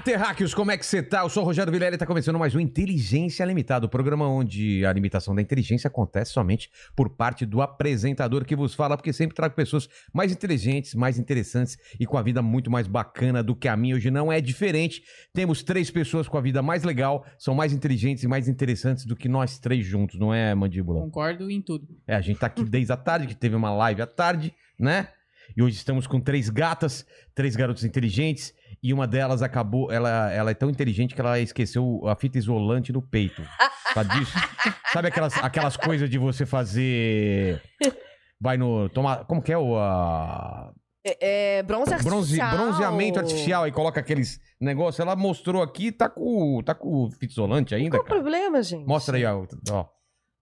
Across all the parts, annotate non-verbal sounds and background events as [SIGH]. terráqueos, como é que você tá? Eu sou o Rogério Vilela e tá começando mais um Inteligência Limitada, o programa onde a limitação da inteligência acontece somente por parte do apresentador que vos fala, porque sempre trago pessoas mais inteligentes, mais interessantes e com a vida muito mais bacana do que a minha. Hoje não é diferente. Temos três pessoas com a vida mais legal, são mais inteligentes e mais interessantes do que nós três juntos, não é, Mandíbula? Concordo em tudo. É, a gente tá aqui desde a tarde, que teve uma live à tarde, né? E hoje estamos com três gatas, três garotos inteligentes, e uma delas acabou. Ela, ela é tão inteligente que ela esqueceu a fita isolante no peito. Sabe [LAUGHS] disso? Sabe aquelas, aquelas coisas de você fazer. Vai no. Tomar, como que é o. a- É, é, bronze artificial. bronze- bronzeamento artificial e coloca aqueles negócios. Ela mostrou aqui, tá com, tá com fita isolante ainda, Qual o cara. problema, gente? Mostra aí, ó. ó.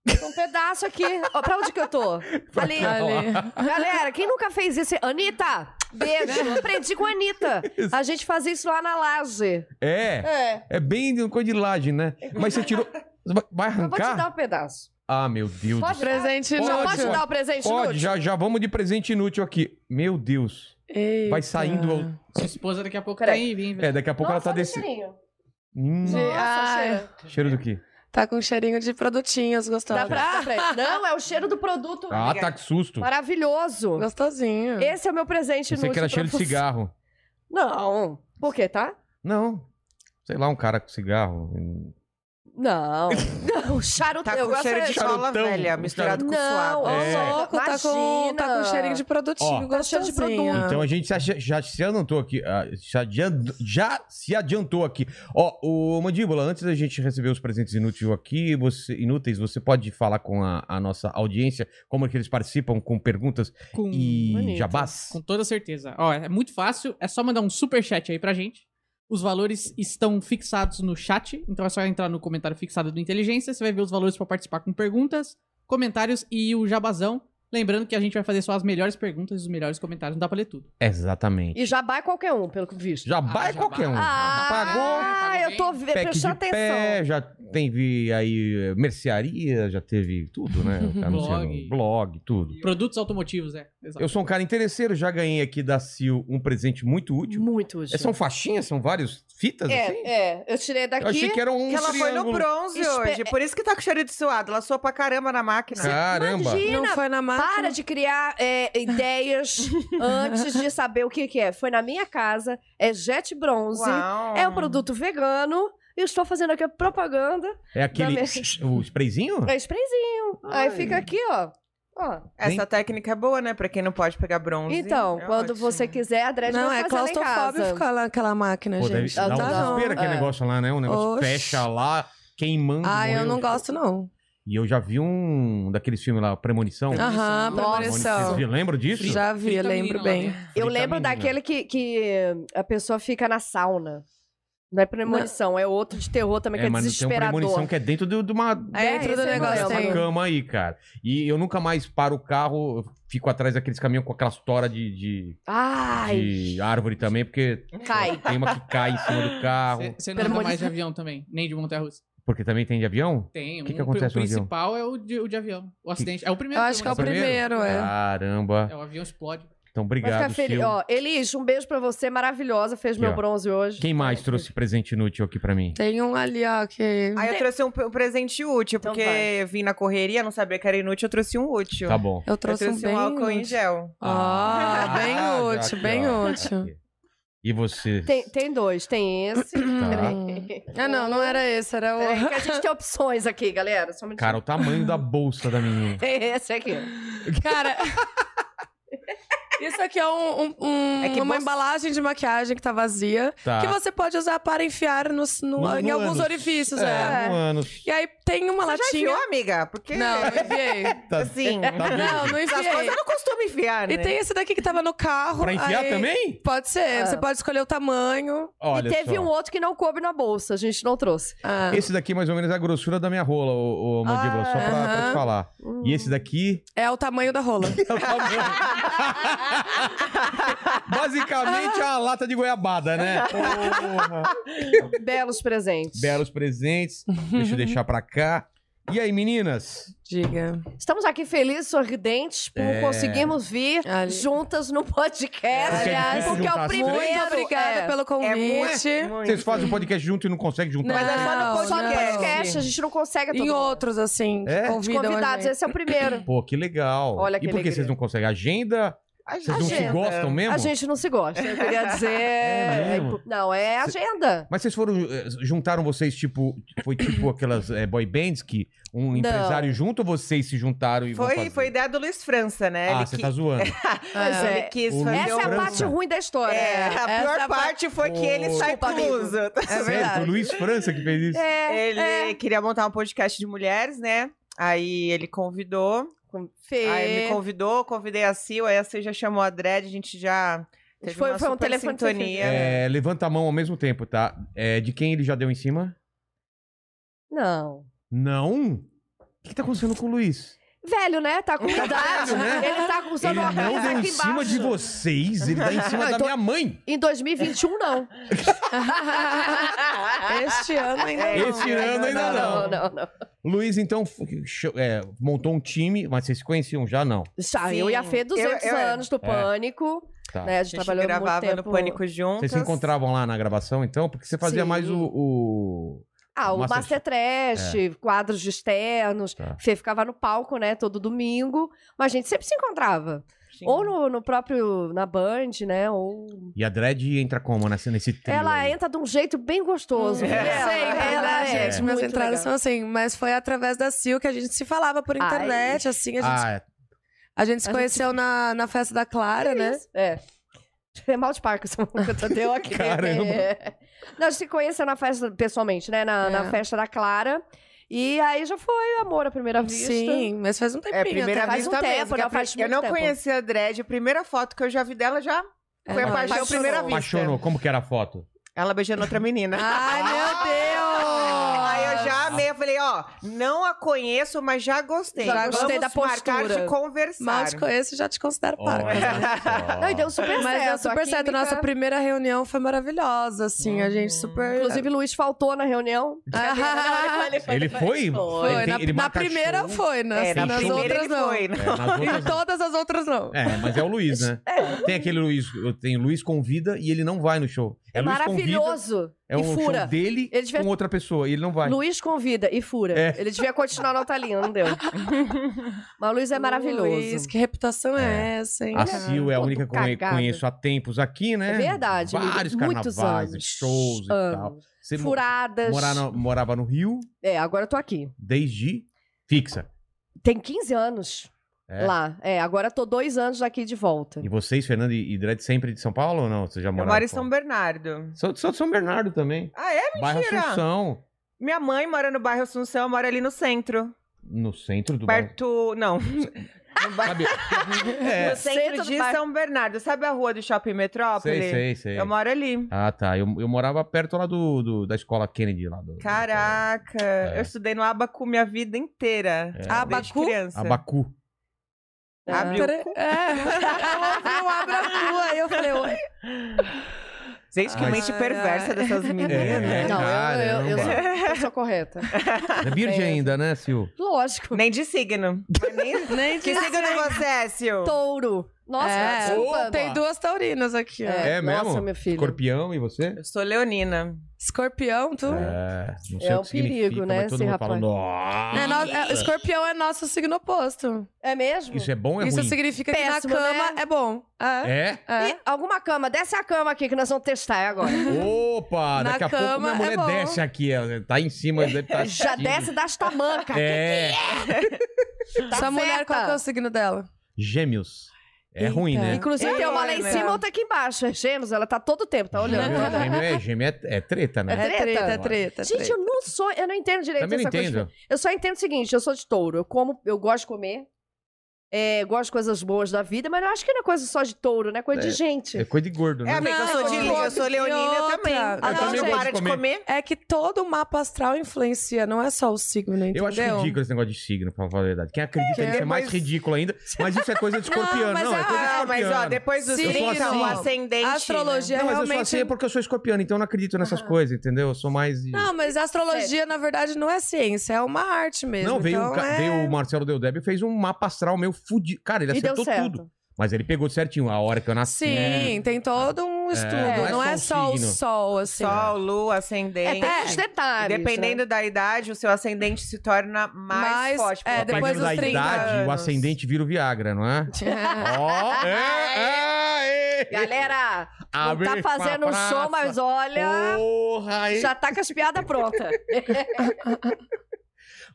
Tem um pedaço aqui. Ó, pra onde que eu [LAUGHS] tô? Ali. Ale, Galera, quem nunca fez isso? Anitta, beijo. [LAUGHS] Eu aprendi com a Anitta. A gente fazia isso lá na laje. É, É. é bem de coisa de laje, né? Mas você tirou. Vai Eu vou te dar arrancar? um pedaço. Ah, meu Deus do Pode dar? presente Pode, Não, inútil. pode pode. dar o presente Pode, inútil? já, já vamos de presente inútil aqui. Meu Deus. Eita. Vai saindo ao- Sua esposa daqui a pouco Peraí. tá aí, vem, É, velho. daqui a pouco Nossa, ela tá olha o descendo. cheirinho. Hum, De- Nossa, ah, Ai. cheiro. cheiro do quê? Tá com cheirinho de produtinhos Dá gostosos. pra, tá. dá pra- Não, é o cheiro do produto. Ah, tá que susto. Maravilhoso. Gostosinho. Esse é o meu presente Pensei inútil. que era pra cheiro de você. cigarro. Não. Por quê, tá? Não. Sei lá, um cara com cigarro. [LAUGHS] Não. Não, charuto. Tá eu com gosto cheiro de Charutão. sola velha, Um misturado com Não, suado. Ô, É. louco, tá com, Imagina. tá com cheirinho de produtinho Ó. Tá cheiro de gostosinho. produto. Então a gente se acha- já se adiantou aqui. ah, se adiant- Já se adiantou aqui. Ó, o Mandíbula, antes da gente receber os presentes inúteis aqui, você, inúteis, você pode falar com a, a nossa audiência como é que eles participam com perguntas Com, É, e bonito. jabás? Hum, com toda certeza. Ó, é muito fácil, é só mandar um super chat aí pra gente. Os valores estão fixados no chat, então é só entrar no comentário fixado do Inteligência, você vai ver os valores pra participar com perguntas, comentários e o jabazão. Lembrando que a gente vai fazer só as melhores perguntas e os melhores comentários, não dá pra ler tudo. Exatamente. E jabá é qualquer um, pelo que visto. Jabá Ah, é, é jabá. qualquer um. Ah, Pagou, pagou eu tô vendo, pack de prestando atenção. pé, já teve aí eh, mercearia, já teve tudo, [LAUGHS] né? O cara Blog. anunciando blog, tudo. Produtos automotivos, é. Exato. Eu sou um cara interesseiro, já ganhei aqui da Sil um presente muito útil. Muito útil. É, são faixinhas, são várias fitas, assim? É, é, eu tirei daqui. Eu achei que era um Que ela foi no triângulo. bronze Espe- hoje, por isso que tá com cheiro de suado. Ela soa pra caramba na máquina. Caramba. Não Imagina, foi na máquina. para de criar é, ideias antes de saber o que, que é. Foi na minha casa, é Jet Bronze, Uau. é um produto vegano. E eu estou fazendo aqui a propaganda. É aquele... Dá O sprayzinho? É sprayzinho. Aí Ai. fica aqui, ó. Ó. Essa técnica é boa, né? Pra quem não pode pegar bronze. Então, É quando ótimo. você quiser, a Dredd Não, vai é fazer lá em claustrofóbico casa. ficar lá naquela máquina, Pô, deve gente. dar Ah, um tá, não. desespero aquele É. negócio lá, né? O negócio Oxi. fecha lá, queimando. Ah, eu morreu. não gosto, não. E eu já vi um daqueles filmes lá, Premonição. Ah, Aham, Nossa. Vocês premonição. vi- lembram disso? Já vi, Vitamina lembro lá bem. dentro. Eu Vitamina. lembro daquele que, que a pessoa fica na sauna. Não é premonição, é outro de terror também, que É, é mas tem uma premonição desesperador. que é dentro de, de uma, Aí esse dentro é do eu É, negócio lembro. uma tem. cama aí, cara. E eu nunca mais paro o carro, eu fico atrás daqueles caminhões com aquelas toras de, de, Ai, de ah, árvore também, porque cai. tem uma que cai em cima do carro. Você- Você não anda Permanece- mais de avião também, nem de montanha-russa. Porque também tem de avião? Tem. Que que um- acontece o no avião? principal é o de, o de avião. O acidente. É o primeiro. Eu acho que é o acontece. primeiro, Ah. é. Caramba. É, o avião explode. Então, Vai ficar obrigado, feliz. Sil. Ó, Elis, um beijo pra você, maravilhosa. Fez Aqui, meu ó. bronze hoje. Quem mais trouxe presente inútil aqui pra mim? Tem um ali, ó, que... Aí eu trouxe um, um presente útil, Então porque vai. vim na correria, não sabia que era inútil, eu trouxe um útil. Tá bom. Eu Eu trouxe, um bem álcool em útil. gel. Ah, [LAUGHS] bem já útil, aqui, bem ó. útil. Aqui. E você? Tem, tem dois, tem esse. Tá. Peraí. Ah, não, não era esse, era Peraí, o... que a gente tem opções aqui, galera. Só um minutinho. Cara, o tamanho da bolsa da menina. [LAUGHS] Tem esse aqui. [LAUGHS] Cara. Isso aqui é um- um- um- É que uma você- embalagem de maquiagem que tá vazia. Tá. Que você pode usar para enfiar nos- no- No- em no alguns ânus. orifícios. É, É. no ânus. E aí tem uma Você já latinha. enfiou, amiga? Porque, Não, [LAUGHS] não enviei. assim, Tá bom. Não, não essas coisas enfiei. eu não costumo enfiar, né? E tem esse daqui que tava no carro. Pra enfiar aí- também? Pode ser, Ah. você pode escolher o tamanho. Olha e teve só. um outro que não coube na bolsa, a gente não trouxe. Ah, Esse daqui mais ou menos é a grossura da minha rola, ô, ô mandíbula, só pra, pra te aham. falar. E esse daqui É o tamanho da rola. é o tamanho. Basicamente é uma lata de goiabada, né? Porra. Belos presentes. Belos presentes. Deixa eu deixar pra cá. E aí, meninas? [LAUGHS] Diga. Estamos aqui felizes, sorridentes, por É. conseguirmos vir Ali. juntas no podcast. Porque é Aliás, difícil porque é juntar o as primeiro. um Muito obrigada é. pelo convite. Vocês fazem o podcast junto e não conseguem juntar? Não. Mas é só no Não, Só no podcast. podcast, a gente não consegue é todo Em mundo. outros, assim, que É? De convidam a convidados. gente. Esse é [COUGHS] o primeiro. Pô, que legal. Olha que e por que alegria. vocês não conseguem? Agenda? A Vocês não se Agenda. gostam mesmo? A gente não se gosta, eu queria dizer. É mesmo? não, é Cê- agenda. Mas vocês foram. eh, Juntaram vocês, tipo. Foi tipo aquelas eh, boy bands que um empresário junto ou vocês se juntaram e vão Foi, fazer? foi ideia do Luiz França, né? Ah, ele, você qui- tá zoando. Pois [LAUGHS] É. é. ele quis O Luiz fazer Essa é a uma- França. parte ruim da história. É, a Essa pior é a parte foi que ele Ô, sai Desculpa, incluso. Sério, foi o Luiz França que fez isso. É, Ele queria montar um podcast de mulheres, né? Aí ele convidou. Fê. Aí me convidou, convidei a Sil, aí a Sil já chamou a Dredd, a gente já teve Foi- uma foi um super telefone sintonia. É, levanta a mão ao mesmo tempo, tá? É, de quem ele já deu em cima? Não. Não? O que, que tá acontecendo com o Luiz? Velho, né? [LAUGHS] Tá com idade. né? Ele tá usando Ele uma não camisa deu em aqui cima embaixo. de vocês, ele dá em cima da Não, então- minha mãe. Em 2021, não. Este ano ainda é É, não. Este ano ainda não. Não, não, não. Luiz, então, f- cho- é, montou um time, mas vocês se conheciam já? Não. Já, Sim. eu e a Fê, 200 Eu- eu- anos do Pânico. É. Tá. Né? A A gente, gente trabalhou muito gravava tempo. no Pânico juntos. Vocês se encontravam lá na gravação, então? Porque você fazia Sim. mais o. o- Ah, o Master- É. Master Trash, quadros externos. Tá. Fê ficava no palco, né, todo domingo. Mas a gente sempre se encontrava. Sim. Ou no, no próprio, na Band, né, ou... E a Dredd entra como nessa, nesse trio? Ela aí? entra de um jeito bem gostoso. É. Hum, Ela- sempre, ela né, é gente? Minhas muito entradas legal. são assim, mas foi através da Sil que a gente se falava por Ai. internet, assim, a gente, Ah, é. a gente se A gente- conheceu Na, na festa da Clara, né? É. É mal de [LAUGHS] Parkinson que eu tô- deu aqui. Caramba. tá É. Não, a gente se conheceu na festa, pessoalmente, né? Na, É. na festa da Clara. E aí já foi amor à primeira vista. Sim, mas faz um tempinho. É, primeira até. faz um vista tempo, mesmo. que né? a pri- Faz eu muito não tempo. É. conheci a Dredd, a primeira foto que eu já vi dela já foi não. a paixão à Apaixonou. primeira vista. Apaixonou. Como que era a foto? Ela beijando outra menina. Ah, Ai, [LAUGHS] meu Deus! Aí eu já amei, eu falei, ó, não a conheço, mas já gostei. Já gostei Vamos da marcar postura. de conversar. Mal te conheço e já te considero paca. só. Ah, Não, e deu super Mas certo. deu super a certo. química- Nossa primeira reunião foi maravilhosa, assim. A gente super. Inclusive, Luiz faltou na reunião. Ele foi? Foi. Ele tem- na ele na marca primeira show. foi, Então, né? É, Assim, na nas primeira outras ele não. foi, né? É, nas Em outras... todas as outras não. é, mas é o Luiz, [LAUGHS] né? Tem aquele Luiz, eu tenho Luiz convida e ele não vai no show. É, É Luiz convida, maravilhoso. é e um show fura. dele Ele devia- com outra pessoa e ele não vai. Luiz convida e fura. É. Ele devia continuar na outra linha, não deu. Mas o Luiz é maravilhoso. Luiz, que reputação é, essa, hein? A Sil é a todo única que eu cagado. conheço há tempos aqui, né? É verdade, Vários amigo. Muitos carnavais, anos. shows e tal. Anos. Você mo- Furadas. morar no- morava no Rio É, agora eu tô aqui. desde fixa. Tem 15 anos É? lá. É, agora eu tô dois anos aqui de volta. E vocês, Fernando e e Dredd, sempre de São Paulo ou não? Você já Eu morava moro em fora? São Bernardo. Sou, sou de São Bernardo também. Ah, é? Bairro Mentira! Assunção, Minha mãe mora no bairro Assunção, eu moro ali no centro. no centro do bairro. Perto. Não. No bairro- Sabe? [LAUGHS] É, no centro Centro do de bairro. São Bernardo. Sabe a rua do Shopping Metrópole? sei, sei, sei. Eu moro ali. Ah, tá. Eu, eu morava perto lá do, do- da escola Kennedy. lá do, Caraca, eu estudei no Abacu minha vida inteira. É. desde Ah, Abacu? criança. Ah, Abacu. Abriu. Pera- [LAUGHS] É. Eu ouvi um abra tu, aí eu falei, oi. Gente, que Mas- mente perversa Ai, ai. dessas meninas, É, né? não, eu, eu, eu, sou, caramba. eu sou correta. É [LAUGHS] virgem ainda, né, Sil? Lógico. Nem de signo. Mas nem- [LAUGHS] Nem Que signo você é, Sil? Touro. Nossa, É. desculpa. Tem duas taurinas aqui, ó. É Nossa, mesmo? meu filho. Escorpião e você? Eu sou leonina. Escorpião, tu. É, não sei É o um que perigo, significa, né, mas todo esse mundo fala, rapaz. "Nossa". É no- é- escorpião é nosso signo oposto. É mesmo? Isso é bom ou é Isso ruim? significa que Péssimo, na cama né? é bom. É. É? é. Ih, alguma cama, desce a cama aqui que nós vamos testar agora. [LAUGHS] Opa, Na daqui a pouco cama minha mulher é bom. desce aqui, ela tá em cima, deve tá [LAUGHS] Já assistindo. desce das tamancas. É, Tá Sua mulher, certa. qual que é o signo dela? gêmeos. É Eita. ruim, né? Inclusive, tem uma lá em Olha. cima e outra aqui embaixo. É gêmeos, ela tá todo o tempo, tá olhando. Gêmeo, gêmeo é, gêmeo é- é treta, né? É É treta, é treta. é Gente, eu treta. não sou, eu não entendo direito Também não essa coisa. entendo. Eu só entendo o seguinte, eu sou de touro, eu como, eu gosto de comer. É, gosto de coisas boas da vida, mas eu acho que não é coisa só de touro, né? Coisa de gente. É coisa de gordo, né? É, amiga, eu sou de Não, linha, eu sou e leonina eu outra. também. Ah, Então não, não gente. para de comer. É que todo o mapa astral influencia, não é só o signo, entendeu? eu acho ridículo esse negócio de signo, pra falar a verdade. Quem acredita nisso é mais depois- ridículo ainda, mas isso é coisa de Não, escorpião. Não, mas é é- coisa de Ah, escorpião. mas ó, depois do Sim, signo, então. o ascendente. A né? astrologia Não, mas eu só realmente... sei é porque eu sou escorpião, então eu não acredito nessas coisas, entendeu? Eu sou mais. de- Não, mas a astrologia, na verdade, não é ciência, é uma arte mesmo. Não, veio, então, um ca- é... veio o Marcelo Deldeb e fez um mapa astral meu fudido. Cara, ele E deu acertou certo. tudo. Mas ele pegou certinho a hora que eu nasci. Sim, tem todo um estudo. não é não é só só o o signo. sol, assim. [LAUGHS] Sol, lua, É, ascendente. tem uns detalhes. Dependendo da idade, o seu ascendente se torna mais, Mais- forte. é, Porque um depois Dependendo dos da 30 idade, o anos. ascendente vira o Viagra, não [LAUGHS] é? Ó, é, é, né? Galera, não Abre tá fazendo um pra praça. show, mas olha. Porra, hein? Já tá com as [LAUGHS] piadas prontas.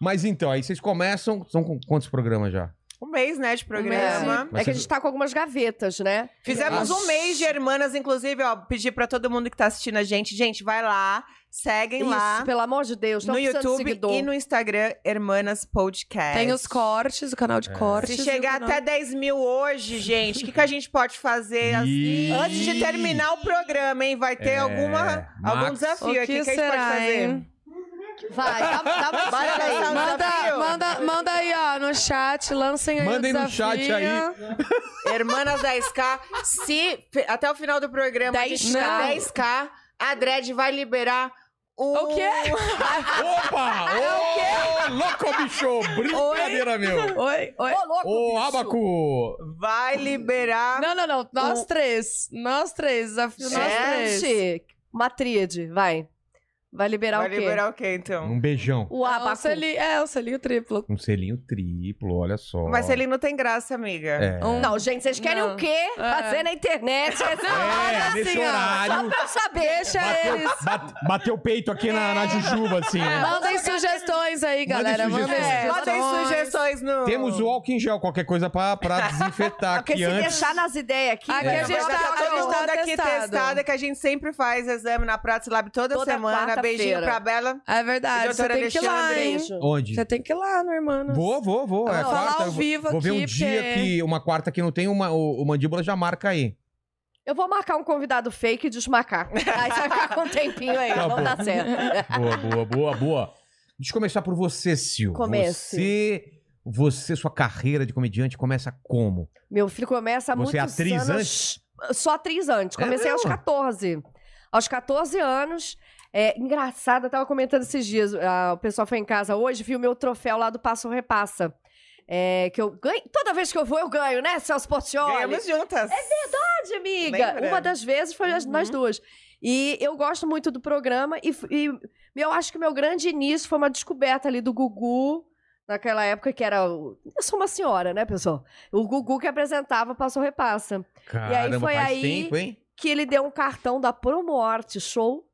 Mas então, aí vocês começam. São com quantos programas já? Um mês, né, de programa. Mas É que a você- gente tá com algumas gavetas, né? Fizemos um Nossa. mês de Hermanas, inclusive, ó, pedir pra todo mundo que tá assistindo a gente, gente, vai lá, seguem lá Isso, pelo amor de Deus. Não no precisa de YouTube seguidor. e no Instagram, Hermanas Podcast. É. Tem os cortes, o canal de É. cortes. e Se o chegar canal- até 10 mil hoje, gente, o que, que a gente pode fazer Ih. assim, antes de terminar o programa, hein? Vai ter É, alguma, algum Max. desafio O que, aqui. O que, a gente pode será, fazer? hein? Vai, dá, dá [LAUGHS] uma Bora dica lançar um Manda, desafio? manda, manda aí, ó, no chat, lancem aí Mandem o no desafio. chat aí. Hermanas 10K, se fe- até o final do programa 10K, a gente 10K. tá 10K, a Dredd vai liberar um... O quê? Opa! Ô, louco, bicho! Brincadeira, meu! Um. Oi, oi. Ô, louco, Ô, bicho. Abacu! Vai liberar... Não, não, não. Um. Nós três. Nós três. Desafio nós É. três. Gente, uma tríade, vai. Vai liberar vai o quê? liberar o quê, então? Um beijão. O É o abaco. selinho, é, o selinho triplo. Um selinho triplo, olha só. Mas ele não tem graça, amiga. É. Um- Não, gente, vocês querem Não. o É. quê? Fazer na internet? É, olha nesse assim, ó, Só horário. pra eu saber. Deixa Bateu, eles. bate- bateu o peito aqui na, É. na Jujuba, assim, né? Mandem sugestões aí, galera. Mandem Mandem sugestões. sugestões. É, Mandem sugestões no... Temos o álcool em gel, qualquer coisa pra, pra [LAUGHS] desinfetar Porque aqui se antes. deixar nas ideias aqui, Aqui o a É, gente negócio mas tá tá- todo mundo aqui testado. testada, que a gente sempre faz exame na Prats Lab toda, Toda semana. Beijinho quarta-feira. pra Bela. É verdade. Você Doutora tem que ir lá, Alexandre. hein? Beijo. Onde? Você tem que ir lá no Hermanos. Vou, vou, vou. É Vamos falar quarta, ao eu vou- vivo Vou ver um aqui, é. dia porque- que uma quarta que não tem uma, o, o mandíbula já marca aí. Eu vou marcar um convidado fake e desmarcar. Aí você vai ficar com um tempinho aí, Tá bom. não dá certo. Boa, boa, boa, boa. Deixa eu começar por você, Sil. Comece. Você, você, sua carreira de comediante começa como? Meu filho começa há Você é muitos atriz anos... antes? Só atriz antes. É Comecei aos mesmo? 14. Aos 14 anos... É, engraçado, eu tava comentando esses dias, ah, o pessoal foi em casa hoje, viu meu troféu lá do Passo Repassa. É, que eu ganho, toda vez que eu vou eu ganho, né, Celso Portioli? Ganhamos juntas. verdade, amiga. Lembra? Uma das vezes foi as- nós Uhum. duas. E eu gosto muito do programa e, f- e eu acho que o meu grande início foi uma descoberta ali do Gugu, naquela época que era. o- Eu sou uma senhora, né, pessoal? O Gugu que apresentava Passou Repassa. Caramba, foi faz aí- tempo, hein? Que ele deu um cartão da Promorte Show.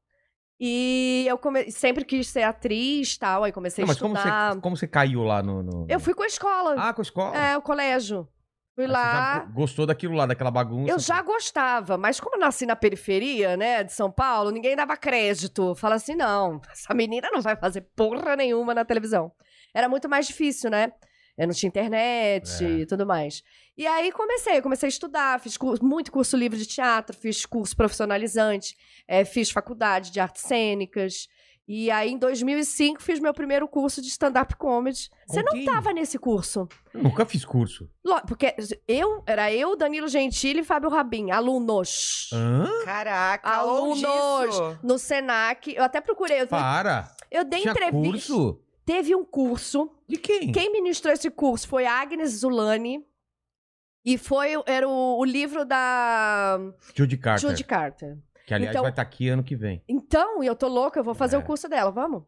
E eu come- sempre quis ser atriz e tal. Aí comecei Não, a mas como estudar. você, como você caiu lá no, no- Eu fui com a escola. Ah, com a escola. É, o colégio. Fui Aí você lá. já gostou daquilo lá, daquela bagunça. Eu já gostava, mas como eu nasci na periferia, né, de São Paulo, ninguém dava crédito. Fala assim, não, essa menina não vai fazer porra nenhuma na televisão. Era muito mais difícil, né? Eu não tinha internet É. e tudo mais. E aí comecei, comecei a estudar, fiz curso- muito curso livre de teatro, fiz curso profissionalizante, eh, fiz faculdade de artes cênicas. E aí, em 2005, fiz meu primeiro curso de stand-up comedy. Você Com não quem? estava nesse curso? Eu nunca fiz curso. Lo- Porque eu, era eu, Danilo Gentili e Fábio Rabin, alunos. Hã? Caraca, Alunos. onde isso? No Senac, eu até procurei. Eu, Para. eu dei Tinha entrevista. curso? Hum. Teve um curso. De quem? Quem ministrou esse curso foi a Agnes Zulani. E foi, era o, o livro da Judy Carter. Judy Carter. Que, aliás, Então- vai estar aqui ano que vem. Então, e eu tô louca, eu vou fazer É. o curso dela. Vamos?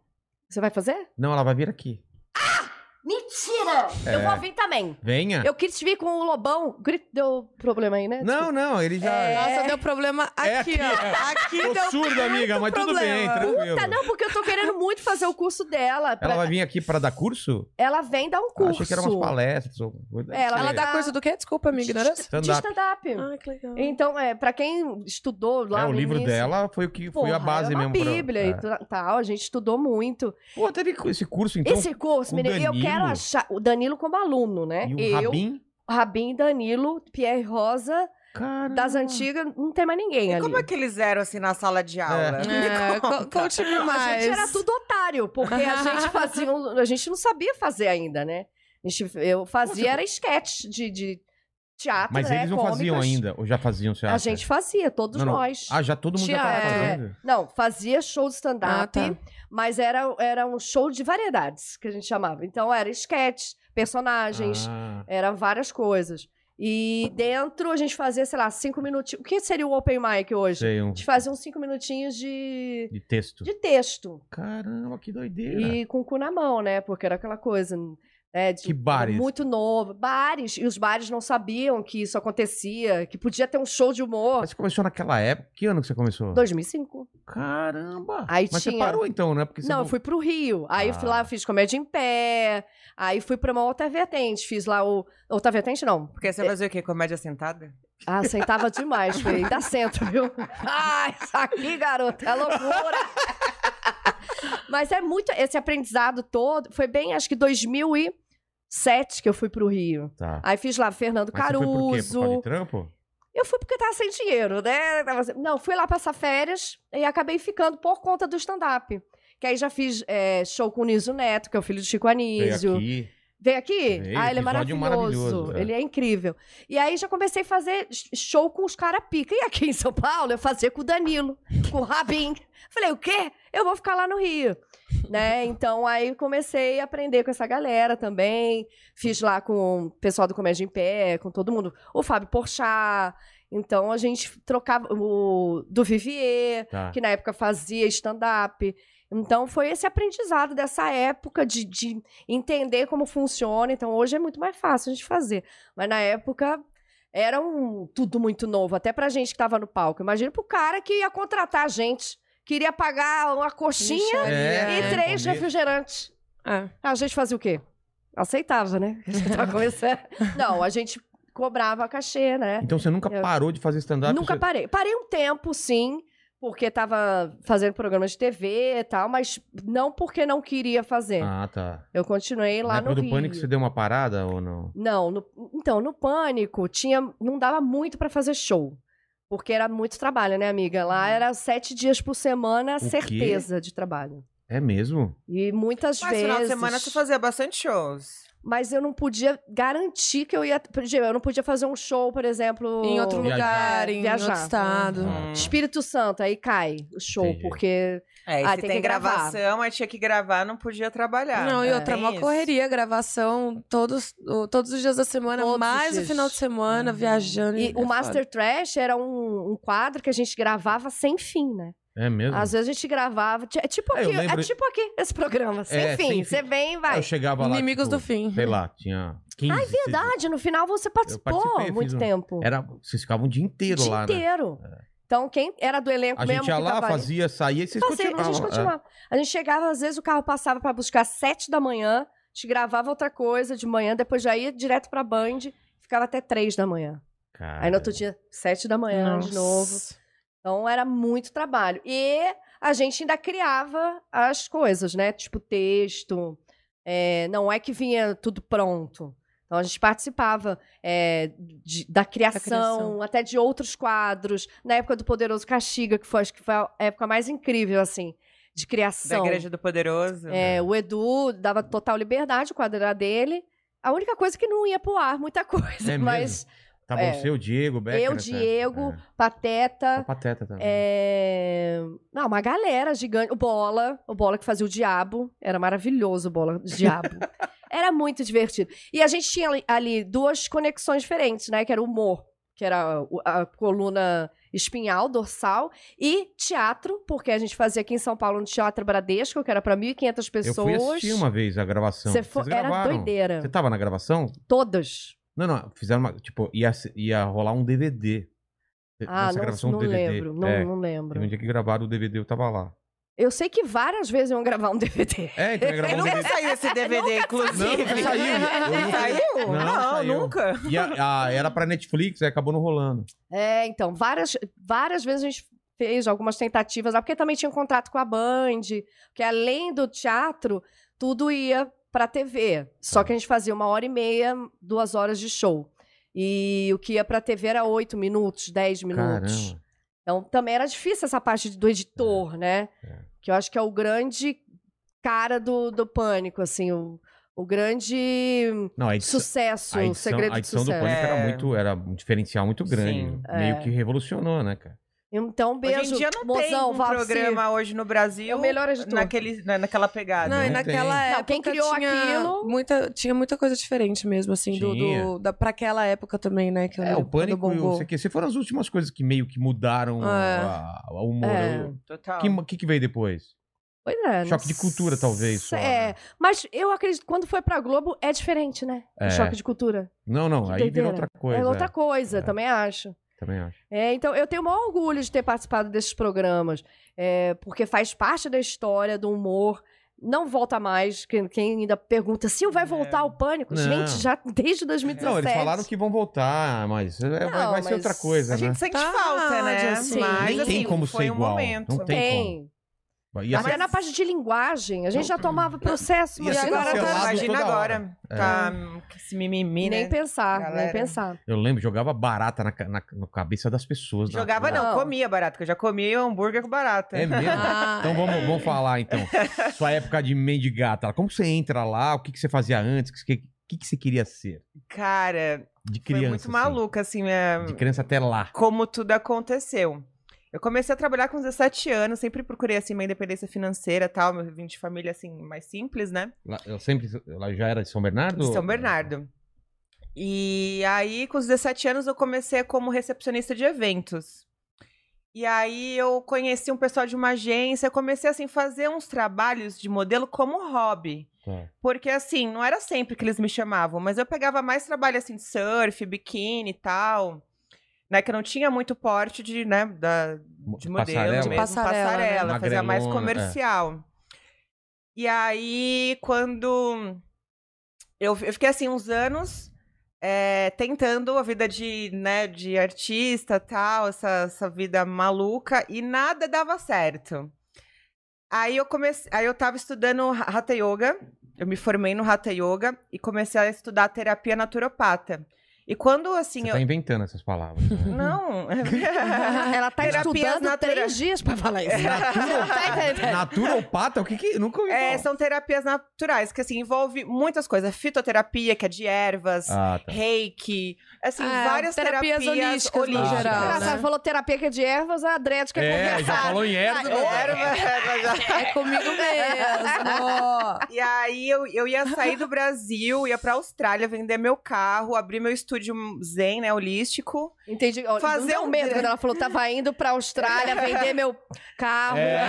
Você vai fazer? Não, ela vai vir aqui. Ah! É. Mentira! Eu vou vir também. Venha. Eu quis vir com o Lobão. Gri- Deu problema aí, né? Não, não, ele já... É. Nossa, deu problema É aqui, aqui, ó. Aqui Tô deu surdo, amiga, mas tudo bem, problema. tranquilo. Puta, Tá, não, porque eu tô querendo muito fazer o curso dela. pra- Ela Ela, vai vir aqui pra dar curso? vem dar um Eu curso. Achei que era umas palestras. ou coisa É, ela assim. Ela dá Ah. curso Tá do quê? Desculpa, minha ignorância. de Stand-up. stand-up. Ah, que legal. Então, é, pra quem estudou lá É, o no livro início, dela foi o que foi porra, a base é uma mesmo. pra- Bíblia é. e tu- tal, a gente estudou muito. Pô, teve esse curso, então. Esse curso, o menino, eu Danilo- quero achar o Danilo como aluno, né? E o eu, Rabin? Rabin, Danilo, Pierre Rosa, Cara. das antigas, não tem mais ninguém Ah. E ali. como é que eles eram assim na sala de aula? [LAUGHS] É, co- continue A mais. gente era tudo otário, porque a gente fazia. um- A gente não sabia fazer ainda, né? A gente, eu fazia, era esquete de, de teatro. Mas né? eles não faziam cômicas. ainda, ou já faziam, você A acha? gente fazia, todos Não, não. nós. Ah, já todo mundo já tava Tinha- é. fazendo? Não, fazia show de stand-up, Ah, tá. mas era, era um show de variedades que a gente chamava. Então era sketch, personagens, Ah, eram várias coisas. E dentro a gente fazia, sei lá, cinco minutinhos. O que seria o open mic hoje? sei, um A gente fazia uns cinco minutinhos de, de texto. de texto. Caramba, que doideira. E com o cu na mão, né? Porque era aquela coisa. né, de- É. Que bares? Muito novo. Bares. E os bares não sabiam que isso acontecia, que podia ter um show de humor. Mas você começou naquela época? Que ano que você começou? 2005. Caramba! Aí Mas você tinha- parou então, né? Porque você Não, eu fui pro Rio. Aí eu fui Ah. lá, fiz comédia em pé. Aí fui pra uma outra vertente. Fiz lá o. Outra vertente, não. Porque você fazia o quê? Comédia sentada? Ah, sentava demais, foi. Ainda [LAUGHS] sento, viu? Ah, isso aqui, garoto, é loucura. [LAUGHS] Mas é muito. Esse aprendizado todo. Foi bem, acho que 2007 que eu fui pro Rio. Tá. Aí fiz lá Fernando Mas você foi por quê? Por Caruso. causa de trampo? Eu fui porque tava sem dinheiro, né? Tava sem- Não, fui lá passar férias e acabei ficando por conta do stand-up. Que aí já fiz é, show com o Niso Neto, que é o filho de Chico Veio Anísio. aqui. Vem aqui? Veio, ah, ele é episódio maravilhoso. maravilhoso, é. Ele é incrível. E aí já comecei a fazer sh- show com os cara pica. E aqui em São Paulo eu fazia com o Danilo, com o Rabin. Falei, o quê? Eu vou ficar lá no Rio. né? Então aí comecei a aprender com essa galera também. Fiz lá com o pessoal do Comédia em Pé, com todo mundo. O Fábio Porchat. Então a gente trocava o do Vivier Tá. que na época fazia stand-up. Então foi esse aprendizado dessa época de, de entender como funciona. Então hoje é muito mais fácil a gente fazer. Mas na época era um, tudo muito novo, até pra gente que tava no palco. Imagina pro cara que ia contratar a gente, queria pagar uma coxinha É, e é, três comer. refrigerantes. É. A gente fazia o quê? Aceitava, né? [LAUGHS] A gente [LAUGHS] tava começando. Não, a gente cobrava cachê, né? Então você nunca Eu- parou de fazer stand-up? Nunca você... parei. Parei um tempo, sim, porque tava fazendo programa de TV e tal, mas não porque não queria fazer. Ah, tá. Eu continuei na lá no época do Rio. pânico você deu uma parada ou não? Não, no- então, no Pânico tinha, não dava muito pra fazer show. Porque era muito trabalho, né, amiga? Lá era sete dias por semana, Uhum. quê? certeza de trabalho. É mesmo? E muitas Mas vezes. final de semana você fazia bastante shows. Mas eu não podia garantir que eu ia. por exemplo, Eu não podia fazer um show, por exemplo. Em outro Viajar. lugar, em Viajar. outro Hum. estado. Ah. Espírito Santo, aí cai o show, Entendi. porque É, e Ah, se tem tem, que gravar. gravação, aí tinha que gravar, não podia Uhum. trabalhar. Não, e É, outra, tem uma isso. correria, gravação todos, o- todos os dias da semana, Todos os mais o dias. Uhum. final de semana, viajando. E é o foda. Master Trash era um, um quadro que a gente gravava sem fim, né? É mesmo? Às vezes a gente gravava. ti- É tipo É, aqui, eu é, lembro- tipo aqui esse programa. Sem É, fim. sem fim. É Você vem e vai. Eu chegava lá. Inimigos tipo, do fim. Sei lá, tinha 15. Ah, é 16. verdade. No final você participou participei, fiz muito um- tempo. Era, vocês ficavam o dia o inteiro dia lá, né? inteiro. Então, quem era do elenco A mesmo gente ia que lá, tava ali- fazia, saía e vocês Fazia, a continuavam. é. gente continuava. A gente chegava, às vezes o carro passava pra buscar às sete da manhã, a gente gravava outra coisa de manhã, depois já ia direto pra Band, ficava até três da manhã. É. Cara, Aí no outro dia, sete da manhã É, de novo. Então era muito trabalho. E a gente ainda criava as coisas, né? Tipo texto. É, não é que vinha tudo pronto. Então a gente participava é, de- da, criação, criação. até de outros quadros. Na época do Poderoso Caxiga, que foi, acho que foi a época mais incrível, assim, de Da criação. Igreja do Poderoso. É, o Edu dava total liberdade, o quadro era dele. A única coisa é que não ia pro ar, muita [LAUGHS] coisa. É mas Tava é. você, o Diego, o Becker. eu, né? Diego, É. Pateta, O Pateta também. é... Não, uma galera gigante. O Bola, o Bola que fazia o Diabo. Era maravilhoso o Bola do [LAUGHS] Diabo. era muito divertido. E a gente tinha ali- ali duas conexões diferentes, né? Que era o humor, que era o- a coluna espinhal, dorsal, e teatro, porque a gente fazia aqui em São Paulo no Teatro Bradesco, que era pra 1.500 eu pessoas. fui assistir uma vez a gravação. Você foi... Vocês Era gravaram? doideira. Você tava na gravação? Todas. Não, não, fizeram uma. Tipo, ia, se- ia rolar um DVD. Ah, Nessa não, gravação não do DVD. lembro. Não, é, não teve um lembro. dia que gravaram o DVD, eu tava lá. Eu sei que várias vezes iam gravar um [LAUGHS] DVD. É, então ia E gravar [LAUGHS] um nunca DVD. saiu esse DVD, Não, inclusive. nunca saiu. Eu nunca- [LAUGHS] Saiu? Não, saiu. nunca. E a- a- era pra Netflix, aí acabou não rolando. É, então, várias, várias vezes a gente fez algumas tentativas lá, porque também tinha um contrato com a Band, porque além do teatro, tudo ia pra TV. Só que a gente fazia uma hora e meia, duas horas de show. E o que ia pra TV era 8 minutos, 10 minutos. Caramba. Então também era difícil essa parte do editor, né? é. Que eu acho que é o grande cara do, do pânico, assim, o, o grande Não, a edição, sucesso, a o edição, segredo a do edição do sucesso. Pânico era, É. muito, era um diferencial muito grande. Sim, meio é. que revolucionou, né, cara? Então, beijo. Hoje em dia não tem mozão, um Valci. programa hoje no É Brasil o melhor editor. naquele, na- naquela pegada. Não, e Não naquela tem. Não, é época quem criou tinha aquilo- muita, tinha muita coisa diferente mesmo, assim, do, Tinha. do, da, pra aquela época também, né? Que eu É, o lembro, quando Pânico e o bombou. CQC foram as últimas coisas que meio que mudaram É. a- a- o humor. É. O Total. que, que, que veio depois? Pois é, Choque de cultura, talvez, só, É, né? mas eu acredito que quando foi pra Globo é diferente, né? É. O choque de cultura. Não, não, Que aí virou doideira. outra coisa. é outra é. coisa, É. também acho. Também acho. É, então, eu tenho o maior orgulho de ter participado desses programas, é, porque faz parte da história, do humor. Não volta mais. Quem, quem ainda pergunta se vai É. voltar o pânico? Não. Gente, já desde 2017. Não, eles falaram que vão voltar, mas é, vai, Não, vai ser mas outra coisa, A né? gente sente Tá, falta, né? assim, Mas, Nem tem assim, como foi ser um igual, momento. não tem tem. E a Até na parte de linguagem. A gente já tomava processo, Ia mas ser agora cancelado tá... Imagina toda hora. É. agora. Tá hum, com esse mimimi, Nem né? pensar, Galera. nem pensar. Eu lembro, jogava barata na, ca- na, na cabeça das pessoas. na Jogava rua. não, Não. comia barata, que eu já comia hambúrguer com barata. É mesmo? [LAUGHS] Ah, Então vamos, vamos falar, então. Sua época de mendigata. Como você entra lá? O que, que você fazia antes? O que, que, que você queria ser? Cara, De foi criança. muito assim. maluca, assim, minha- De criança até lá. como tudo aconteceu. Eu comecei a trabalhar com 17 anos, sempre procurei, assim, uma independência financeira e tal. Eu vim de família, assim, mais simples, né? Lá- eu sempre. Lá já era de São Bernardo? De São Bernardo. E aí, com os 17 anos, eu comecei como recepcionista de eventos. E aí eu conheci um pessoal de uma agência, eu comecei assim fazer uns trabalhos de modelo como hobby. Tá. Porque assim, não era sempre que eles me chamavam, mas eu pegava mais trabalho assim de surf, biquíni e tal. Né, que eu não tinha muito porte de, né, da, de modelo, Passarela. tá mesmo, Passarela, passarela, né? fazia mais Magrelona, é. comercial. E aí, quando eu, eu fiquei assim uns anos é, tentando a vida de, né, de artista tal, essa, essa vida maluca, e nada dava certo. Aí eu comecei, aí eu tava estudando ha- Hatha Yoga, eu me formei no Hatha Yoga e comecei a estudar terapia naturopata. E quando assim, Você eu... tá inventando essas palavras. [LAUGHS] né? não, é Ela tá Terapias estudando naturais. três dias pra falar isso. né? [LAUGHS] Tá entendendo? Naturopata? O que que. Nunca ouvi É, falar. são terapias naturais, que assim, envolve muitas coisas. Fitoterapia, que é de ervas, Ah, tá. reiki, assim, É, várias terapias terapias, holísticas, no holísticas. geral, Engraçado, né? ela falou terapia que é de ervas, a Dredd quer É, já conversar. falou em né? erva. Erva, é comigo mesmo. [LAUGHS] E aí eu, eu ia sair do Brasil, ia pra Austrália vender meu carro, abrir meu estúdio zen, né, holístico. [LAUGHS] Entendi. Ó, Fazer não deu um- medo quando ela falou, tava indo pra Austrália vender meu carro. [LAUGHS] É.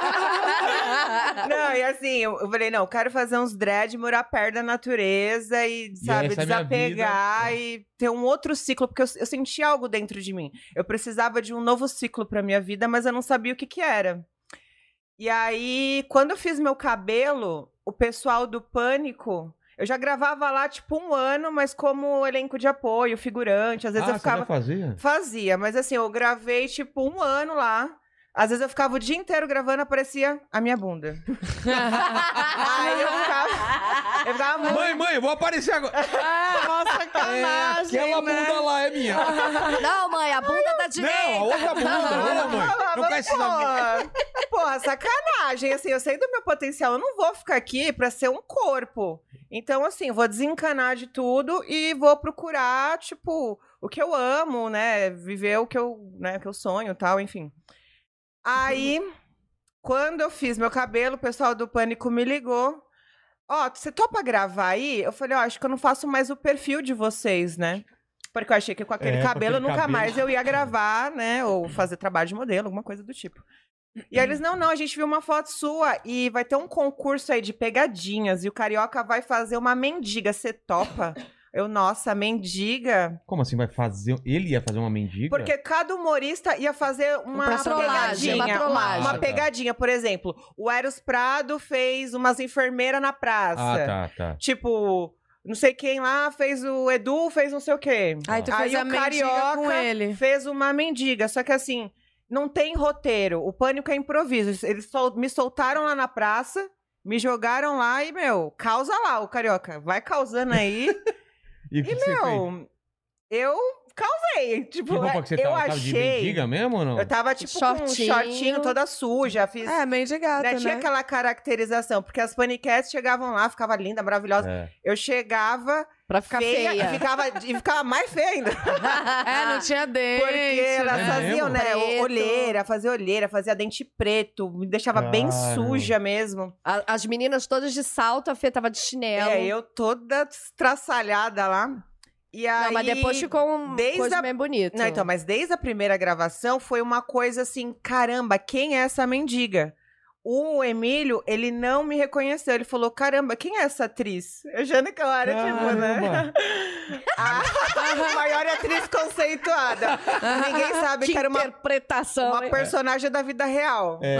[LAUGHS] Não, e assim, eu, eu falei, não, eu quero fazer uns dread, morar perto da natureza e, sabe, essa é a minha desapegar vida. e ter um outro ciclo, porque eu, eu senti algo dentro de mim. Eu precisava de um novo ciclo pra minha vida, mas eu não sabia o que que era. E aí, quando eu fiz meu cabelo, o pessoal do Pânico, eu já gravava lá, tipo, um ano, mas como elenco de apoio, figurante, às vezes ah, eu ficava... Você já fazia? Fazia, mas assim, eu gravei tipo um ano lá. Às vezes eu ficava o dia inteiro gravando, aparecia a minha bunda. Aí eu ficava. Eu ficava muito. Mãe, mãe, eu vou aparecer agora. nossa, [LAUGHS] É, aquela né? bunda lá é minha. Não, mãe, a bunda tá Não, a direita. outra [LAUGHS] bunda. Olha, mãe. Não quer esses amigos. Porra, porra, sacanagem. Assim, eu sei do meu potencial. Eu não vou ficar aqui pra ser um corpo. Então, assim, vou desencanar de tudo e vou procurar, tipo, o que eu amo, né? Viver o que eu, né, o que eu sonho e tal, enfim. Aí, quando eu fiz meu cabelo, o pessoal do Pânico me ligou. Ó, você topa gravar aí? Eu falei, ó, acho que eu não faço mais o perfil de vocês, né? Porque eu achei que com aquele É, com cabelo aquele nunca cabelo. mais eu ia gravar, né? Ou fazer trabalho de modelo, alguma coisa do tipo. E aí eles, não, não, a gente viu uma foto sua e vai ter um concurso aí de pegadinhas e o Carioca vai fazer uma mendiga, você topa? Eu, nossa, mendiga? Como assim vai fazer? Ele ia fazer uma mendiga? Porque cada humorista ia fazer uma Uma trollagem, pegadinha. uma trollagem. uma pegadinha, por exemplo. O Eros Prado fez umas enfermeiras na praça. Ah, tá, tá. Tipo, não sei quem lá fez o Edu, fez não sei o quê. Aí tu fez Aí a o mendiga carioca com ele. Fez uma mendiga, só que assim, não tem roteiro. O pânico é improviso. Eles sol- me soltaram lá na praça, me jogaram [LAUGHS] lá e, meu, causa lá o carioca. Vai causando aí. E o que e, que você fez? meu, Eu causei. Tipo, Que roupa que você eu tava? Tava de achei. mendiga mesmo ou não? eu tava, tipo, com um Shortinho. shortinho toda suja. Fiz. É, meio de gata, né, né? Tinha aquela caracterização, porque as paniquetes chegavam lá, ficava linda, maravilhosa. É. Eu chegava Pra ficar feia, feia. [LAUGHS] E, ficava, e ficava mais feia ainda. É, não tinha dente. Porque elas né? É faziam, né? Preto. Olheira, fazia olheira, fazia dente preto, me deixava bem Cara. suja mesmo. A- As meninas todas de salto, a Fê tava de chinelo. É, eu toda traçalhada lá. E aí... Não, mas depois ficou uma desde coisa a- bem bonita. Não, então, mas desde a primeira gravação foi uma coisa assim, caramba, quem é essa mendiga? O Emílio, ele não me reconheceu. Ele falou, caramba, quem é essa atriz? Achando que eu era, tipo, né? Caramba. A maior atriz conceituada. [LAUGHS] Ninguém sabe que, que era uma, interpretação. uma hein? personagem da vida real. É.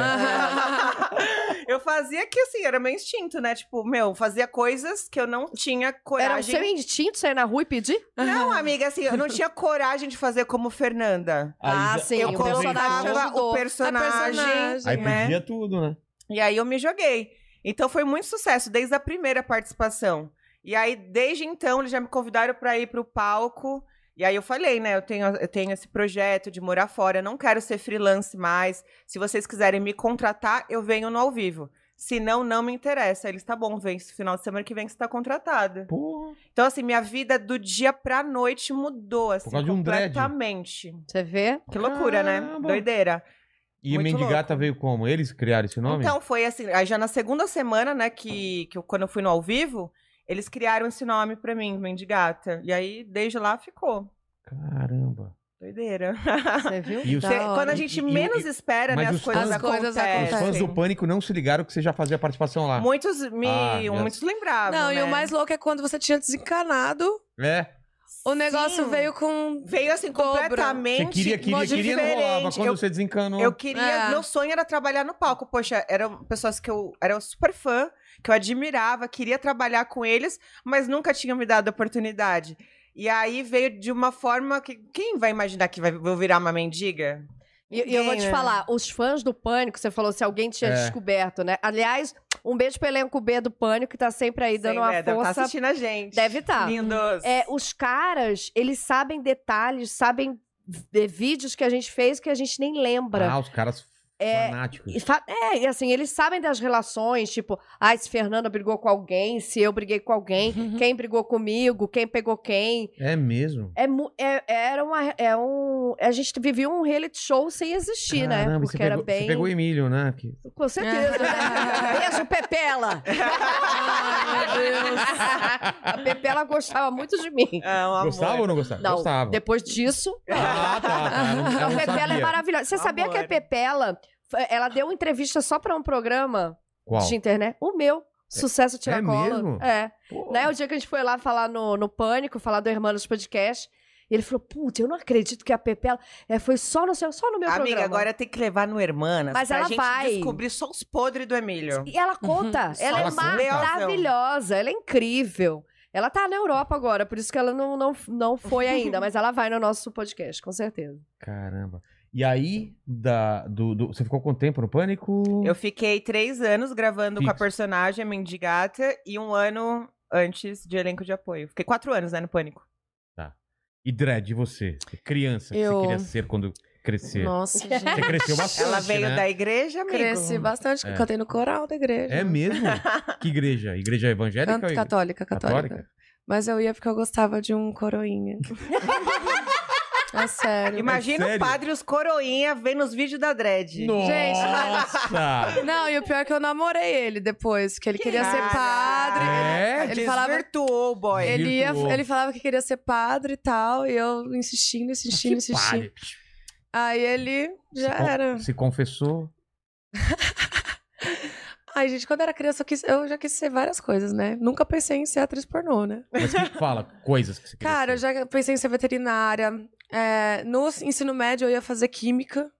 eu fazia que, assim, era meu instinto, né? Tipo, meu, fazia coisas que eu não tinha Era o coragem. seu instinto sair na rua e pedir? Não, amiga, assim, eu não tinha coragem de fazer como Fernanda. Aí ah, já- sim. eu o personagem te colocava ajudou. o personagem, personagem. Aí né? pedia tudo, né? E aí eu me joguei. Então foi muito sucesso desde a primeira participação. E aí desde então eles já me convidaram para ir pro palco. E aí eu falei, né, eu tenho, eu tenho esse projeto de morar fora, eu não quero ser freelance mais. Se vocês quiserem me contratar, eu venho no ao vivo. Se não, não me interessa. Aí Eles, tá bom, vem esse final de semana que vem que você tá contratada. Porra. Então, assim, minha vida do dia pra noite mudou, assim, causa de um dread. completamente. Você vê? Que loucura, Caramba. né? Doideira. E Muito Mendigata louco. veio como? Eles criaram esse nome? Então, foi assim, aí já na segunda semana, né, que, que eu, quando eu fui no ao vivo, eles criaram esse nome pra mim, Mendigata. E aí, desde lá, ficou. Caramba. Doideira. Você viu? E o Da Cê- hora. quando a E- gente e- menos e- espera, mas né, as os coisas, fãs- As coisas Os É, acontecem. fãs sim. do Pânico não se ligaram que você já fazia participação lá. Muitos me... Ah, já- muitos lembravam, Não, e né? o mais louco é quando você tinha desencanado, É. o negócio Sim. veio com. Veio, assim, Dobro. completamente Você queria, queria, queria, não rolava. diferente. Quando Eu você desencanou. Eu queria, É. meu sonho era trabalhar no palco. Poxa, eram pessoas que eu era super fã, que eu admirava, queria trabalhar com eles, mas nunca tinham me dado a oportunidade. E aí veio de uma forma que quem vai imaginar que vai, vou virar uma mendiga? E e eu vou te Ninguém, né? falar, os fãs do Pânico, você falou se alguém tinha É. descoberto, né? Aliás, um beijo pro elenco B do Pânico, que tá sempre aí dando Sei, uma né? Deve tá força. assistindo a gente. Deve tá. Lindos. É, os caras, eles sabem detalhes, sabem de vídeos que a gente fez que a gente nem lembra. Ah, os caras É, fanáticos. E fa- É, e assim, eles sabem das relações, tipo, ah, se Fernanda brigou com alguém, se eu briguei com alguém, Uhum. quem brigou comigo, quem pegou quem. É mesmo. É, mu- é- era uma, é um, a gente vivia um reality show sem existir, né? Caramba, e Porque você era pegou, bem... Você pegou o Emílio, né? Que- Com certeza, [LAUGHS] né? Beijo, Pepela! Ai, meu Deus. a Pepela gostava muito de mim. É um amor. Gostava ou não gostava? Não, Gostava. depois disso... Ah, tá, tá. Eu não- eu [LAUGHS] A não Pepela é sabia. maravilhosa. Você sabia que a Amor. Pepela, ela deu intervista só pra um programa Qual? É de internet? né? O meu. Sucesso Tiracola. mesmo? É. Pô, Né, o dia que a gente foi lá falar no, no Pânico, falar do Hermanos Podcast, e ele falou, putz, eu não acredito que a Pepela é, foi só no seu, só no meu [LAUGHS] Amiga, é programa. agora é tem que levar no Hermanas Mas pra ela gente vai. descobrir só os podres do Emílio. E ela Uhum. conta, ela Ela é conta. maravilhosa, ela é incrível. Ela tá na Europa agora, por isso que ela não, não, não foi ainda, mas ela vai no nosso podcast, com certeza. Caramba. E aí, da, do, do- você ficou quanto tempo no Pânico? Eu fiquei três anos gravando com a Fixo. personagem a Mendigata e um ano antes de elenco de apoio. Fiquei quatro anos, né, no Pânico. E Dredd, e você? Criança, que Eu- você queria ser quando crescer. Nossa, Você gente. cresceu bastante, Ela veio né? da igreja, amigo. Cresci bastante, porque É. eu cantei no coral da igreja. É mesmo? é Que igreja? Igreja evangélica? Canto- ou igreja- católica, católica, Mas eu ia porque eu gostava de um [LAUGHS] coroinha. é sério. Imagina É o sério? padre e os coroinha vendo os vídeos da dread. Nossa! Não, e o pior é que eu namorei ele depois, porque ele queria ser Caraca. padre. É? Ele falava- Desvirtuou o boy. É. Ele, ia, Virtuou. ele falava que queria ser padre e tal, e eu insistindo, insistindo, Que é insistindo. pare. Aí ele já Se con- era. Se confessou. Ai, gente, quando eu era criança, eu, quis- eu já quis ser várias coisas, né? Nunca pensei em ser atriz pornô, né? Mas que fala coisas que você queria Cara, eu ser. já pensei em ser veterinária. É, no ensino médio, eu ia fazer química.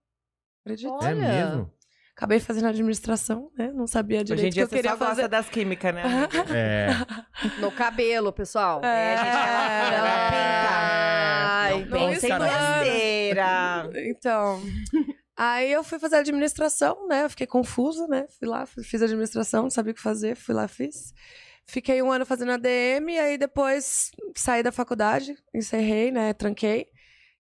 Acredito. É mesmo? Acabei fazendo administração, né? Não sabia direito Hoje em dia o que você eu queria só gosta fazer. das químicas, né? [LAUGHS] amiga? É. No cabelo, pessoal. É, gente, ela- ela Ah, É, Ai, Não pensa em não. besteira. Então. Aí eu fui fazer administração, né? Eu fiquei confusa, né? Fui lá, f- fiz administração, não sabia o que fazer, fui lá, fiz. Fiquei um ano fazendo ADM, e aí depois saí da faculdade, encerrei, né? Tranquei.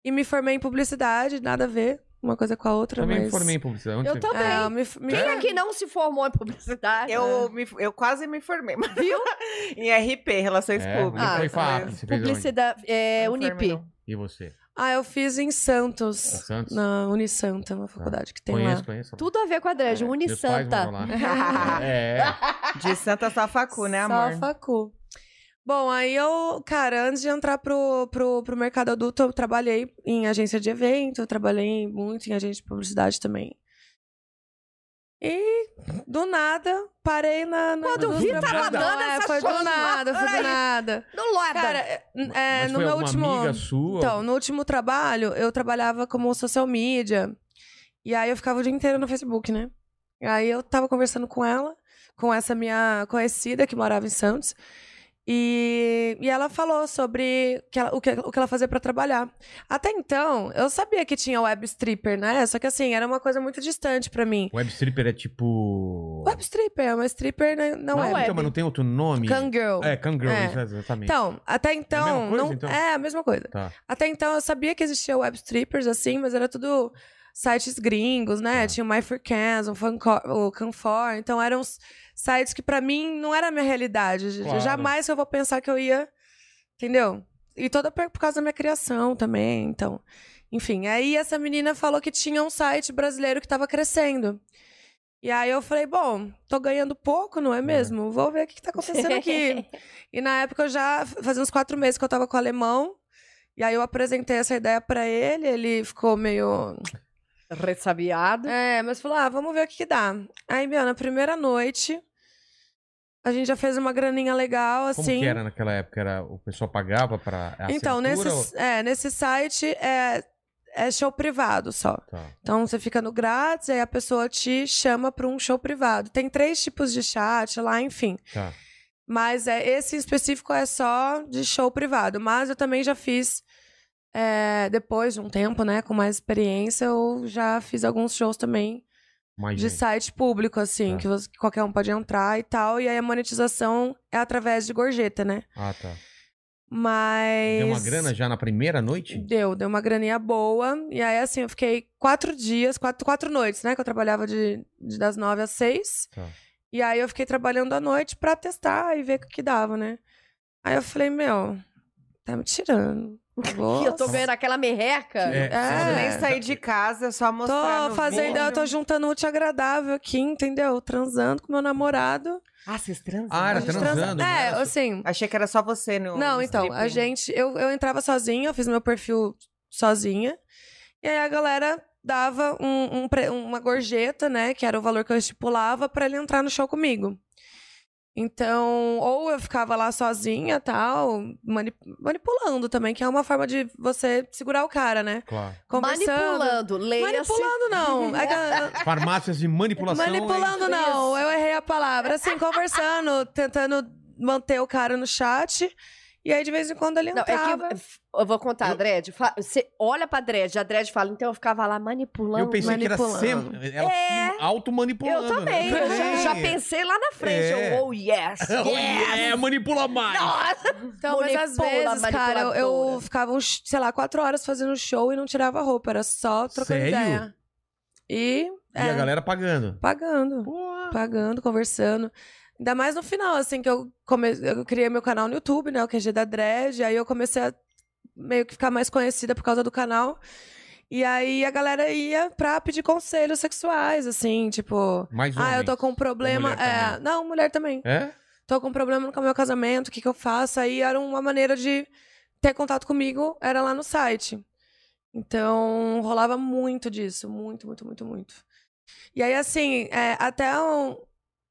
E me formei em publicidade, nada a ver uma coisa com a outra, Também me mas. formei em publicidade. Onde Eu você- também. É, eu me, f- me Quem formei- aqui não se formou em publicidade? Eu, Ah. me, eu quase me formei, mas Viu? [LAUGHS] em RP, Relações É, Públicas. ah, você foi mas- FAP, você fez onde? Publicidade. É, não me Unip. formei, [LAUGHS] não. E você? Ah, eu fiz em Em Santos. Santos? Na Unisanta, uma faculdade que tem conheço, lá. é conheço. Tudo a ver com a Dreja. É, Meus pais moram Unisanta. [LAUGHS] lá. É, é. De Santa Safacu, né, amor? Só facu. Bom, aí eu, cara, antes de entrar pro, pro, pro mercado adulto, eu trabalhei em agência de evento, eu trabalhei muito em agência de publicidade também. E do nada, parei na. na Quando eu vi, indústria tava pro- dando é, essa Foi do choradinha. nada, foi do Peraí. nada. No Loda. Cara, é, é, Mas no foi meu alguma último. amiga sua? Então, no último trabalho, eu trabalhava como social media. E aí eu ficava o dia inteiro no Facebook, né? E aí eu tava conversando com ela, com essa minha conhecida que morava em Santos. E, e ela falou sobre que ela- o, que, o que ela fazia pra trabalhar. Até então, eu sabia que tinha web stripper, né? Só que assim, era uma coisa muito distante pra mim. Web stripper é tipo... Web stripper é uma stripper é na, na Não, web. Então, mas não tem outro nome? Cangirl. É, Kangirl, É. isso, exatamente. Então, até então. mesma coisa, não, então? é a mesma coisa. Tá. Até então eu sabia que existia web strippers assim, mas era tudo sites gringos, né? Ah. Tinha o MyFreeCans, o, Fanco- o Canfor, então eram s- sites que pra mim não era a minha realidade. Claro. Jamais eu vou pensar que eu ia, entendeu? E toda por, por causa da minha criação também, então. Enfim, aí essa menina falou que tinha um site brasileiro que tava crescendo. E aí eu falei, bom, tô ganhando pouco, não é mesmo? Vou ver o que, que tá acontecendo aqui. e na época eu já, fazia uns quatro meses que eu tava com o alemão. E aí eu apresentei essa ideia pra ele, ele ficou meio. Ressabiado. É, mas falou: ah, vamos ver o que, que dá. Aí, meu, na primeira noite, a gente já fez uma graninha legal, Como assim. que era naquela época? Era, o pessoal pagava pra a Então, assinatura nesse, é, nesse site é, é show privado só. ou- Tá. Então você fica no grátis, aí a pessoa te chama pra um show privado. Tem três tipos de chat lá, enfim. Tá. Mas é, esse em específico é só de show privado. Mas eu também já fiz. é, depois de um tempo, né, com mais experiência, eu já fiz alguns shows também Mais de gente. site público, assim, Tá. que, você- que qualquer um pode entrar e tal. E aí a monetização é através de gorjeta, né? Ah, tá. Mas. Deu uma grana já na primeira noite? Deu, deu uma graninha boa. E aí, assim, eu fiquei quatro dias, quatro, quatro noites, né? Que eu trabalhava de, de das nove às seis. Tá. E aí eu fiquei trabalhando à noite pra testar e ver o que, que dava, né? Aí eu falei, meu, tá me tirando. Vou- Que [LAUGHS] eu tô vendo aquela merreca. É. Eu nem É. saí de casa, é só mostrar Tô no fazendo, vídeo. eu tô juntando útil e agradável aqui, entendeu? Transando com meu namorado. Ah, vocês transam? Ah, era A gente transando, não É, era só- assim. Achei que era só você no Não, no então, a stripping. gente. Eu, eu entrava sozinha, eu fiz meu perfil sozinha. E aí a galera dava um- um pre- uma gorjeta, né? Que era o valor que eu estipulava pra ele entrar no show comigo. Então, ou eu ficava lá sozinha tal, mani- manipulando também, que é uma forma de você segurar o cara, né? Claro. Conversando. Manipulando. é Leia-se. Manipulando, não. É que- Farmácias de manipulação. hein? Manipulando, não. Eu errei a palavra. [LAUGHS] Assim, conversando, tentando manter o cara no chat. E aí, de vez em quando, ele Não, entrava. é que eu vou contar, a Dredd. Fa- Você olha pra Dredd, a Dredd fala, então eu ficava lá manipulando. Eu pensei que era manipulando. É. sem... Ela se auto-manipulando. Eu também, né? eu já, já pensei lá na frente. É. Eu, oh, yes, [LAUGHS] Oh, yes. É. yeah, manipula mais. Nossa. Então, mas às Manipula, vezes, cara, eu, eu manipuladora. ficava, uns, sei lá, quatro horas fazendo show e não tirava roupa. Era só trocando Sério? ideia. E, E a é, galera pagando. pagando. Porra. Pagando, conversando. Ainda mais no final, assim, que eu, come... eu criei meu canal no YouTube, né? O QG da Dredd. Aí eu comecei a meio que ficar mais conhecida por causa do canal. E aí a galera ia pra pedir conselhos sexuais, assim, tipo. Mais Ah, eu tô homens. com um problema. Ou mulher é, também. não, mulher também. É? Tô com um problema com o meu casamento, o que, que eu faço? Aí era uma maneira de ter contato comigo, era lá no site. Então, rolava muito disso, muito, muito, muito, muito. E aí, assim, é, até um-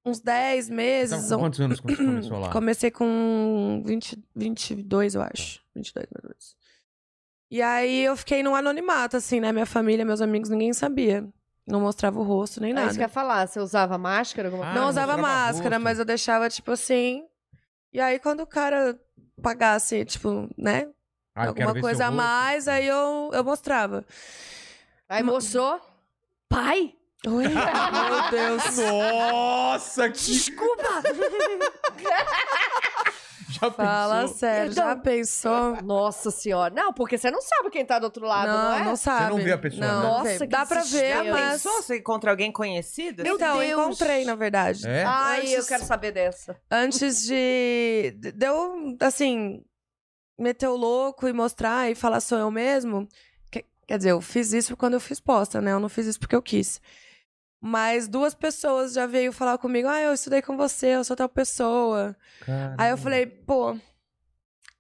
uns 10 Tava meses. com um- Então, quantos anos quando você começou é lá? Comecei com 20, 22, eu acho. 22, mais ou menos. E aí eu fiquei num anonimato, assim, né? Minha família, meus amigos, ninguém sabia. Não mostrava o rosto nem Não, nada. É isso que eu ia falar, você usava máscara? Alguma Ah, coisa? Não não usava mostrava máscara, rosto. mas eu deixava, tipo assim. E aí, quando o cara pagasse, tipo, né? Ah, eu quero alguma ver coisa seu a rosto. [LAUGHS] mais, aí eu, eu mostrava. Aí mostrou, pai, [LAUGHS] Ui, meu Deus. [LAUGHS] Nossa, que desculpa. Já Fala assim. pensou? sério, já Então- pensou? Nossa senhora. Não, porque você não sabe quem tá do outro lado, não, não, é? não sabe. não vê a pessoa, Não, né? não Nossa, vê. que Dá pra ver, desespero. mas... Pensou se encontra alguém conhecido? Meu então, Deus. encontrei, na verdade. É? Ai, eu Antes- quero saber dessa. Antes de... de- Deu, assim, meter o louco e mostrar e falar sou eu mesmo. Que- Quer dizer, eu fiz isso quando eu fiz posta, né? Eu não fiz isso porque eu quis. Mas duas pessoas já veio falar comigo. Ah, eu estudei com você, eu sou tal pessoa. Aí eu falei, pô,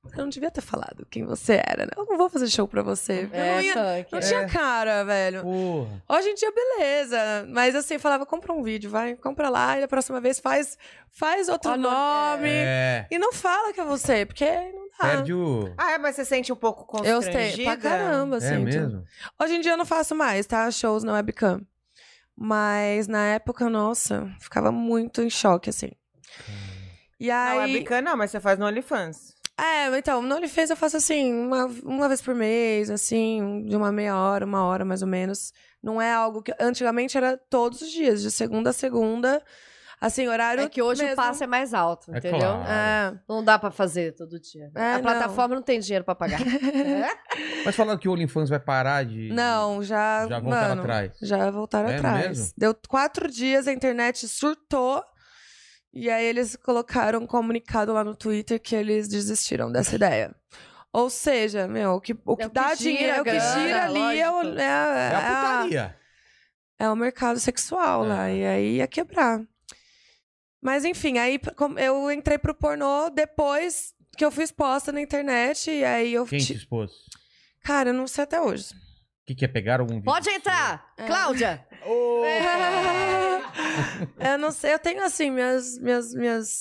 você não devia ter falado quem você era, né? Eu não vou fazer show pra você. Eu É, não, ia- tanque. não tinha cara, velho. Porra. Hoje em dia, beleza. Mas assim, eu falava, compra um vídeo, vai, compra lá, e da próxima vez faz, faz outro Olha o- nome. É. E não fala que é você, porque não dá. Perde o. Ah, é, mas você sente um pouco eu constrangida? sei, pra caramba, assim. é tipo. mesmo? Hoje em dia eu não faço mais, tá? Shows na webcam. Mas na época, nossa, ficava muito em choque, assim. E aí. Não é bica, não, mas você faz no OnlyFans. É, então, no OnlyFans eu faço assim, uma, uma vez por mês, assim, um- de uma meia hora, uma hora mais ou menos. Não é algo que. Antigamente era todos os dias, de segunda a segunda. Assim, horário. É que hoje mesmo. o passo é mais alto, É entendeu? claro. É. Não dá pra fazer todo dia. É, a não. plataforma não tem dinheiro pra [LAUGHS] pagar. É? Mas falaram que o OnlyFans vai parar de. Não, já. Já voltaram mano, atrás. Já voltaram É atrás. mesmo? Deu quatro dias, a internet surtou. E aí eles colocaram um comunicado lá no Twitter que eles desistiram dessa ideia. Ou seja, meu, o que, o que É que dá gira dinheiro, a é o que gira grana, ali é, o, lógico. É é, a- é a- a putaria. é o mercado sexual lá. É. E aí ia quebrar. Mas enfim, aí p- com- eu entrei pro pornô depois que eu fui exposta na internet. E aí eu. Quem te ti- expôs? O Cara, eu não sei até hoje. que, que é pegar algum vídeo? Pode entrar, É. Cláudia. Ô, [LAUGHS] eu não sei, eu tenho assim minhas. minhas, minhas...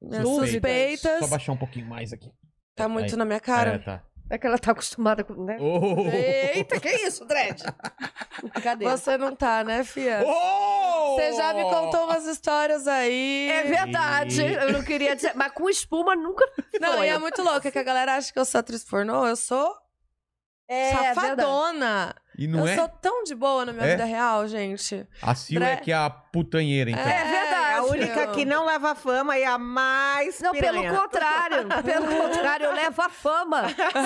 Minhas Dúvidas. suspeitas. Só baixar um pouquinho mais aqui. Tá muito Aí. na minha cara. é. É, tá. É que ela tá acostumada com. Né? Ô! Eita, que isso, Dredd? Cadê? Você não tá, né, Fia? Ô! Você já me contou umas histórias aí. É verdade, E- eu não queria dizer, mas com espuma nunca Não, foi. e é muito louco, é que a galera acha que eu sou atriz pornô, eu sou É, verdade. safadona. E não eu é sou tão de boa na minha É? vida real, gente. a Sil é Dre- que é a putanheira, então. É verdade. A única eu- que não leva fama e a mais Não, pelo piranha. contrário, pelo contrário, eu levo a fama,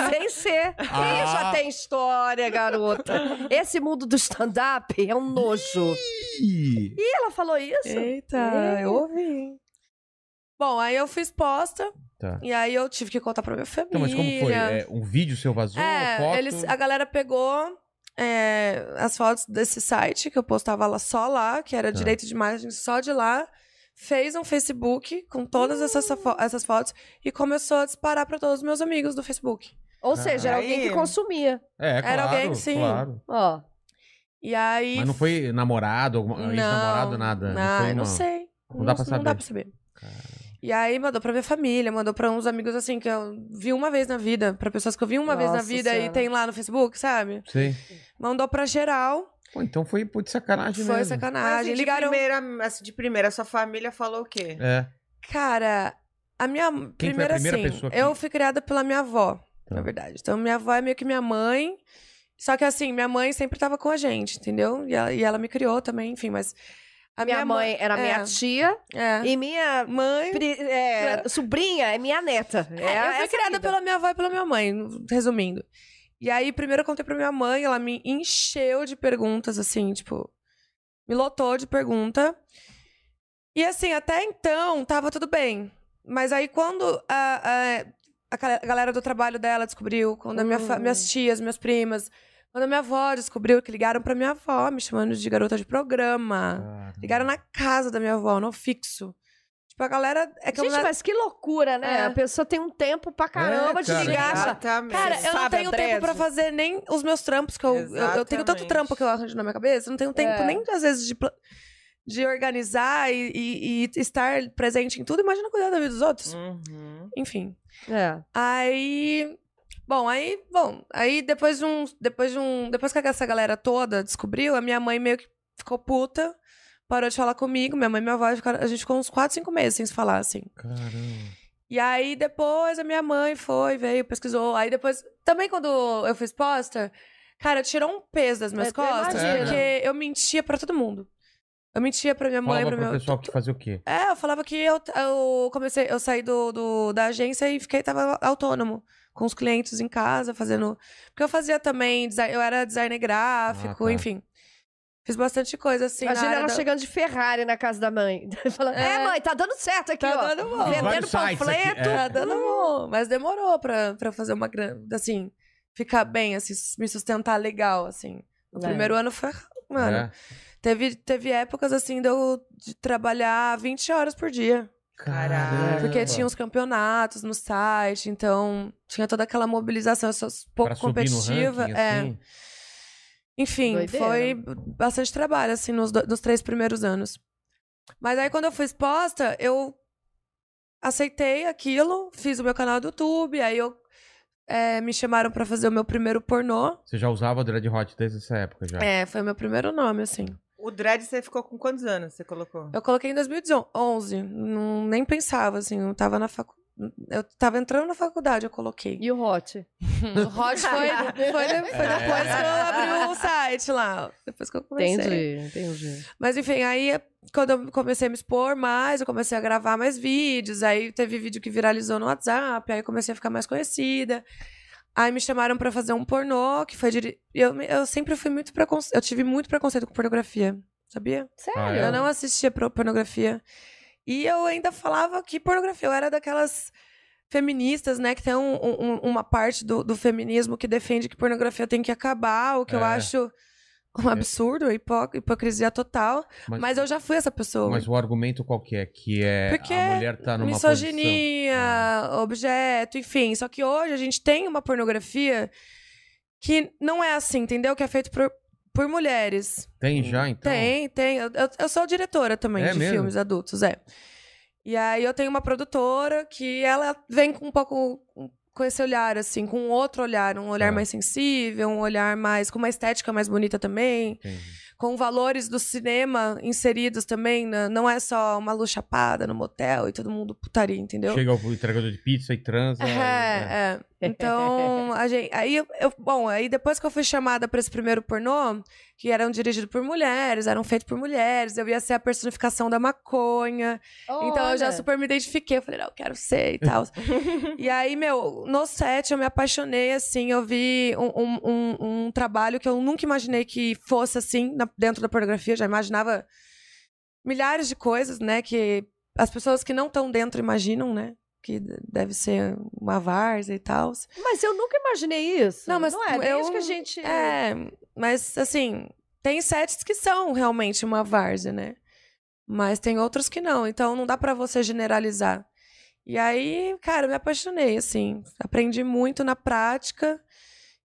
sem ser. Quem Ah. já tem história, garota? Esse mundo do stand-up é um nojo. Ih, Ih, ela falou isso? Eita, eu ouvi. Bom, aí eu fui exposta Tá. e aí eu tive que contar pra minha família. Então, mas como foi? É, um vídeo seu vazou? É, foto? eles, a galera pegou é, as fotos desse site que eu postava lá só lá, que era Tá. direito de imagem só de lá, fez um Facebook com todas essas, fo- essas fotos e começou a disparar pra todos os meus amigos do Facebook. Ou seja, era alguém Aí. que consumia. É, claro, alguém, sim. claro. Ó, E aí. Mas não foi namorado, alguma- ex-namorado, nada? Não, foi Ah, eu não uma- sei. Não dá pra Não saber. dá pra saber. E aí mandou pra minha família, mandou pra uns amigos assim que eu vi uma vez na vida, pra pessoas que eu vi uma vez na Nossa vida e Senhora. tem lá no Facebook, sabe? Sei. Mandou pra geral. Pô, então foi pô, de sacanagem Foi mesmo. Mas, assim, sacanagem. de, Ligaram primeira, assim, de primeira, sua família falou o quê? É. Cara, a minha Quem foi a primeira, primeira assim, pessoa que- eu fui criada pela minha avó, Tá. na verdade. Então minha avó é meio que minha mãe. Só que assim, minha mãe sempre tava com a gente, entendeu? E ela, e ela me criou também, enfim, mas a minha, mãe era minha é. tia é. e minha mãe. pri- é, sobrinha é minha neta. É, É, eu fui essa criada vida. pela minha avó e pela minha mãe, resumindo. E aí, primeiro eu contei pra minha mãe, ela me encheu de perguntas, assim, tipo, me lotou de pergunta. E assim, até então, tava tudo bem. Mas aí, quando a, a- a gal- a galera do trabalho dela descobriu, quando a minha fa- Hum. minhas tias, minhas primas, quando a minha avó descobriu, que ligaram pra minha avó, me chamando de garota de Ah. programa. Cara. Ligaram na casa da minha avó, no fixo. Tipo, a galera. É que eu Gente, não- mas que loucura, né? É. A pessoa tem um tempo pra caramba É, de cara. ligar. achar- Exatamente. Cara, eu não Sabe, tenho Andrés? tempo pra fazer nem os meus trampos, que eu, eu, eu tenho tanto Exatamente. trampo que eu arranjo na minha cabeça, eu não tenho tempo É. nem, às vezes, de, pla- de organizar e, e- e estar presente em tudo. Imagina cuidar da vida dos outros. Uhum. Enfim. É. Aí. Bom, aí, bom, aí depois de um. Depois de um. Depois que essa galera toda descobriu, a minha mãe meio que ficou puta, parou de falar comigo. Minha mãe e minha avó, ficaram- a gente ficou uns 4, 5 meses sem se falar, assim. Caramba. E aí depois a minha mãe foi, veio, pesquisou. Aí depois. Também quando eu fui exposta, cara, tirou um peso das minhas É, eu costas, imagino. porque eu mentia pra todo mundo. Eu mentia pra minha mãe, Falava pra pro meu. pessoal que fazia o quê? É, eu falava que eu, eu comecei, eu saí do, do- da agência e fiquei, tava autônomo, com os clientes em casa, fazendo. Porque eu fazia também, design- eu era designer gráfico, Ah, tá. enfim. Fiz bastante coisa assim. na Imagina área ela da- chegando de Ferrari na casa da mãe. [LAUGHS] Falando, é. É. mãe, tá dando certo aqui, Tá ó. dando bom. Vendendo Vários sites aqui, panfleto. é. Tá dando bom. Mas demorou pra, pra fazer uma grande. Assim, ficar bem, assim, me sustentar legal, assim. No É. primeiro ano foi. Mano, É. teve, teve épocas assim de eu de trabalhar 20 horas por dia. Caralho. Porque Caramba. tinha os campeonatos no site, então tinha toda aquela mobilização, eu sou pouco Pra subir no competitiva. ranking, é. assim. Enfim, Doideira. foi bastante trabalho, assim, nos, do- nos três primeiros anos. Mas aí, quando eu fui exposta, eu aceitei aquilo, fiz o meu canal do YouTube, aí eu eh, me chamaram pra fazer o meu primeiro pornô. Você já usava Dread Hot desde essa época já? É, foi o meu primeiro nome, assim. O dread você ficou com quantos anos? Você colocou? Eu coloquei em 2011, não, nem pensava, assim, eu tava na facu... Eu tava entrando na faculdade, eu coloquei. É. E o Hot? O Hot [LAUGHS] foi, foi, de- foi depois que eu abri o site lá. Depois que eu [LAUGHS] comecei. Entendi, entendi. Ah, Mas enfim, aí quando eu comecei a me expor mais, eu comecei a gravar mais vídeos. Aí teve vídeo que viralizou no WhatsApp, aí eu comecei a ficar mais conhecida. Aí me chamaram pra fazer um pornô, que foi diri... eu, me- eu sempre fui muito preconceito. Eu tive muito preconceito com pornografia, sabia? Ah, Sério? é? [LAUGHS] Eu não assistia pro- pornografia. E eu ainda falava que pornografia. Eu era daquelas feministas, né? Que tem um- um- uma parte do, do feminismo que defende que pornografia tem que acabar, o que eu É. acho um absurdo, hipo- hipocrisia total. Mas, eu já fui essa pessoa. Mas o argumento qual que é? Que é Porque a mulher tá numa posição... Misoginia, objeto, enfim. Só que hoje a gente tem uma pornografia que não é assim, entendeu? Que é feito por, por mulheres. Tem já, então? Tem, tem. Eu, eu- eu sou diretora também É de mesmo? filmes adultos, é. E aí eu tenho uma produtora que ela vem com um pouco com esse olhar, assim, com outro olhar, um olhar Tá. mais sensível, um olhar mais. com uma estética mais bonita também, Entendi. com valores do cinema inseridos também, né? não é só uma luz chapada no motel e todo mundo putaria, entendeu? Chega o entregador de pizza e transa. É, e- é. [LAUGHS] é. Então, a gente, aí eu, eu- bom, aí depois que eu fui chamada pra esse primeiro pornô, que eram dirigidos por mulheres, eram feitos por mulheres, eu ia ser a personificação da maconha. Então eu já super me identifiquei, eu falei, não, eu quero ser e tal. e aí, meu, no set eu me apaixonei assim, eu vi um, um- um- um trabalho que eu nunca imaginei que fosse assim na- dentro da pornografia, eu já imaginava milhares de coisas, né, que as pessoas que não estão dentro imaginam, né? Que d- deve ser uma várzea e tal. Mas eu nunca imaginei isso. Não, mas não é, eu- desde que a gente... É, mas assim, tem sets que são realmente uma várzea, né? Mas tem outros que não, então não dá pra você generalizar. E aí, cara, eu me apaixonei, assim. Aprendi muito na prática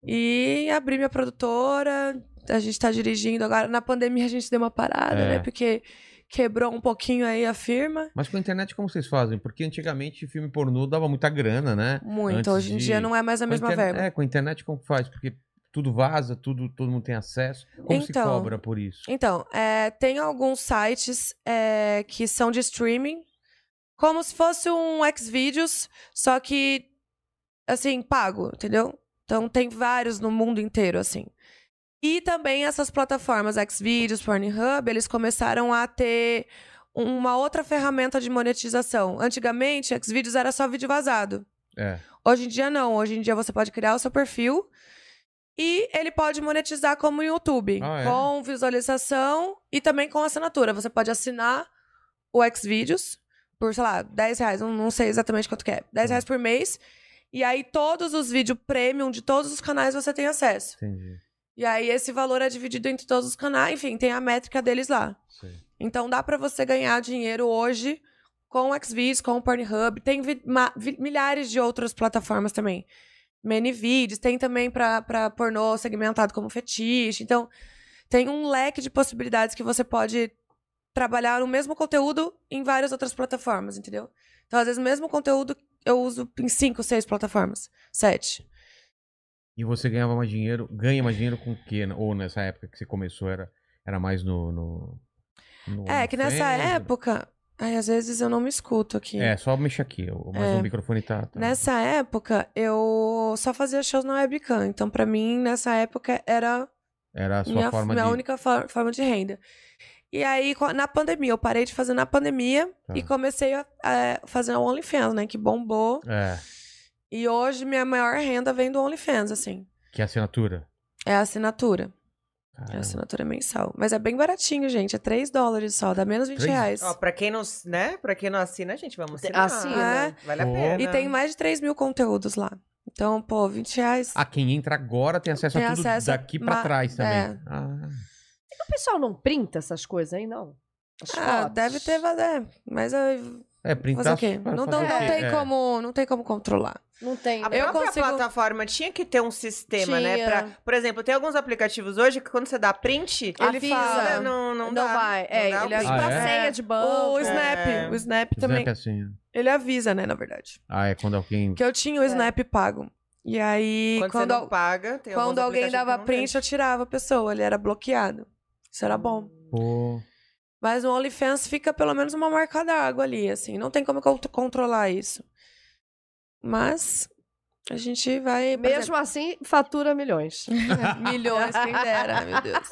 e abri minha produtora. A gente tá dirigindo agora. Na pandemia a gente deu uma parada, É. né? Porque quebrou um pouquinho aí a firma. Mas com a internet como vocês fazem? Porque antigamente filme pornô dava muita grana, né? Muito. Antes Hoje em de- dia não é mais a Com mesma interna- verba. É, com a internet como faz? Porque tudo vaza, tudo, todo mundo tem acesso. Como se Então, cobra por isso? Então, é, tem alguns sites é, que são de streaming, como se fosse um Xvideos, só que, assim, pago, entendeu? Então, tem vários no mundo inteiro, assim. E também essas plataformas, Xvideos, Pornhub, eles começaram a ter uma outra ferramenta de monetização. Antigamente, Xvideos era só vídeo vazado. É. Hoje em dia, não. Hoje em dia, você pode criar o seu perfil e ele pode monetizar como YouTube, Ah, é? com visualização e também com assinatura. Você pode assinar o Xvideos por, sei lá, 10 reais, não, não sei exatamente quanto que é, Hum. 10 reais por mês. E aí, todos os vídeos premium de todos os canais você tem acesso. Entendi. E aí, esse valor é dividido entre todos os canais, enfim, tem a métrica deles lá. Sei. Então dá pra você ganhar dinheiro hoje com o Xvideos, com o Pornhub, tem vi- ma- vi- milhares de outras plataformas também. Manyvideos, tem também pra pra pornô segmentado como fetiche. Então, tem um leque de possibilidades que você pode trabalhar o mesmo conteúdo em várias outras plataformas, entendeu? Então, às vezes, o mesmo conteúdo eu uso em cinco, seis plataformas, sete. E você ganhava mais dinheiro, ganha mais dinheiro com o quê? né? Ou nessa época que você começou era, era mais no, no, no- É, no que nessa Facebook? época... Ai, às vezes eu não me escuto aqui. É, só mexe aqui, o- mas o microfone tá. tá- É. Nessa época, eu só fazia shows na webcam. Então, pra mim, nessa época, era Era a sua minha, forma minha de. única for- forma de renda. E aí, co- na pandemia, eu parei de fazer na pandemia Tá. e comecei a, é, fazer o OnlyFans, né? Que bombou. É. E hoje minha maior renda vem do OnlyFans, assim. Que assinatura. É a assinatura. É a Caramba. assinatura mensal. Mas é bem baratinho, gente. É 3 dólares só, dá menos 20 Três? reais. Ó, pra quem não, né? Pra quem não assina, gente, vamos assinar. Assina. Vale a Pô. pena. E tem mais de 3 mil conteúdos lá. Então, pô, 20 reais. Ah, quem entra agora tem acesso a Tem tudo acesso a daqui pra ma- trás também. é. Ah, O pessoal não printa essas coisas aí, não? As Ah, fotos. deve ter, é, mas eu, é, fazer printar... o quê? pra Não, fazer não, o não quê? tem É. como, não tem como controlar. Não tem. A né? Eu própria consigo- plataforma tinha que ter um sistema, né? Tinha. Pra, por exemplo, tem alguns aplicativos hoje que quando você dá print, Ele avisa, fala, Não, não, Não, dá. vai. Não é, dá ele o avisa print. Ah, pra é? senha de banco. O Snap, É. o Snap também, Snap assim. ele avisa, né, na verdade. Ah, é quando alguém... Que eu tinha o Snap pago. E aí, É. Quando, quando, você não al- paga, tem quando alguns alguém aplicativos que dava não print, eu tirava a pessoa, ele era bloqueado. Isso era bom. Pô... Mas no OnlyFans fica pelo menos uma marca d'água ali, assim. Não tem como eu cont- controlar isso. Mas a gente vai. por Mesmo assim, fatura milhões. exemplo, [LAUGHS] milhões, quem dera, meu [LAUGHS] Deus.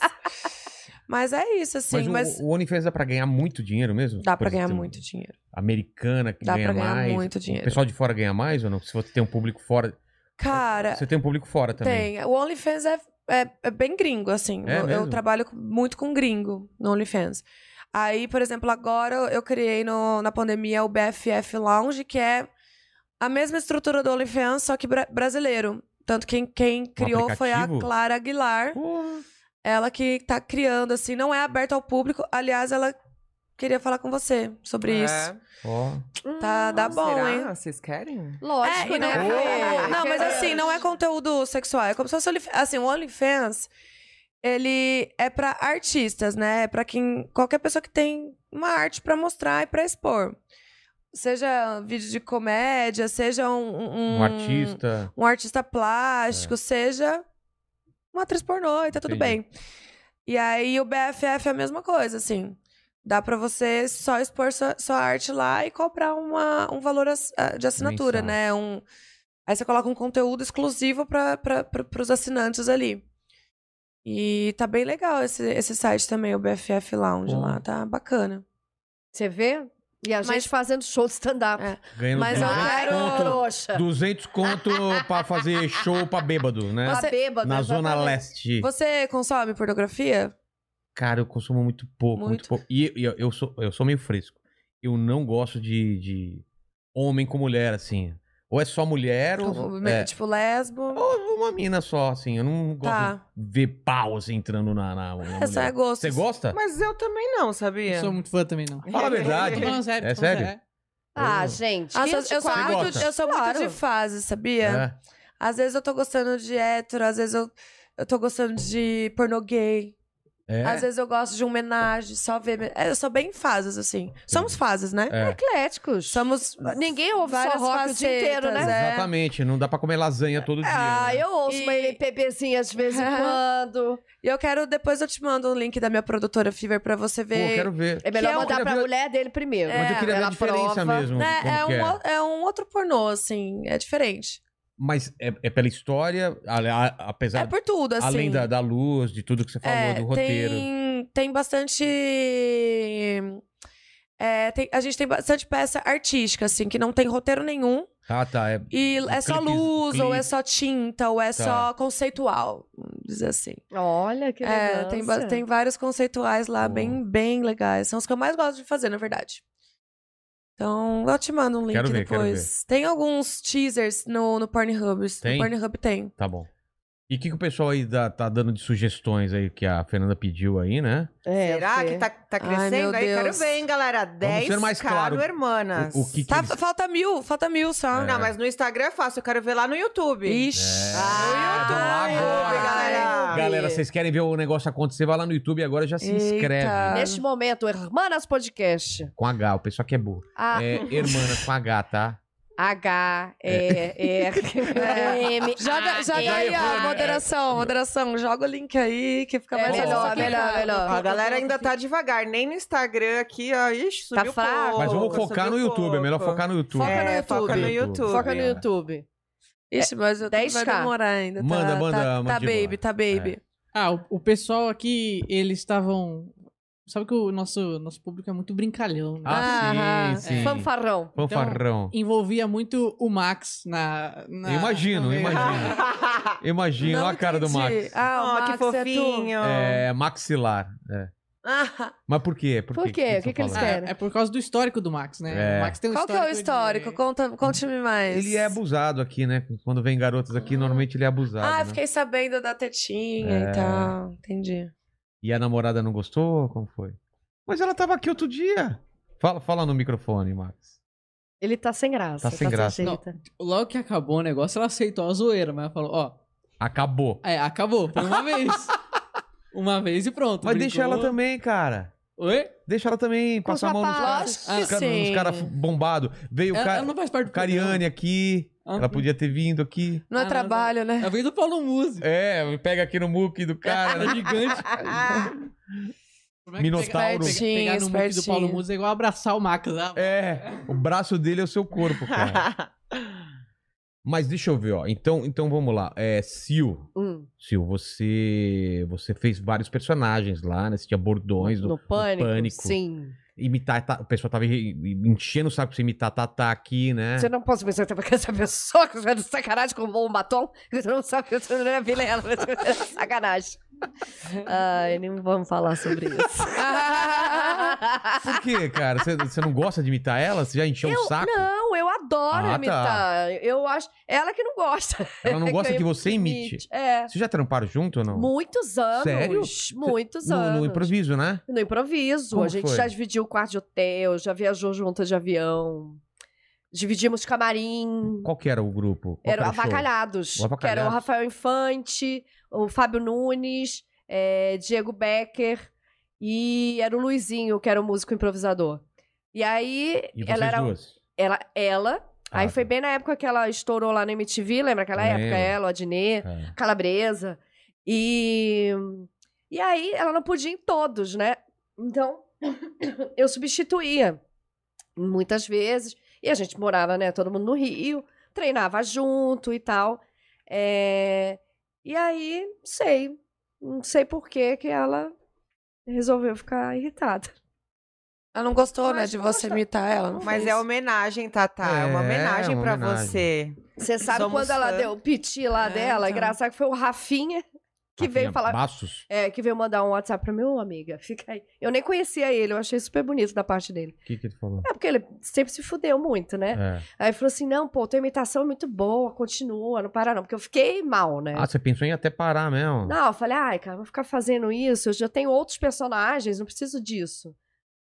Mas é isso, assim. Mas, Mas, o- o, OnlyFans dá pra ganhar muito dinheiro mesmo? dá Por pra ganhar exemplo, muito dinheiro. Americana que Dá ganha pra ganhar mais. muito O dinheiro. pessoal de fora ganha mais ou não? Se você tem um público fora. Cara, Você tem um público fora também. tem. O OnlyFans é, é, é bem gringo, assim. É eu, eu mesmo? trabalho com- muito com gringo no OnlyFans. Aí, por exemplo, agora eu criei no- na pandemia o BFF Lounge, que é a mesma estrutura do OnlyFans, só que bra- brasileiro. Tanto quem, quem criou foi Um a aplicativo? Uh. Clara Aguilar. Porra. Ela que tá criando, assim, não é aberto ao público. Aliás, ela queria falar com você sobre tem. isso. É. Ó. Tá, Ah, dá bom, Será? hein? Vocês querem? Lógico, É, e não, né? é- Fê? não, mas Quer assim, dizer, não é conteúdo sexual. É como se fosse Onlyf- assim, o OnlyFans, ele é pra artistas, né? É pra quem qualquer pessoa que tem uma arte pra mostrar e pra expor. Seja vídeo de comédia, seja um, um- Um artista. um artista plástico, seja uma atriz pornô, e tá tudo É. Entendi. bem. E aí o BFF é a mesma coisa, assim. Dá pra você só expor sua, sua arte lá e cobrar uma, um valor ass- ah, de assinatura, Mensal. né? Um, aí você coloca um conteúdo exclusivo para os assinantes ali. E tá bem legal esse, esse site também, o BFF Lounge Bom. lá, tá bacana. Você vê? E a gente Mas- fazendo show de stand-up. É. Ganhando Mas 200 eu quero- conto. trouxa. 200 conto pra fazer show pra bêbado, né? Tá Você- bêbado, Na Zona exatamente. Leste. Você consome pornografia? Cara, eu consumo muito pouco, muito, Muito. pouco. E, e eu, eu sou, eu sou meio fresco. Eu não gosto de, de homem com mulher, assim. Ou é só mulher, ou. Como- É. Tipo, lesbo? Ou uma mina só, assim. Eu não gosto Tá. de ver pau assim, entrando na. [LAUGHS] na, na É, só é mulher. gosto. Você gosta? Mas eu também não, sabia? Não sou muito fã também, não. Fala a Tô verdade. falando sério. É tô falando sério? Ah, gente. Ah, sou- eu, sou 24. muito, eu sou muito Claro. de fase, sabia? É. Às vezes eu tô gostando de hétero, às vezes eu, eu tô gostando de pornô gay. É. Às vezes eu gosto de um homenagem, só ver. men- é, Eu sou bem em fases, assim. Somos fases, né? É. Ecléticos. Somos. Ninguém ouve Várias só rock o dia inteiro, facetas, né? é. Exatamente, não dá pra comer lasanha todo dia. Ah, né? eu ouço uma E- MPBzinha de [LAUGHS] vez em quando. E eu quero, depois eu te mando o link da minha produtora Fever pra você Pô, eu ver. quero ver. É melhor eu mandar queria pra ver- mulher dele primeiro. É. Mas eu queria ver a Ela diferença prova. mesmo. Né, como é, que é. um, o- é um outro pornô, assim. É diferente. Mas é, é pela história, a- a- apesar É por tudo, assim. além da, da luz, de tudo que você falou, É, do roteiro. Tem, tem bastante. é, tem- a gente tem bastante peça artística, assim, que não tem roteiro nenhum. Ah, tá. É, E é só clipes- luz, ou é clipes. só tinta, ou é Tá. só conceitual. Vamos dizer assim. Olha, que legal. É, tem, ba- tem vários conceituais lá, Boa. bem, bem legais. São os que eu mais gosto de fazer, na verdade. Então, eu te mando um link Quero ver, quero depois. Tem alguns teasers no, no Pornhub. Tem? No Pornhub tem. Tá bom. E o que, que o pessoal aí dá- tá dando de sugestões aí que a Fernanda pediu aí, né? É, Será que tá, tá É, Ai, meu crescendo aí? Quero Deus. ver, hein, galera. 10 ser mais claro. no Hermanas. O, o que, que Tá, eles- Falta mil, falta mil só. É. Não, mas no Instagram é fácil. Eu quero ver lá no YouTube. Ixi. Ah, vamos lá YouTube, agora. galera. Galera, vocês querem ver o negócio acontecer? Vai lá no YouTube agora e já se inscreve. Eita. Neste momento, Hermanas Podcast. Com H, o pessoal que é burro. A É Hermanas com H, tá? H, E, R, M. É. Ah, Joga, joga É. Já aí, errou, ó, né? moderação, moderação. Joga o link aí, que fica É mais melhor, fácil. melhor, melhor. A galera ainda tá devagar, nem no Instagram aqui, ó. Ixi, Tá subiu fraco. pouco. Mas vamos focar no subiu YouTube, é melhor pouco. focar no YouTube. Foca no É, YouTube. foca no YouTube. Foca no YouTube. Ixi, mas eu 10K. vai demorar ainda. tá- Manda, É. manda, tá, manda Tá de boa. baby, tá baby. Ah, o, o pessoal aqui, eles estavam Sabe que o nosso, nosso público é muito brincalhão, né? Ah, Ah, sim, sim. Fanfarrão. Fanfarrão. Envolvia muito o Max na. na Eu imagino, eu [LAUGHS] imagino. Imagina, Não olha a cara do Max. entendi. Ah, o Ó, Max Oh, que fofinho. [LAUGHS] É, maxilar. é. É tu. Ah, Mas por quê? Por quê? O que que eles falam? Ah, é, é por causa do histórico do Max, né? É. O Max tem um qual que é o histórico histórico? de- Conta, conte-me mais. Ah, Ele é abusado aqui, né? Quando vem garotas aqui, normalmente ele é abusado. Ah, né? eu fiquei sabendo da tetinha É. e tal. Entendi. E a namorada não gostou? Como foi? Mas ela tava aqui outro dia. Fala, fala no microfone, Max. Ele tá sem Tá graça. sem graça. jeito. Logo que acabou o negócio, ela aceitou a zoeira, mas ela falou, ó, Acabou. é, acabou, foi [LAUGHS] uma vez. Uma vez e pronto. Mas deixa brincou. ela também, cara. Oi? Deixa ela também Com os passar a mão nos caras. rapazes. Ah, Lógico que sim. caras bombados. Veio o Ela, Ca- ela não faz parte do programa. Cariane aqui. Ela- Ela podia ter vindo aqui. Não Ah, é não, trabalho, né? Ela veio do Paulo Musi. É, pega aqui no muque do cara. Ela é gigante. então, Como é que Minotauro. pegar- Pegar, pegar no muque do Espertinho, Paulo espertinho. Musa é igual abraçar o Max. Ah, É, o braço dele é o seu corpo, [LAUGHS] cara. Mas deixa eu ver, ó. Então, então vamos lá. É, Sil, Hum, Sil, você você fez vários personagens lá, né? Você tinha bordões do no pânico, pânico. Sim. imitar. tá- o pessoal tava i- enchendo o saco pra você imitar Tatá aqui, né? Você não pode pensar que essa pessoa que você é de sacanagem com um batom, [LAUGHS] que você não sabe que você não é vilela, mas você é de sacanagem. Ai, nem vamos falar sobre [LAUGHS] isso. Por quê, cara? Você, você não gosta de imitar ela? Você já encheu o Eu- saco? Não, eu adoro Ah, tá. imitar. Eu acho. Ela que não gosta. ela não gosta é eu que você imite. É. Vocês já tramparam junto ou não? Muitos anos. Sério? Muitos no, anos. no improviso, né? No improviso. Como a gente foi? já dividiu o quarto de hotel, já viajou juntas de avião. Dividimos camarim. Qual que era o grupo? Qual que Eram o show? Um O avacalhados. Que eram o Avacalhados. Rafael Infante, o Fábio Nunes, eh, Diego Becker e era o Luizinho, que era o músico improvisador. E aí, E vocês ela era. duas? Ela, ela Ah, aí foi tá. bem na época que ela estourou lá na MTV, lembra aquela Lembro. época? Ela, o Adnet, Cara. Calabresa. E, e aí ela não podia em todos, né? Então [COUGHS] eu substituía muitas vezes. E a gente morava, né? Todo mundo no Rio, treinava junto e tal. É, E aí, sei. Não sei por que que ela resolveu ficar irritada. Ela não gostou, né, Mas de gosta. você imitar ela. não Mas fez? é homenagem, Tatá. É, É, uma homenagem uma pra homenagem. você. Você sabe Somos quando ela fã. deu o piti lá É, dela? então. Engraçado que foi o Rafinha que veio Rafinha falar. Ah, Bastos? É, que veio mandar um WhatsApp pra meu amiga. [LAUGHS] Fica aí. Eu nem conhecia ele, eu achei super bonito da parte dele. O que, que ele falou? É porque ele sempre se fudeu muito, né? É. Aí falou assim: não, pô, tua imitação é muito boa, continua, não para não. Porque eu fiquei mal, né? Ah, você pensou em até parar mesmo? Não, eu falei, ai, cara, vou ficar fazendo isso, eu já tenho outros personagens, não preciso disso.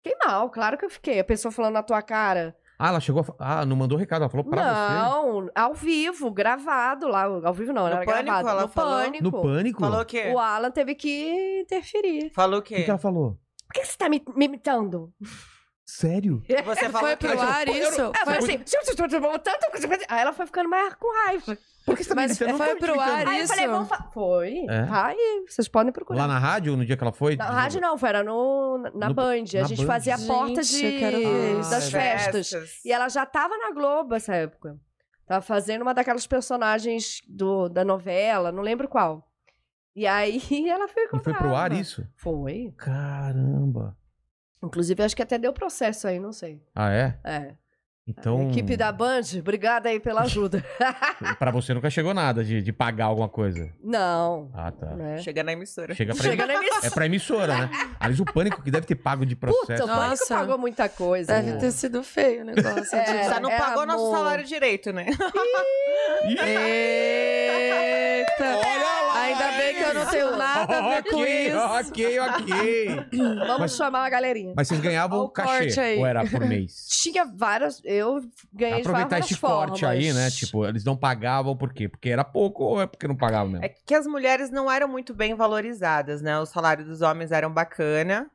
Fiquei mal, claro que eu fiquei. A pessoa falando na tua cara. Ah, ela chegou a... fa- Ah, não mandou recado. Ela falou pra você? não, ao vivo, gravado lá. Ao vivo não, No era Pânico gravado. ela no falou? pânico. No pânico? Falou o o quê? O Alan teve que interferir. Falou o que, quê? que ela falou? Por que você tá me, me imitando? Sério? [LAUGHS] Você falou Foi que... pro ar isso? Ela Ah, Foi- falou assim, "Se eu te transformo tanto coisa. coisa-" Aí ela foi ficando mais com raiva. Por que você tá me Mas imitando? Eu não tô foi te pro ar imitando. Aí eu falei, Isso. vamos falar. Foi. É? Tá aí, vocês podem procurar. Lá na rádio, no dia que ela foi? Na rádio não, foi, era no, na- na No- Band. A na gente Band. fazia a Gente, porta eu quero ver de, isso. das Ah, festas. E ela já tava na Globo essa época. Tava fazendo uma daquelas personagens do, da novela, não lembro qual. E aí [LAUGHS] ela foi Não comprada. foi pro ar isso? Foi. Caramba. Inclusive, acho que até deu processo aí, não sei. Ah, é? É. Então. Equipe da Band, obrigada aí pela [LAUGHS] ajuda. Pra você nunca chegou nada de, de pagar alguma coisa. não. Ah, tá. né? Chega na emissora. Chega pra, Chega na É emissora. pra emissora, né? Aliás, o pânico que deve ter pago de Puta, processo. o Pânico Nossa. pagou muita coisa. né? Deve ter sido feio o negócio. tipo, É. de- Só não é pagou nosso amor. salário direito, né? Eita! Olha lá! Ainda bem que eu não tenho nada a ver com Ok, isso. ok, ok. [COUGHS] [LAUGHS] Vamos Mas- chamar a galerinha. Mas vocês ganhavam Olha o o corte cachê aí. ou era por mês? [LAUGHS] Tinha várias. Eu ganhei de Aproveitar várias esse formas. corte aí, né? Tipo, eles não pagavam por quê? Porque era pouco ou é porque não pagavam mesmo? É que as mulheres não eram muito bem valorizadas, né? O salário dos homens eram bacana,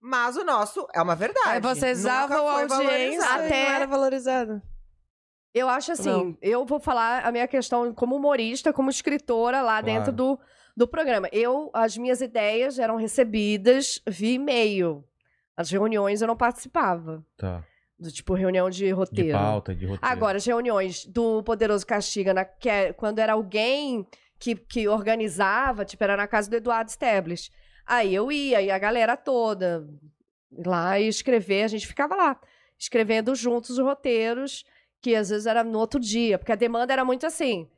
mas o nosso é uma verdade. Aí vocês Nunca usavam a foi audiência valorizado. até Até- não era valorizado. Eu acho assim, Não. eu vou falar a minha questão como humorista, como escritora lá Claro. dentro do, do programa. Eu, as minhas ideias eram recebidas via e-mail. As reuniões eu não participava. Tá. Do tipo reunião de De roteiro. pauta, de roteiro. Agora, as reuniões do Poderoso Castiga, na- que é- quando era alguém que, que organizava, tipo, era na casa do Eduardo Stablish. Aí eu ia, e a galera toda lá e escrever, a gente ficava lá, escrevendo juntos os roteiros, que às vezes era no outro dia, porque a demanda era muito assim: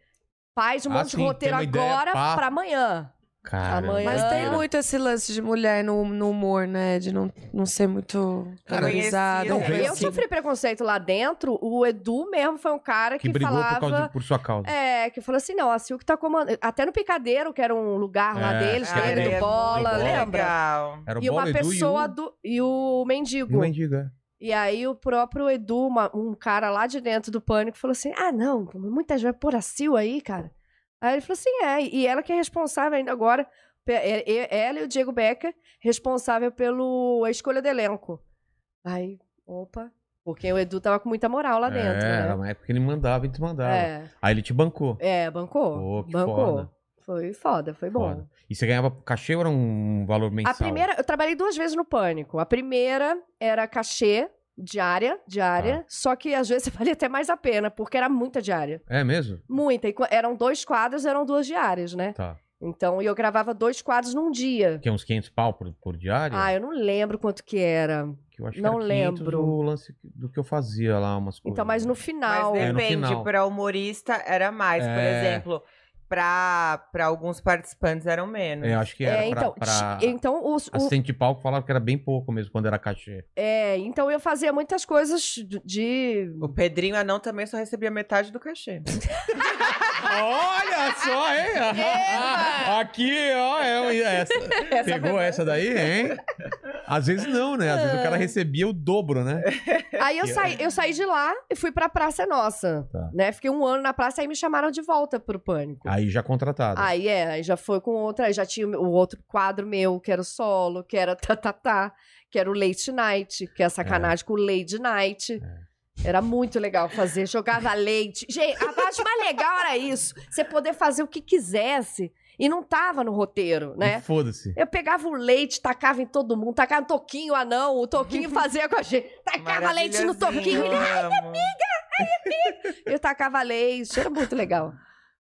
faz um Ah, sim, monte de tem roteiro uma ideia, agora pá. pra amanhã. Cara, Amanhã- Mas tem Ah. muito esse lance de mulher no, no humor, né? De não, não ser muito né? Cara, valorizada. conhecida, Talvez. Eu sofri preconceito lá dentro, o Edu mesmo foi um cara que, que, brigou falava. por, causa de- por sua causa. É, que falou assim, não, a Silk tá comandando. Até no Picadeiro, que era um lugar lá É, deles, Ah, que era é, do bola, do Bola. lembra? Legal. Era o E uma Bola, Edu pessoa e o... do. E o mendigo. e o mendigo, é. E aí o próprio Edu, uma- um cara lá de dentro do pânico, falou assim: Ah, não, muita gente vai pôr a Sil aí, cara. Aí ele falou assim: é, e ela que é responsável ainda agora, pe- é- é- ela e o Diego Becker, responsável pela escolha do elenco. Aí, opa, porque o Edu tava com muita moral lá dentro, É, era né? uma época que ele mandava e desmandava. É, Aí ele te bancou. é, bancou. Pô, que bancou. foda. Foi foda, foi bom. Foda. E você ganhava cachê ou era um valor mensal? A primeira, eu trabalhei duas vezes no Pânico. A primeira era cachê diária, Tá. diária, só que às vezes [LAUGHS] valia até mais a pena, porque era muita diária. É mesmo? Muita. E qu- eram dois quadros, eram duas diárias, né? Tá. Então, e eu gravava dois quadros num dia. Que é uns 500 pau por, por diário? Ah, eu não lembro quanto que era. que eu acho não que era 500 lembro. O lance do que eu fazia lá, umas coisas. Então, mas no Mas final. É, no depende, final. para humorista era mais, por É. exemplo. Pra, pra alguns participantes eram menos. É, acho que era É, então, pra... pra... ti- então os- o- Assistente de palco falava que era bem pouco mesmo quando era cachê. é, então eu fazia muitas coisas de- de O Pedrinho Anão também só recebia metade do [LAUGHS] cachê. Olha só, hein? Aqui, ó, é um- [LAUGHS] essa. Pegou essa daí, hein? Às vezes não, né? Às vezes o cara recebia o dobro, né? Aí eu Yeah. saí, eu saí de lá e fui pra Praça é Nossa. Tá. Ah, Né? Fiquei um ano na praça, aí me chamaram de volta pro Pânico. Aí já contratado. Aí é, aí já foi com outra, aí já tinha o outro quadro meu, que era o solo, que era tatatá, que era o Late Night, que é sacanagem com o Lady Night. Era muito legal fazer, jogava leite. Gente, a parte mais legal era isso. Você poder fazer o que quisesse. E não tava no roteiro, né? E Foda-se. Eu pegava o leite, tacava em todo mundo, tacava no toquinho, ah não, o toquinho fazia tá com a gente. Tacava leite no toquinho, ele... é ai, amiga! eu tacava leite, era muito legal.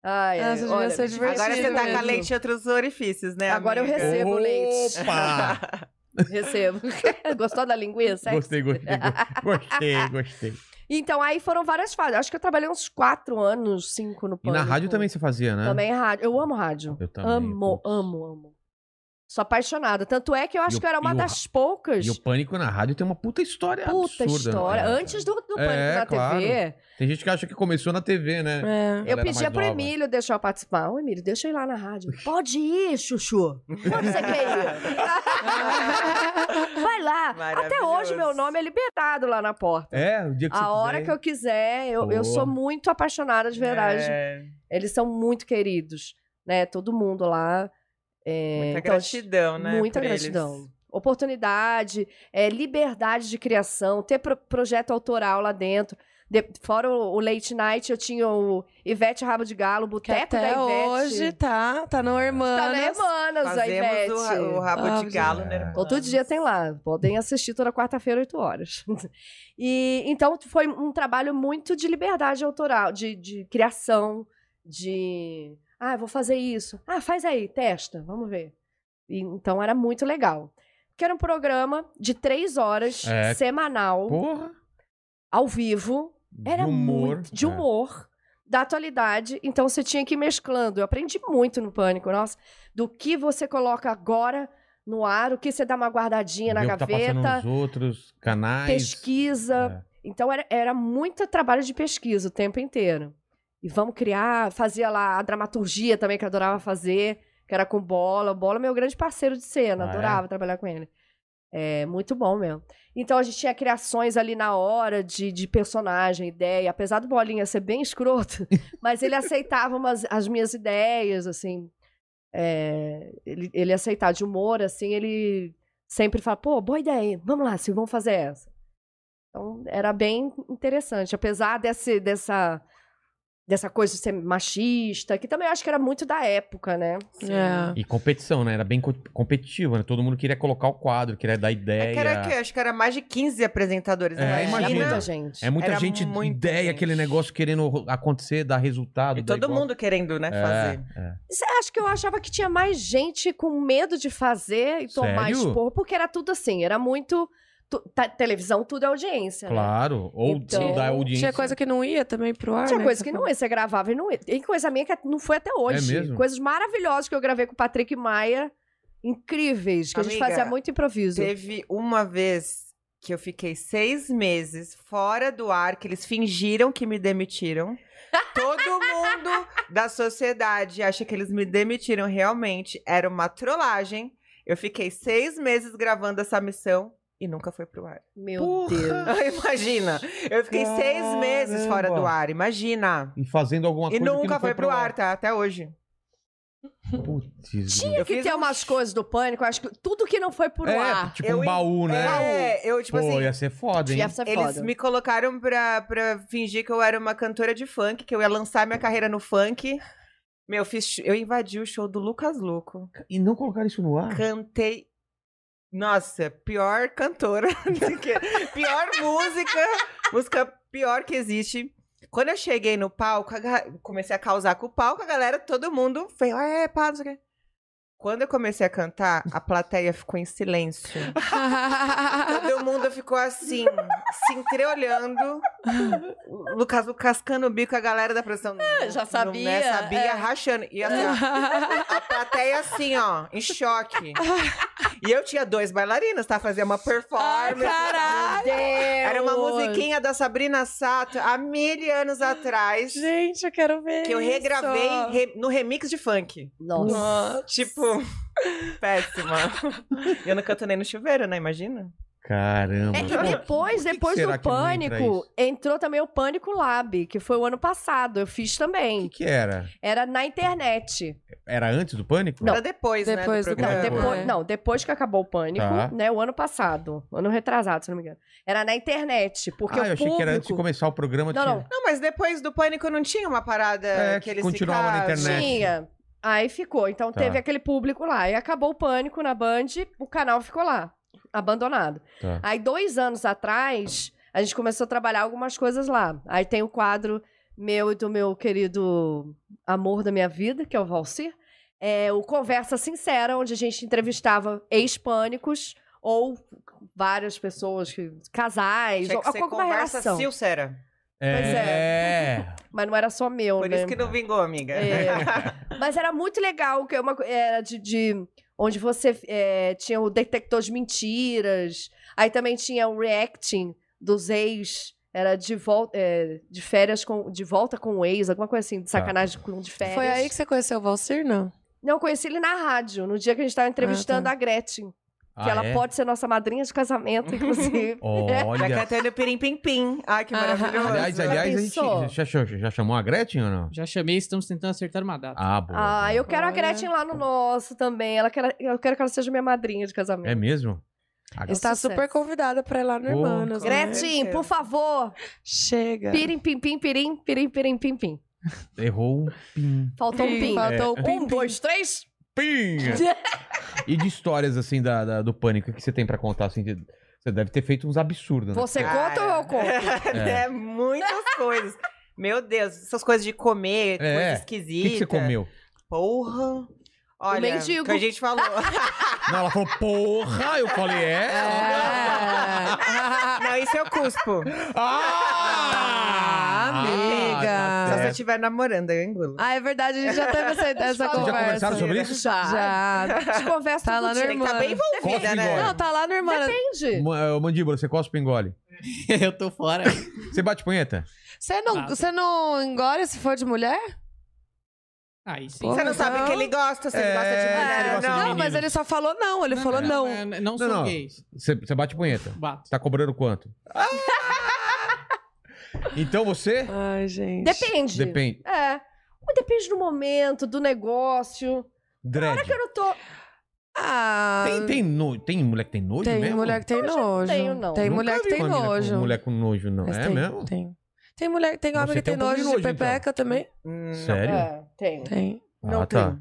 Ai, ai, Nossa, devia olha, ser divertido Agora você tá com mesmo. leite em outros orifícios, né? Agora eu amiga? recebo. Recebo leite. Opa! recebo. [LAUGHS] Gostou da linguiça? [LAUGHS] Gostei, [LAUGHS] gostei, go- gostei, gostei. Então, aí foram várias fases. Acho que eu trabalhei uns quatro anos, cinco no E na pânico. rádio também você fazia, né? Também rádio. Eu amo rádio. Eu também. amo, putz. amo, amo. Sou apaixonada. Tanto é que eu E acho o- que eu era uma e o das poucas. E o pânico na rádio tem uma puta história Puta absurda. né, história. cara? Antes do, do É, Pânico na claro. TV, Tem gente que acha que começou na TV, né? É. Eu Ela era pedia mais pro nova. Emílio deixar eu participar. Ô, Emílio, deixa eu ir lá na rádio. Pode ir, Chuchu. Quando você quer [LAUGHS] ir? Vai lá. Até Maravilhoso. hoje, meu nome é liberado lá na porta. É, o dia que você A hora que eu quiser, eu, eu Boa. sou muito apaixonada de verdade. É, Eles são muito queridos, né? Todo mundo lá. É, muita então, gratidão, né? Muita por eles. gratidão. Oportunidade, é, liberdade de criação, ter pro- projeto autoral lá dentro. De- fora o, o Late Night, eu tinha o Ivete Rabo de Galo, o Que Boteco da até Ivete. hoje tá, tá no Tá na Hermanas. Hermanas, a Ivete. Fazemos o, o rabo Ah, de galo, gente. né? Todo dia tem lá. Podem assistir toda quarta-feira, 8 horas. [LAUGHS] E então foi um trabalho muito de liberdade autoral, de, de criação, de ah, eu vou fazer isso. Ah, faz aí, testa, vamos ver. E, então era muito legal. Que era um programa de três horas, É. semanal, Porra! ao vivo. de Era humor. muito de É. humor. Da atualidade, então você tinha que ir mesclando. Eu aprendi muito no pânico, nossa, do que você coloca agora no ar, o que você dá uma guardadinha na Ver o que Tá gaveta, passando nos outros canais. pesquisa. É. Então era, era muito trabalho de pesquisa o tempo inteiro. E vamos criar, fazia lá a dramaturgia também que eu adorava fazer, que era com bola. O Bola é meu grande parceiro de cena, Ah, é? adorava trabalhar com ele. É muito bom mesmo. Então a gente tinha criações ali na hora de, de personagem, ideia. Apesar do Bolinha ser [LAUGHS] bem escroto, mas ele aceitava umas, as minhas ideias, assim. É, ele, ele aceitava de humor, assim, ele sempre fala, pô, boa ideia, vamos lá, Silvio, vamos fazer essa. Então, era bem interessante. Apesar desse, dessa dessa coisa de ser machista, que também eu acho que era muito da época, né? É. E competição, né? Era bem co- competitiva, né? Todo mundo queria colocar o quadro, queria dar ideia. É que era, que, acho que era mais de 15 apresentadores. É, né? Era imagina. muita gente. É muita Era gente, muita ideia, gente. aquele negócio querendo acontecer, dar resultado. E dar todo igual. mundo querendo, né, É, fazer. é. Cê- Acho que eu achava que tinha mais gente com medo de fazer e tomar Sério? esporro, porque era tudo assim, era muito. tu- ta- televisão, tudo é audiência. né? Claro. Ou, Então, ou da audiência. Tinha coisa que não ia também pro ar. Tinha né, coisa você que falou. [LAUGHS] não ia, você gravava e não ia. Tem coisa minha que não foi até hoje. É mesmo? Coisas maravilhosas que eu gravei com o Patrick Maia, incríveis, que a gente Amiga, fazia muito improviso. Teve uma vez que eu fiquei seis meses fora do ar, que eles fingiram que me [LAUGHS] demitiram. Todo mundo da sociedade acha que eles me demitiram realmente. Era uma trollagem. Eu fiquei seis meses gravando essa missão e nunca foi pro ar. Meu Porra! Deus. [LAUGHS] imagina! Eu fiquei seis Caramba! meses fora do ar, imagina! E fazendo alguma E coisa. que nunca não foi pro ar, tá? Até hoje. Putz. Tinha Eu que fiz ter um- umas coisas do pânico, acho que tudo que não foi por É, ar. tipo Eu um en- baú, né? É, eu, tipo Pô, assim, ia ser foda, hein? Ia ser Eles é foda. me colocaram pra, pra fingir que eu era uma cantora de funk, que eu ia lançar minha carreira no funk. Meu, eu fiz, eu invadi o show do Lucas Louco. E não colocar isso no ar? Cantei. Nossa, pior cantora. [LAUGHS] do que- pior música. Música pior que existe. Quando eu cheguei no palco, a ga- comecei a causar com o palco, a galera, todo mundo fez, "Ah, é, pá, não sei o quê. Quando eu comecei a cantar, a plateia ficou em silêncio. Todo Então, mundo ficou assim, se entreolhando. O Lucas Lu cascando o bico, a galera da produção. não- É, já não, sabia, Né, sabia, é. rachando. E assim, ó, a plateia assim, ó, em choque. E eu tinha dois bailarinos, tá? Fazia Ah, uma performance. Meu Deus. Era uma musiquinha da Sabrina Sato há mil anos atrás. Gente, eu quero ver. Que eu isso. regravei re- no remix de funk. Nossa. Nossa. Tipo, péssima. Eu não canto nem no chuveiro, né? Imagina. Caramba. É, e depois, Por que depois que será do que não entra Pânico, isso? entrou também o Pânico Lab, que foi o ano passado. Eu fiz O que, também. que era? Era na internet. Era antes do pânico? Era depois, né? Depois do programa. Ah, Pânico. Depois- é. Não, depois que acabou o Pânico, Tá. né? O ano passado. Ano retrasado, se não me engano. Era na internet, porque ah, o eu achei que era antes de público... começar o programa. Não, tinha- não. Não, mas depois do pânico não tinha uma parada É, que eles continuava na ficavam- internet. Tinha. Aí ficou. Então Tá. teve aquele público lá. E acabou o Pânico na Band, o canal ficou lá, abandonado. Tá. Aí, dois anos atrás, a gente começou a trabalhar algumas coisas lá. Aí tem o quadro meu e do meu querido amor da minha vida, que é o Valsir. É o Conversa Sincera, onde a gente entrevistava ex-pânicos ou várias pessoas, que- casais, Tinha ou que ser alguma conversa relação. Silcera. Ah, Pois É. Mas não era só meu, Por né? isso que não vingou, amiga. [LAUGHS] É. Mas era muito legal, que é uma co- era de, de- onde você é, tinha o detector de mentiras, aí também tinha o reacting dos ex, era de volta é, de férias com de volta com o ex, alguma coisa assim, de Tá. sacanagem com de férias. Foi aí que você conheceu o Valsir, não? Não eu conheci ele na rádio, no dia que a gente estava entrevistando Ah, a Gretchen, que Ah, ela é? pode ser nossa madrinha de casamento, inclusive. Já [LAUGHS] Olha. cantando pirim pim pim. tá Ai, que Ah. maravilhoso. Aliás, aliás, a gente pensou? já, chamou- já chamou a Gretchen ou não? Já chamei, estamos tentando acertar uma data. Ah, boa. Ah, boa. eu quero a Olha. Gretchen lá no nosso também. Ela quer, eu quero que ela seja minha madrinha de casamento. É mesmo? A- Está sucesso. super convidada pra ir lá no Pô, Hermanos. né? Gretchen, por favor, Chega. Pirim, pim, pim, pirim, pirim, pirim, pim, pim. Errou um pim. Faltou um pim. Faltou o pim. Um, dois, três. Pim! [LAUGHS] e de histórias, assim, da, da- do pânico, o que você tem pra contar? Assim, de- você deve ter feito uns absurdos, né? Você Cara. conta ou eu [LAUGHS] conto? [LAUGHS] É. muitas coisas. Meu Deus, essas coisas de comer, É. coisa O esquisita. que, que você comeu? Porra. Olha, mendigo. o que a gente [LAUGHS] falou. Não, ela falou, porra! Eu falei, é? É. Não, isso é o cuspo. Ah! amiga. Ah, tá Só se eu certo. estiver namorando, eu engulo. [LAUGHS] Ah, é verdade, [LAUGHS] a gente já teve essa, essa Vocês conversa. já conversaram tá sobre isso? Já. [LAUGHS] Já. A gente conversa Tá lá todo no dia. Tem que estar Hermanos. bem envolvida, Cospe e né? engole. Não, tá lá no Hermanos. Entende? Ma- ô, Mandíbula, você cospe e engole. [LAUGHS] eu tô fora. Você bate punheta? Você não, Nada. você não engole se for de mulher? Aí sim. Pô, Você não Então- sabe que ele gosta, se ele gosta de É, mulher ele ou gosta de não. Não, mas menino. ele só falou não. Ele falou não. Não, é, não, não sou Não, não. gay. Você, você bate punheta. Bato. Tá cobrando quanto? então você? Ai, gente. Depende. Depende. É. Mas Depende do momento, do negócio. Dread. Eu não tô... Ah, Tem, tem, no... tem mulher que tem nojo tem mesmo? mulher que tem não nojo. tenho, não. Tem Nunca mulher vi que tem uma mina com- nojo. Mulher com nojo, não. Mas é tem, mesmo? Tem. Tem mulher, tem homem Você que tem tem um pouco de nojo de nojo, então. pepeca também. Hum, Sério? É, tem. Tem. Não ah, [LAUGHS] tem. tá.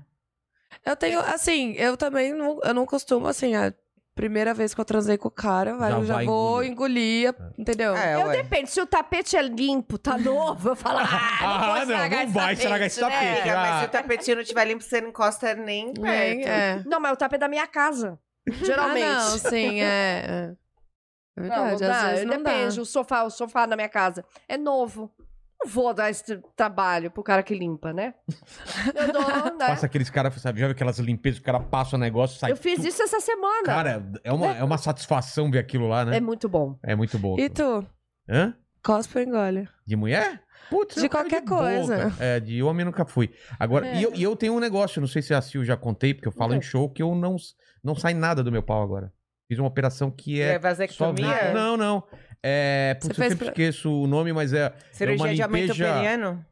Eu tenho, É. assim, eu também não, eu não costumo, assim, a primeira vez que eu transei com o cara, vai, Já eu já vai vou engolir, entendeu? É, Eu ué. depende, se o tapete é limpo, tá novo, eu [LAUGHS] falo, ah, não, Ah, vou não, estragar não esse vai estragar esse tapete, né? Amiga, mas tá- se Ah. o tapetinho não estiver limpo, você não encosta Nem- nem perto. é. Não, mas o tapete é da minha casa, geralmente. Ah, não, sim, é. é. É Não, não verdade, às dá. vezes não Depende, dá. o sofá, o sofá na minha casa é novo. Não vou dar esse trabalho pro cara que limpa, né? Eu dou, né? Passa aqueles caras, sabe? Já viu aquelas limpezas, o cara passa o negócio, sai. Eu fiz tudo. isso essa semana. Tá Cara, é Né? uma, é uma satisfação ver aquilo lá, é né? muito bom. É, muito bom. E tu? Hã? Cospe ou engole? De mulher? Putz, De eu quero qualquer boa, coisa. cara. é, de homem eu nunca fui. Agora, É. Hum. e, eu, e eu tenho um negócio, não sei se a Sil já contei, porque eu falo em show, que eu não, não sai nada do meu pau agora. Fiz uma operação que É é. só vasectomia? vem- Não, não. É, putz, Você eu fez sempre pra- esqueço o nome, mas é. [LAUGHS] Cirurgia uma de aumento limpeja- peniano?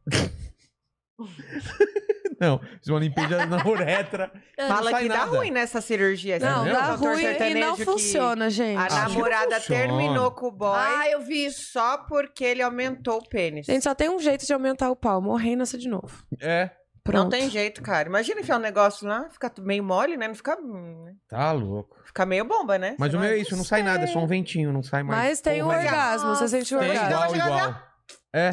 Não, fiz uma limpeza [LAUGHS] na uretra. É, não Fala sai que dá nada. ruim nessa cirurgia. Você Não, viu? É mesmo? dá O doutor ruim e sertanejo não que funciona, gente. A que não namorada funciona. terminou com o boy Ah, eu vi isso. só porque ele aumentou o pênis. Gente, só tem um jeito de aumentar o pau, morrer nessa de novo. É. Pronto. não tem jeito, cara. Imagina enfiar um negócio lá, ficar meio mole, né? Não fica, hum, Tá louco. fica meio bomba, né? Mas Sei o meu lá. é isso, não sai nada, é só um ventinho, não sai mais. Mas tem um o porra nenhuma. orgasmo, você sentiu o Tem orgasmo. igual, Chegou, chegou, igual. [LAUGHS] É.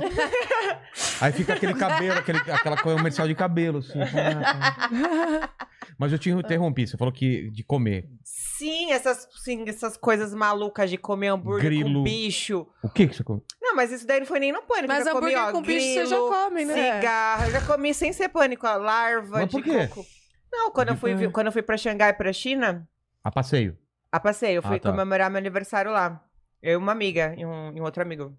Aí fica aquele cabelo, aquele, aquela comercial de cabelo, assim. Mas eu te interrompi, você falou que de comer. Sim, essas, sim, essas coisas malucas de comer hambúrguer Grilo. com bicho. O que que você comeu? Não, mas isso daí não foi nem no pânico. Mas eu já comi, hambúrguer ó, com bicho você grilo, já come, né? Cigarro. Eu já comi sem ser pânico, ó, larva Mas de por quê? coco. Não, quando eu, fui, Ah. quando eu fui pra Xangai, pra China, A Ah, passeio. a passeio. Eu fui Ah, tá. comemorar meu aniversário lá. Eu e uma amiga, e um, e um outro amigo.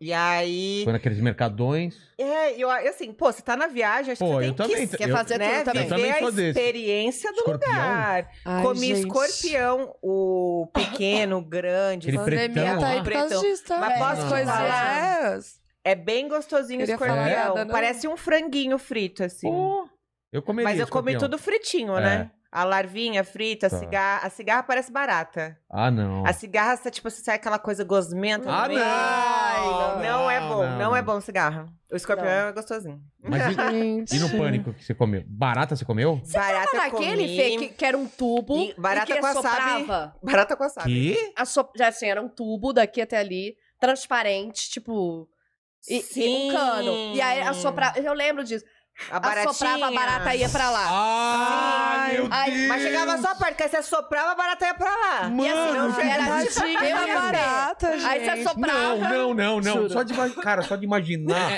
E aí... Foi naqueles mercadões. É, eu assim, pô, você tá na viagem, acho Pô, que você eu tem também. que Quer Eu- fazer né, tudo também. eu também viver a sou desse. experiência do Escorpião? lugar. Ai, Comi gente. escorpião, o pequeno, o grande, Aquele Pandemia pretão tá aí lá. por causa Pretão. disso, tá? Mas posso As te coisinhas. falar? É bem gostosinho o Queria falar escorpião. nada, não. Parece um franguinho frito, assim. Pô, eu comeria. Mas eu comi escorpião. tudo fritinho, É. né? A larvinha frita, a Tá. cigarra. A cigarra parece barata. Ah, não. A cigarra, você, tipo, você sai aquela coisa gosmenta. Ah, no meio. não! Ai, não, não é Não, bom. Não, não, é não. bom cigarra. O escorpião Não. é gostosinho. [LAUGHS] Mas e, Gente. e no pânico que você comeu? Barata você comeu? barata eu Naquele, comi. Fê, que, que era um tubo E barata e que com wasabi. assoprava. Barata com assado. Que? Assop... Já, assim, era um tubo daqui até ali, transparente, tipo... E, e um cano. E aí assoprava... Eu lembro disso. A baratinha. Assoprava, a barata ia pra lá. Ah, Sim. meu Ai, Deus. Mas chegava só perto, que aí você soprava, a barata ia pra lá. E Mano, assim, não, que era tipo, Tadinha eu da ia barata, gente. Aí você Não, assoprava. não, não, não. Juro. Só de, ima- cara, só de [LAUGHS] imaginar. Aí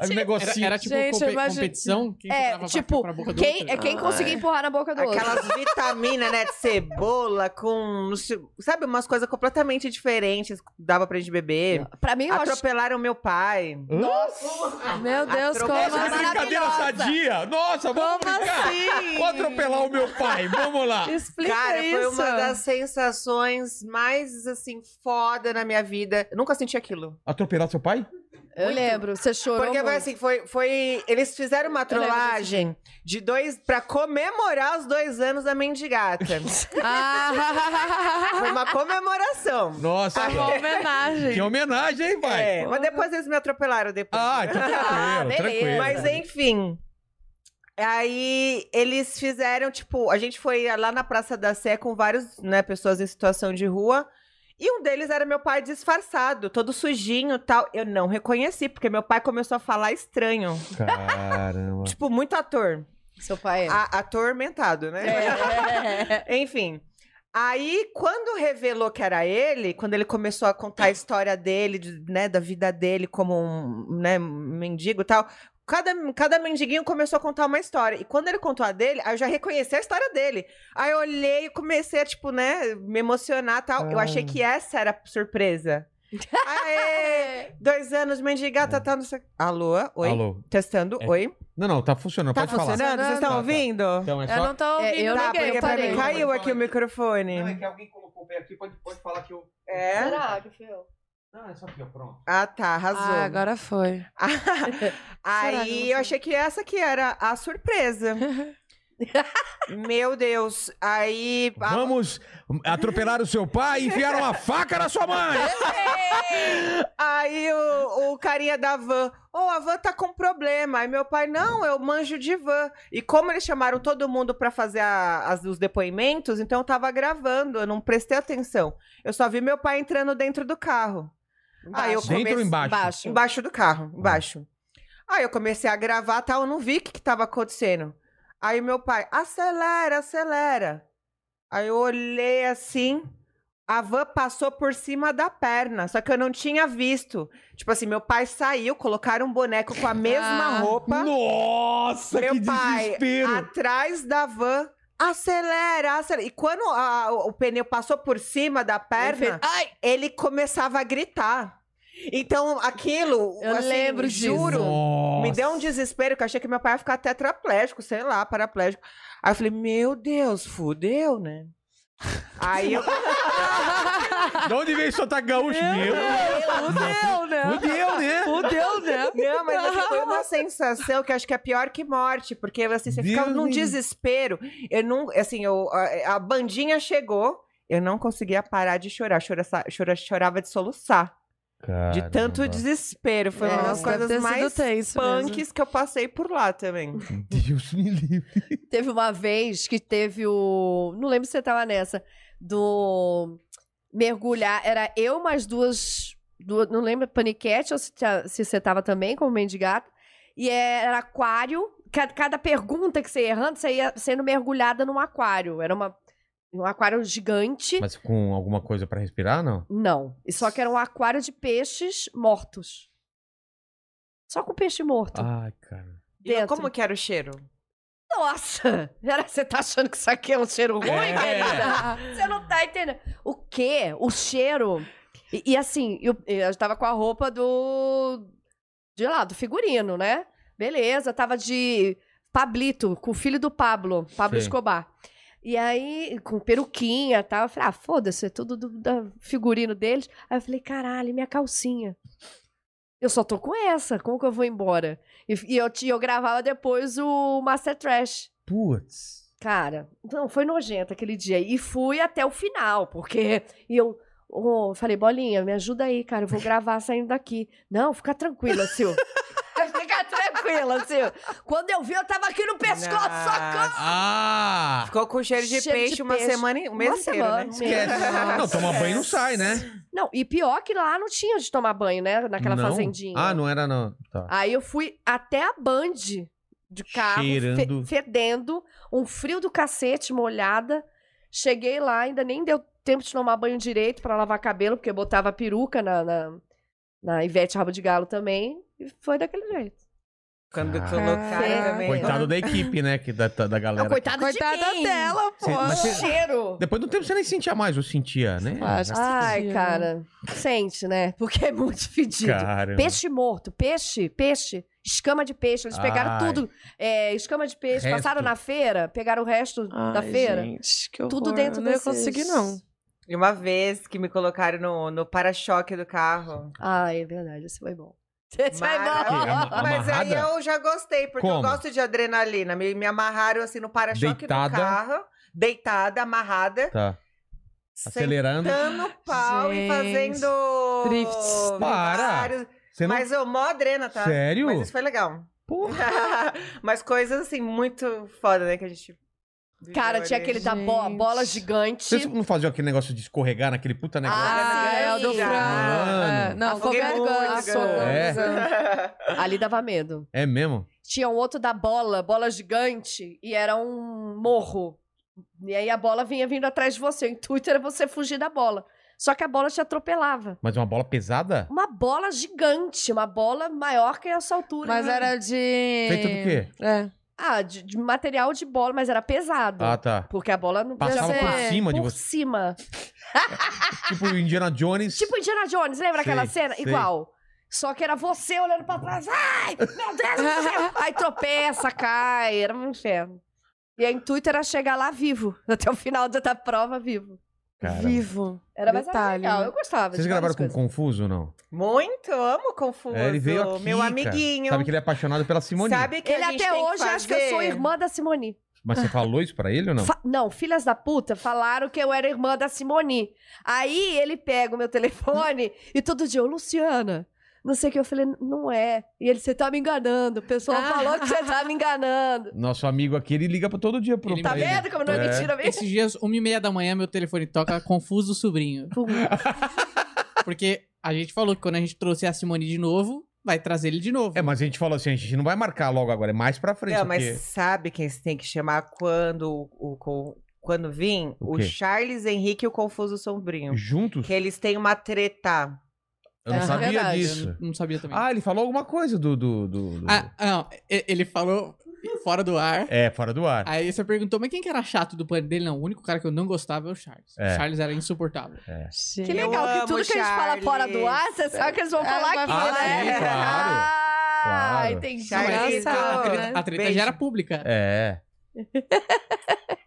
o Era, negocinho. era tipo Gente, compe- eu imagino- competição? Quem É, chutava a faca tipo, pra boca do quem, outro? é quem Ah, conseguia empurrar na boca do outro. Aquelas vitaminas, né? De cebola com. não sei- Sabe, umas coisas completamente diferentes. Dava pra gente beber. Pra mim, eu acho... Atropelaram meu pai. Meu Deus, como Atropelou. Essa assim? brincadeira maravilhosa. sadia. Nossa, vamos Como brincar. assim? Vou atropelar o meu pai. Vamos lá. Explica Cara, isso. foi uma das sensações mais, assim, foda na minha vida. Eu nunca senti aquilo. Atropelar seu pai? Eu lembro, você chorou Porque, muito. assim, foi, foi... Eles fizeram uma lembro desse trollagem de dois... Pra comemorar os dois anos [LAUGHS] da Mendigata. Ah, foi uma comemoração. Nossa. foi uma homenagem. Que homenagem, hein, pai? É, mas depois eles me atropelaram depois. Ah, então tranquilo, beleza. tranquilo. Mas enfim. Aí eles fizeram, tipo, a gente foi lá na Praça da Sé com vários, né, pessoas em situação de rua. E um deles era meu pai disfarçado, todo sujinho e tal. Eu não reconheci, porque meu pai começou a falar estranho. Caramba. Tipo, muito ator. Seu pai [LAUGHS] é. A- atormentado, né? Enfim. Aí, quando revelou que era ele, quando ele começou a contar a história dele, de- né, da vida dele como um né, mendigo e tal, cada, cada mendiguinho começou a contar uma história. E quando ele contou a dele, aí eu já reconheci a história dele. Aí eu olhei e comecei a, tipo, né, me emocionar e tal. Eu Ah. achei que essa era a surpresa. [LAUGHS] Aê! Dois anos, mendigata, tá, não sei... Alô? Oi? Alô. Testando, É. oi? Não, não, tá funcionando, Tá pode funcionando? falar. Vocês Tá, estão tá. ouvindo? Então é Eu só. não tô ouvindo eu Tá, ninguém, porque eu pra parei. mim caiu aqui o microfone. é que alguém colocou o pé aqui, pode, pode falar que eu. É? Será que foi eu? Não, é só aqui, ó, pronto. Ah, tá, arrasou. Ah, agora foi. [LAUGHS] Aí eu achei que essa que era a surpresa. Meu Deus. Aí. a- Vamos atropelar o seu pai e enfiar uma faca na sua mãe. Aí o, o carinha da van, ô, a van tá com problema. Aí meu pai, não, eu manjo de van. E como eles chamaram todo mundo pra fazer a- as- os depoimentos, então eu tava gravando, eu não prestei atenção. Eu só vi meu pai entrando dentro do carro. Aí Ah, eu Dentro ou comecei- embaixo? Embaixo. Embaixo do carro, Ah. embaixo. Aí eu comecei a gravar tal, eu não vi o que, que tava acontecendo. Aí meu pai, acelera, acelera. Aí eu olhei assim, a van passou por cima da perna, só que eu não tinha visto. Tipo assim, meu pai saiu, colocaram um boneco com a mesma Ah, roupa. Nossa, meu que pai desespero. atrás da van. Acelera, acelera. E quando a- o pneu passou por cima da perna, Ai, ele começava a gritar. Então, aquilo, Eu assim, lembro disso. juro, Nossa. me deu um desespero que eu achei que meu pai ia ficar tetraplégico, sei lá, paraplégico. Aí eu falei, meu Deus, fudeu, né? Aí [LAUGHS] eu. De onde veio esse sotaque gaúcho? Meu Fudeu, né? Fudeu, né? Fudeu, né? Não, mas assim, foi [LAUGHS] uma sensação que eu acho que é pior que morte, porque assim, você Deus ficava num me livre. desespero. Eu não, assim, eu, a, a bandinha chegou, eu não conseguia parar de chorar, chora, chora- chorava de soluçar, de tanto Caramba. desespero. Foi É, uma das deve coisas mais tenso punks mesmo. que eu passei por lá também. Deus me livre. Teve uma vez que teve o. Não lembro se você tava nessa. Do mergulhar. Era eu mais duas. duas- não lembro, paniquete ou se, tia- se você tava também como mendigato. E era aquário. ca- Cada, pergunta que você ia errando, você ia sendo mergulhada num aquário. Era uma, um aquário gigante. Mas com alguma coisa pra respirar, não? Não. E só que era um aquário de peixes mortos. Só com peixe morto. Ai, cara. E eu- Dentro. como que era o cheiro? Nossa! [LAUGHS] Era, você tá achando que isso aqui é um cheiro ruim, É. querida? Você não tá entendendo. O quê? O cheiro. E, e assim, eu, eu tava com a roupa do. De lá, do figurino, né? Beleza, tava de Pablito, com o filho do Pablo, Pablo Sim. Escobar. E aí, com peruquinha e tal, eu falei, ah, foda-se, é tudo do da figurino deles. Aí eu falei, caralho, minha calcinha. Eu só tô com essa, como que eu vou embora? E, e eu, ti- eu gravava depois o Master Trash. Putz. Cara, não, foi nojento aquele dia. E fui até o final, porque. [LAUGHS] E eu ô, falei, Bolinha, me ajuda aí, cara, eu vou gravar saindo daqui. Não, fica tranquila, Sil. [LAUGHS] fica tranquila, Sil. Quando eu vi, eu tava aqui no pescoço, sacando. Ah! Ficou com cheiro de Cheiro de peixe uma peixe. semana, e- um mês Uma inteiro, semana, né? um mês. Esquece. Não, Nossa. tomar banho não sai, né? Não, e pior que lá não tinha de tomar banho, né? Naquela Não? fazendinha. Ah, não era, não. Tá. Aí eu fui até a Band de carro, fe- Cheirando. fedendo, um frio do cacete, molhada. Cheguei lá, ainda nem deu tempo de tomar banho direito pra lavar cabelo, porque eu botava peruca na, na, na Ivete Rabo de Galo também. E foi daquele jeito. Quando Caraca. colocaram também. Ah. Coitado da equipe, né? Que da, da galera. Não, coitado de Coitada mim. dela, pô. Cê- mas cê- Cheiro. Depois do tempo você nem sentia mais, eu sentia, né? Ah, já Ai, Esse cara. Sente, né? Porque é muito fedido. Caramba. Peixe morto, peixe, peixe, escama de peixe. Eles pegaram Ai. tudo. é, escama de peixe, Resto. passaram na feira, pegaram o resto da Ai, feira. gente, que Tudo horror. dentro Eu não ia desses- conseguir, não. E uma vez que me colocaram no, no para-choque do carro. Ah, é verdade, esse foi bom. [LAUGHS] Esse foi Maravilha. bom. Ama- Mas aí amarrada? eu já gostei, porque eu Como? gosto de adrenalina. Me, me amarraram assim no para-choque do Deitada. carro, deitada, amarrada, Tá. Acelerando. sentando o pau e Gente. fazendo. Drifts. Para. vários- Você não... Mas eu mó adrena, tá? Sério? Mas isso foi legal. Porra. [LAUGHS] Mas coisas assim, muito foda, né? Que a gente. viveu Cara, tinha ali. aquele da bo- Gente. bola gigante. Vocês não faziam aquele negócio de escorregar naquele puta negócio? Ah, Ah, é o do amiga. Fran. É, Não, Afoguei muito, Fogagan. É. Ali dava medo. É mesmo? Tinha um outro da bola, bola gigante, e era um morro. E aí a bola vinha vindo atrás de você. O intuito era você fugir da bola. Só que a bola te atropelava. Mas uma bola pesada? Uma bola gigante, uma bola maior que a sua altura. Mas era de... Feita do quê? É. Ah, de, de material de bola, mas era pesado. Ah, tá. Porque a bola não Passava podia por ser- cima de por você. cima. Tipo o Indiana Jones. [LAUGHS] Tipo Indiana Jones, lembra Sei, aquela cena? sei. Igual. Só que era você olhando pra trás. Ai, meu Deus do céu! Aí tropeça, cai, era um inferno. E a intuito era chegar lá vivo, [LAUGHS] até o final da da prova vivo. Cara, Vivo. Era mais Detalhe, legal, né? eu gostava. Vocês de gravaram várias com o coisas. Confuso ou não? [LAUGHS] Muito, amo o Confuso. É, ele veio aqui, Meu cara. amiguinho. Sabe que ele é apaixonado pela Simone. Sabe que a Ele gente até tem que hoje acha que eu sou fazer? irmã da Simone. Mas você falou isso pra ele ou não? Fa- não, filhas da puta falaram que eu era irmã da Simone. Aí ele pega o meu telefone e todo dia, ô Luciana, não sei o que. Eu falei, não é. E ele, você tá me enganando. O pessoal Ah. falou que você tá me enganando. Nosso amigo aqui, ele liga pra todo dia pro Ele Tá pra ele. vendo como não é, É. [LAUGHS] mentira mesmo? Esses dias, uma e meia da manhã, meu telefone toca Confuso Sobrinho. Porque a gente falou que quando a gente trouxe a Simone de novo, vai trazer ele de novo. É, mas a gente falou assim, a gente não vai marcar logo agora, é mais pra frente. Não, mas porque- sabe quem você tem que chamar quando o, o- quando vim? O O, quê? Charles Henrique e o Confuso Sombrinho. Juntos? Que eles têm uma treta. Eu não É sabia verdade. disso. Não sabia também. Ah, ele falou alguma coisa do... do, do- do- Ah, não, e- ele falou fora do ar. É, fora do ar. Aí você perguntou, mas quem que era chato do plano dele? Não, o único cara que eu não gostava é o Charles. É. O Charles era insuportável. Que Eu legal, que amo tudo que eles falam Charles. É fora do ar, você sabe que eles vão Ah, falar vai aqui, falar. né? Ah, sim, claro. Ah, Claro. entendi. Charles, engraçado, ó, né? A treta um beijo. já era pública. É,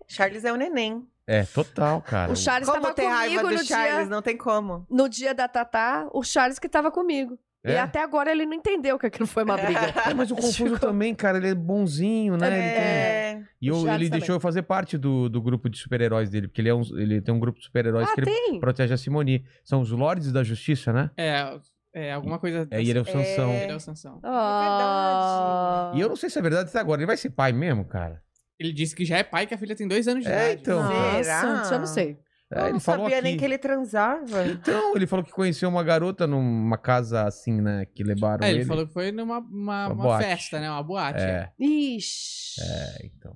Charles é o neném. é, total, cara. O Charles como tava ter raiva comigo do no Charles? dia, Não tem como. no dia da Tatá, o Charles que tava comigo. E É? até agora ele não entendeu que aquilo [LAUGHS] foi uma briga. É, mas o Confuso também, cara, ele é bonzinho, né? Ele tem- É. E eu- O Charles ele também. deixou eu fazer parte do, do grupo de super-heróis dele, porque ele, é um, ele tem um grupo de super-heróis ah, que ele tem? protege a Simone. São os Lordes da Justiça, né? É, é alguma coisa. É, e ele é o Sansão. Ele é o Sansão. Ah. E eu não sei se é verdade até agora. Ele vai ser pai mesmo, cara? Ele disse que já é pai, que a filha tem dois anos de É, idade. então. Nossa, Nossa, isso eu não sei. É, eu ele não falou sabia aqui. nem que ele transava. Então, ele falou que conheceu uma garota numa casa assim, né? Que levaram É, ele. ele falou que foi numa uma, Uma uma boate. festa, né? Uma boate. É, Ixi. é, então.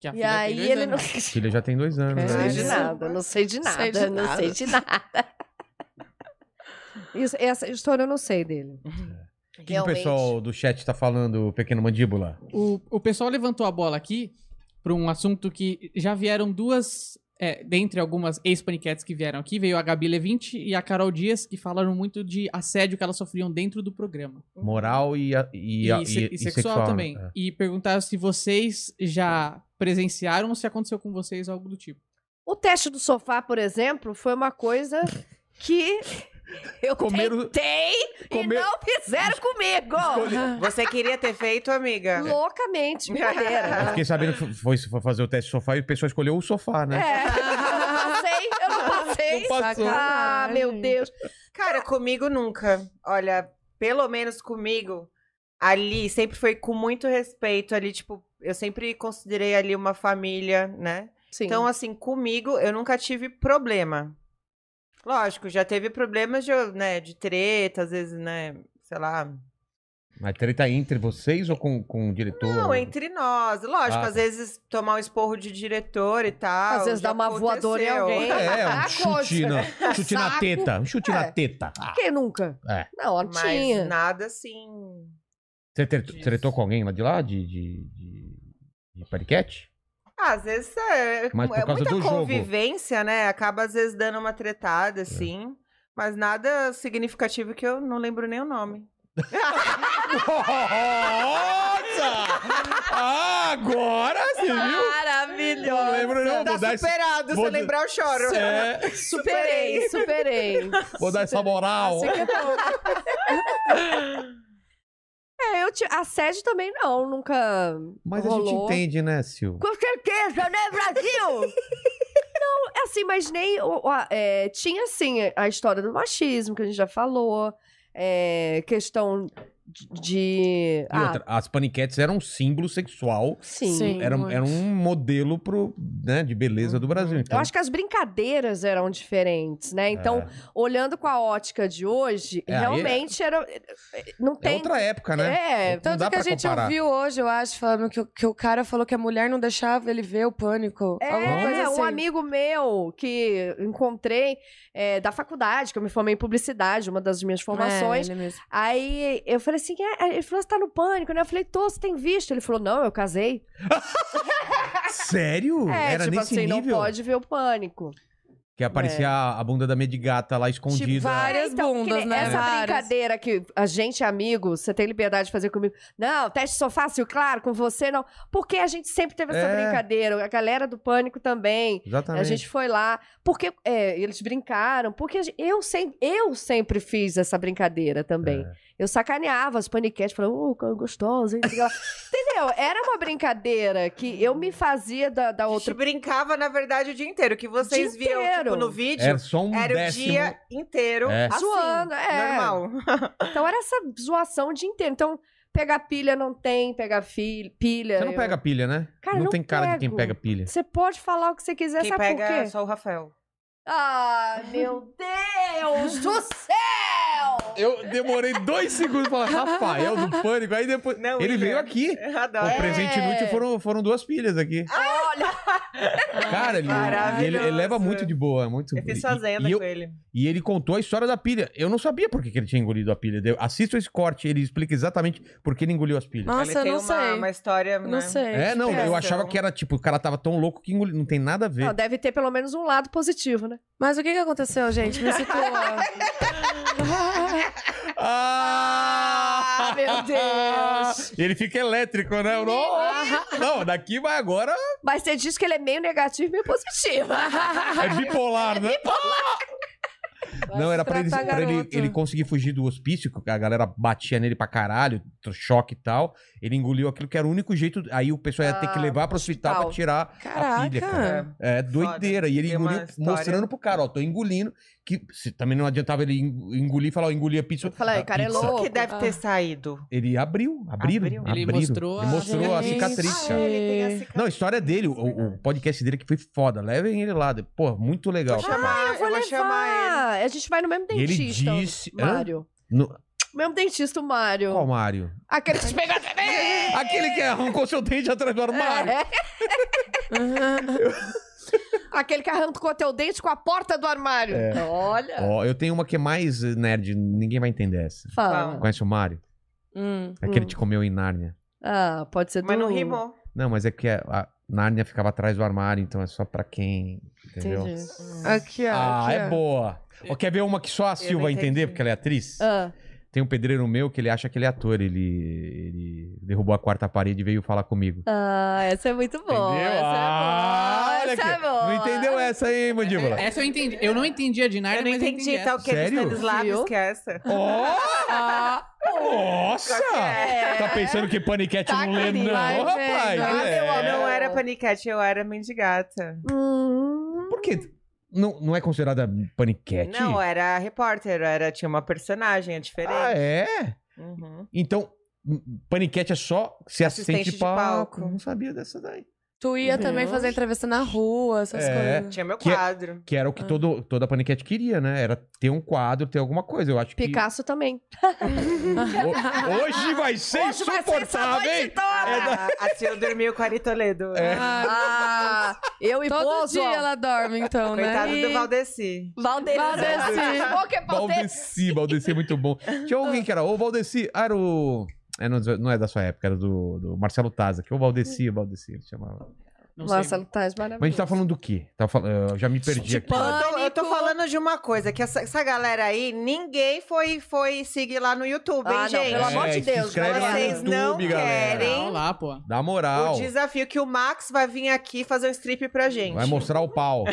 Que a E filha tem aí dois ele não. anos. [LAUGHS] A filha já tem dois anos. Não É, né? sei de Isso. nada, não sei de nada, Sei de não nada. sei de nada. Isso- essa história eu não sei dele. O É. que que o pessoal do chat tá falando, Pequeno Mandíbula? O, o pessoal levantou a bola aqui para um assunto que já vieram duas. É, dentre algumas ex-paniquetes que vieram aqui, veio a Gabi Levinte e a Carol Dias, que falaram muito de assédio que elas sofriam dentro do programa. Moral e, a- e, E, a- se- e- e e sexual, né? também. É. E perguntaram se vocês já presenciaram ou se aconteceu com vocês algo do tipo. O teste do sofá, por exemplo, foi uma coisa que [LAUGHS] eu Comeram- tentei comer- e não fizeram comigo. [LAUGHS] Você queria ter feito, amiga? Loucamente, Eu [LAUGHS] brincadeira. fiquei sabebendo que foi, foi fazer o teste de sofá e o pessoal escolheu o sofá, né? É, eu não passei, eu não passei. passou. Ah, meu Deus. [LAUGHS] Cara, comigo nunca. Olha, pelo menos comigo, ali sempre foi com muito respeito. Ali, tipo, eu sempre considerei ali uma família, né? Sim. Então, assim, comigo eu nunca tive problema. Lógico, já teve problemas de, eu, né, de treta, às vezes, né? Sei lá. Mas treta entre vocês ou com, com o diretor? Não, entre nós. Lógico, Ah, tá. às vezes tomar um esporro de diretor e tal. Às vezes já dá uma voadora em aconteceu. [LAUGHS] [LAUGHS] alguém. É, um Ah, chute, coxa. na, um chute na Saco. teta. Um chute na É. teta. Ah, Quem nunca? É. Não, não tinha. Mas nada assim. Você tretou, tretou com alguém lá de lá, de, de, de, de pariquete? Ah, às vezes é, Mas por é causa muita do jogo. É. convivência, né? Acaba às vezes dando uma tretada, assim. Mas nada significativo que eu não lembro nem o nome. Nossa! Agora você Ah, Maravilhoso. Não lembro não, tá vou dar, esse- superado, vou se dar- lembrar eu choro. [LAUGHS] é, Superei, superei. vou dar essa moral. Assim que é bom. É, eu te... Assédio também não, nunca. Mas a gente Rolou. entende, né, Sil? Com certeza, né, Brasil? [LAUGHS] não, é assim, mas nem. o- o- a- é, tinha, sim, a história do machismo, que a gente já falou, é, questão de. de- ah, E outra, as paniquetes eram um símbolo sexual, sim. Sim. era, muito. era um modelo pro, né, de beleza do Brasil. Então, Eu acho que as brincadeiras eram diferentes, né? Então, é, olhando com a ótica de hoje, É, aí é- realmente era. eh, Não é tem. outra época, né? É, Não dá Tanto que pra a gente comparar. ouviu hoje, eu acho, falando que, o- que o cara falou que a mulher não deixava ele ver o pânico. alguma coisa É, assim. um amigo meu que encontrei é, da faculdade, que eu me formei em publicidade, uma das minhas formações. É, ele mesmo. Aí eu falei assim: "É", ele falou, você tá no pânico, né? Eu falei, tô, você tem visto? Ele falou, não, eu casei. Sério? é, Era tipo nesse assim, nível? não pode ver o pânico. Que aparecia a bunda da Medigata lá escondida. Tipo, Várias que bundas, nem né? Essa Várias. brincadeira que a gente é amigo, você tem liberdade de fazer comigo. Não, teste de sofá, Sil, claro, com você não. Porque a gente sempre teve essa É. brincadeira, a galera do pânico também. Exatamente. A gente foi lá, porque é, eles brincaram, porque a gen- eu, sem, eu sempre fiz É. [LAUGHS] essa brincadeira também. Eu sacaneava as paniquetes, falava, ô, oh, gostosa, hein? sei lá. Entendeu? Meu, era uma brincadeira que eu me fazia da, da A outra. gente brincava, na verdade, o dia inteiro. O que vocês Dia viam inteiro. tipo, no vídeo Era só um era décimo. o dia inteiro. É. Assim, Zoando, é. Normal. Então era essa zoação o dia inteiro. Então, pegar pilha não tem, pegar fi- pilha. Você não eu- pega pilha, né? Cara, não, não tem cara de quem pego. pega pilha. Você pode falar o que você quiser, Quem sabe pega por é quê? só o Rafael. Ah, meu Deus do céu! Eu demorei dois segundos pra falar Rafael do Pânico. Aí depois. Não, ele Igor. veio aqui. Eu O adoro. É. presente inútil foram, foram duas pilhas aqui. Olha, Cara, ele, ele, ele leva maravilhoso. muito de boa. é Muito Eu fiz e, fazenda e, eu- com ele. e ele contou a história da pilha. Eu não sabia por que, que ele tinha engolido a pilha. Eu assisto esse corte, ele explica exatamente por que ele engoliu as pilhas. Nossa, ele eu tem não uma, sei. uma história. Eu né? Não sei. É, não, eu explicação. achava que era tipo, o cara tava tão louco que engoliu. Não tem nada a ver. não, deve ter pelo menos um lado positivo, né? Mas o que que aconteceu, gente? Me situa. Ah! meu Deus. [LAUGHS] Ele fica elétrico, né? Eu Não, não, daqui vai agora. Mas você diz que ele é meio negativo e meio positivo. Ah, É bipolar, né? [LAUGHS] Não, era pra, ele, tratar pra ele, garoto. ele conseguir fugir do hospício, que a galera batia nele pra caralho, tro- choque e tal. Ele engoliu aquilo que era o único jeito. Aí o pessoal ia ter que Ah, levar pro hospital pra hospital. tirar a pilha, cara. Caraca. É doideira. E ele Tem é uma engoliu, história. mostrando pro cara, ó, tô engolindo. Que se- também não adiantava ele eng- engolir e falar, ó, engolia pizza. Falei, a cara, é pizza. louco. que deve ter saído. Ele abriu, abriram, Abriu. abriram. Ele mostrou Ele a mostrou a, cicatriz. cicatriz, Ah, cara. é. ele tem a cicatriz. Não, a história é dele, o, o podcast dele que foi foda. Levem ele lá. Pô, muito legal. Vou chamar, Ah, eu vou chamar ele. levar. A gente vai no mesmo E ele dentista, disse- Hã? Mário. No- O mesmo dentista, o Mário. Qual Mário? Aquele [LAUGHS] É. que te pegou Aquele que arrancou seu dente atrás do armário. É. Aquele que arrancou teu dente com a porta do armário. Olha. É. Ó, eu tenho uma que é mais eh, nerd, ninguém vai entender essa. Fala. Conhece o Mário? Hum. Aquele tipo, Hum. que te comeu em Nárnia. Ah, pode ser Mas do... não rimou. Não, mas é que a, a Nárnia ficava atrás do armário, então é só pra quem. Entendeu? Entendi. Aqui, ó. Ah, aqui, é ó. boa. Ó, quer ver uma que só a Sil não vai entender, entendi. porque ela é atriz? Ah, Tem um pedreiro meu que ele acha que ele é ator. Ele, ele derrubou a quarta parede e veio falar comigo. ah, essa é muito boa. entendeu? Essa Ah, é boa. olha aqui. Essa é boa. É. Não entendeu essa, hein, mandíbula? Essa eu entendi. Eu não entendi a de Narnia, É. Eu não mas eu entendi, essa. tal que é Sério? Stanislav, Viu? que é essa. Ó! Ah, Nossa! É. Tá pensando que paniquete Tá não lê, querido, não, vai rapaz? vendo. Ah, É. meu amor. Não era paniquete, eu era mendigata. hum, Por quê? Não, não é considerada paniquete? é Não, era repórter, era, tinha uma personagem, é diferente. Ah, é? Uhum. Então, m- paniquete é só ser assistente, Assistente de de palco. palco. Não sabia dessa daí. Tu ia também Deus. fazer entrevista na rua, essas É. coisas. Tinha meu Que é- quadro. Que era o que todo, toda paniquete queria, né? Era ter um quadro, ter alguma coisa. Eu acho que... Picasso também. Ho- hoje vai ser Hoje vai ser essa insuportável, hein? noite toda. Ah, a Sil dormiu com a Ari Toledo. É. Ah, Ah, eu e todo Bozo. dia ela dorme, então, né? Coitado E- do Valdeci. Valdeci. Valdeci. Qual que é Valdeci? Valdeci, Valdeci é muito bom. Tinha alguém que era o Valdeci, ah, era o... É, não, não é da sua época, era do, do Marcelo Taza, que é o Hum. Valdeci, o Valdeci, ele chamava. Não sei. Nossa, tá maravilhoso. Mas a gente tá falando do quê? Tá fal- Eu já me perdi aqui. Tipo, Eu tô, eu tô Pânico. falando de uma coisa, que essa, essa galera aí, ninguém foi, foi seguir lá no YouTube, hein, Ah, não, gente? pelo amor É, de se Deus, inscreve lá no Vocês não YouTube, Tá galera. querem. Olha lá, pô. Dá moral. O desafio que o Max vai vir aqui fazer um strip pra gente. Vai mostrar o pau.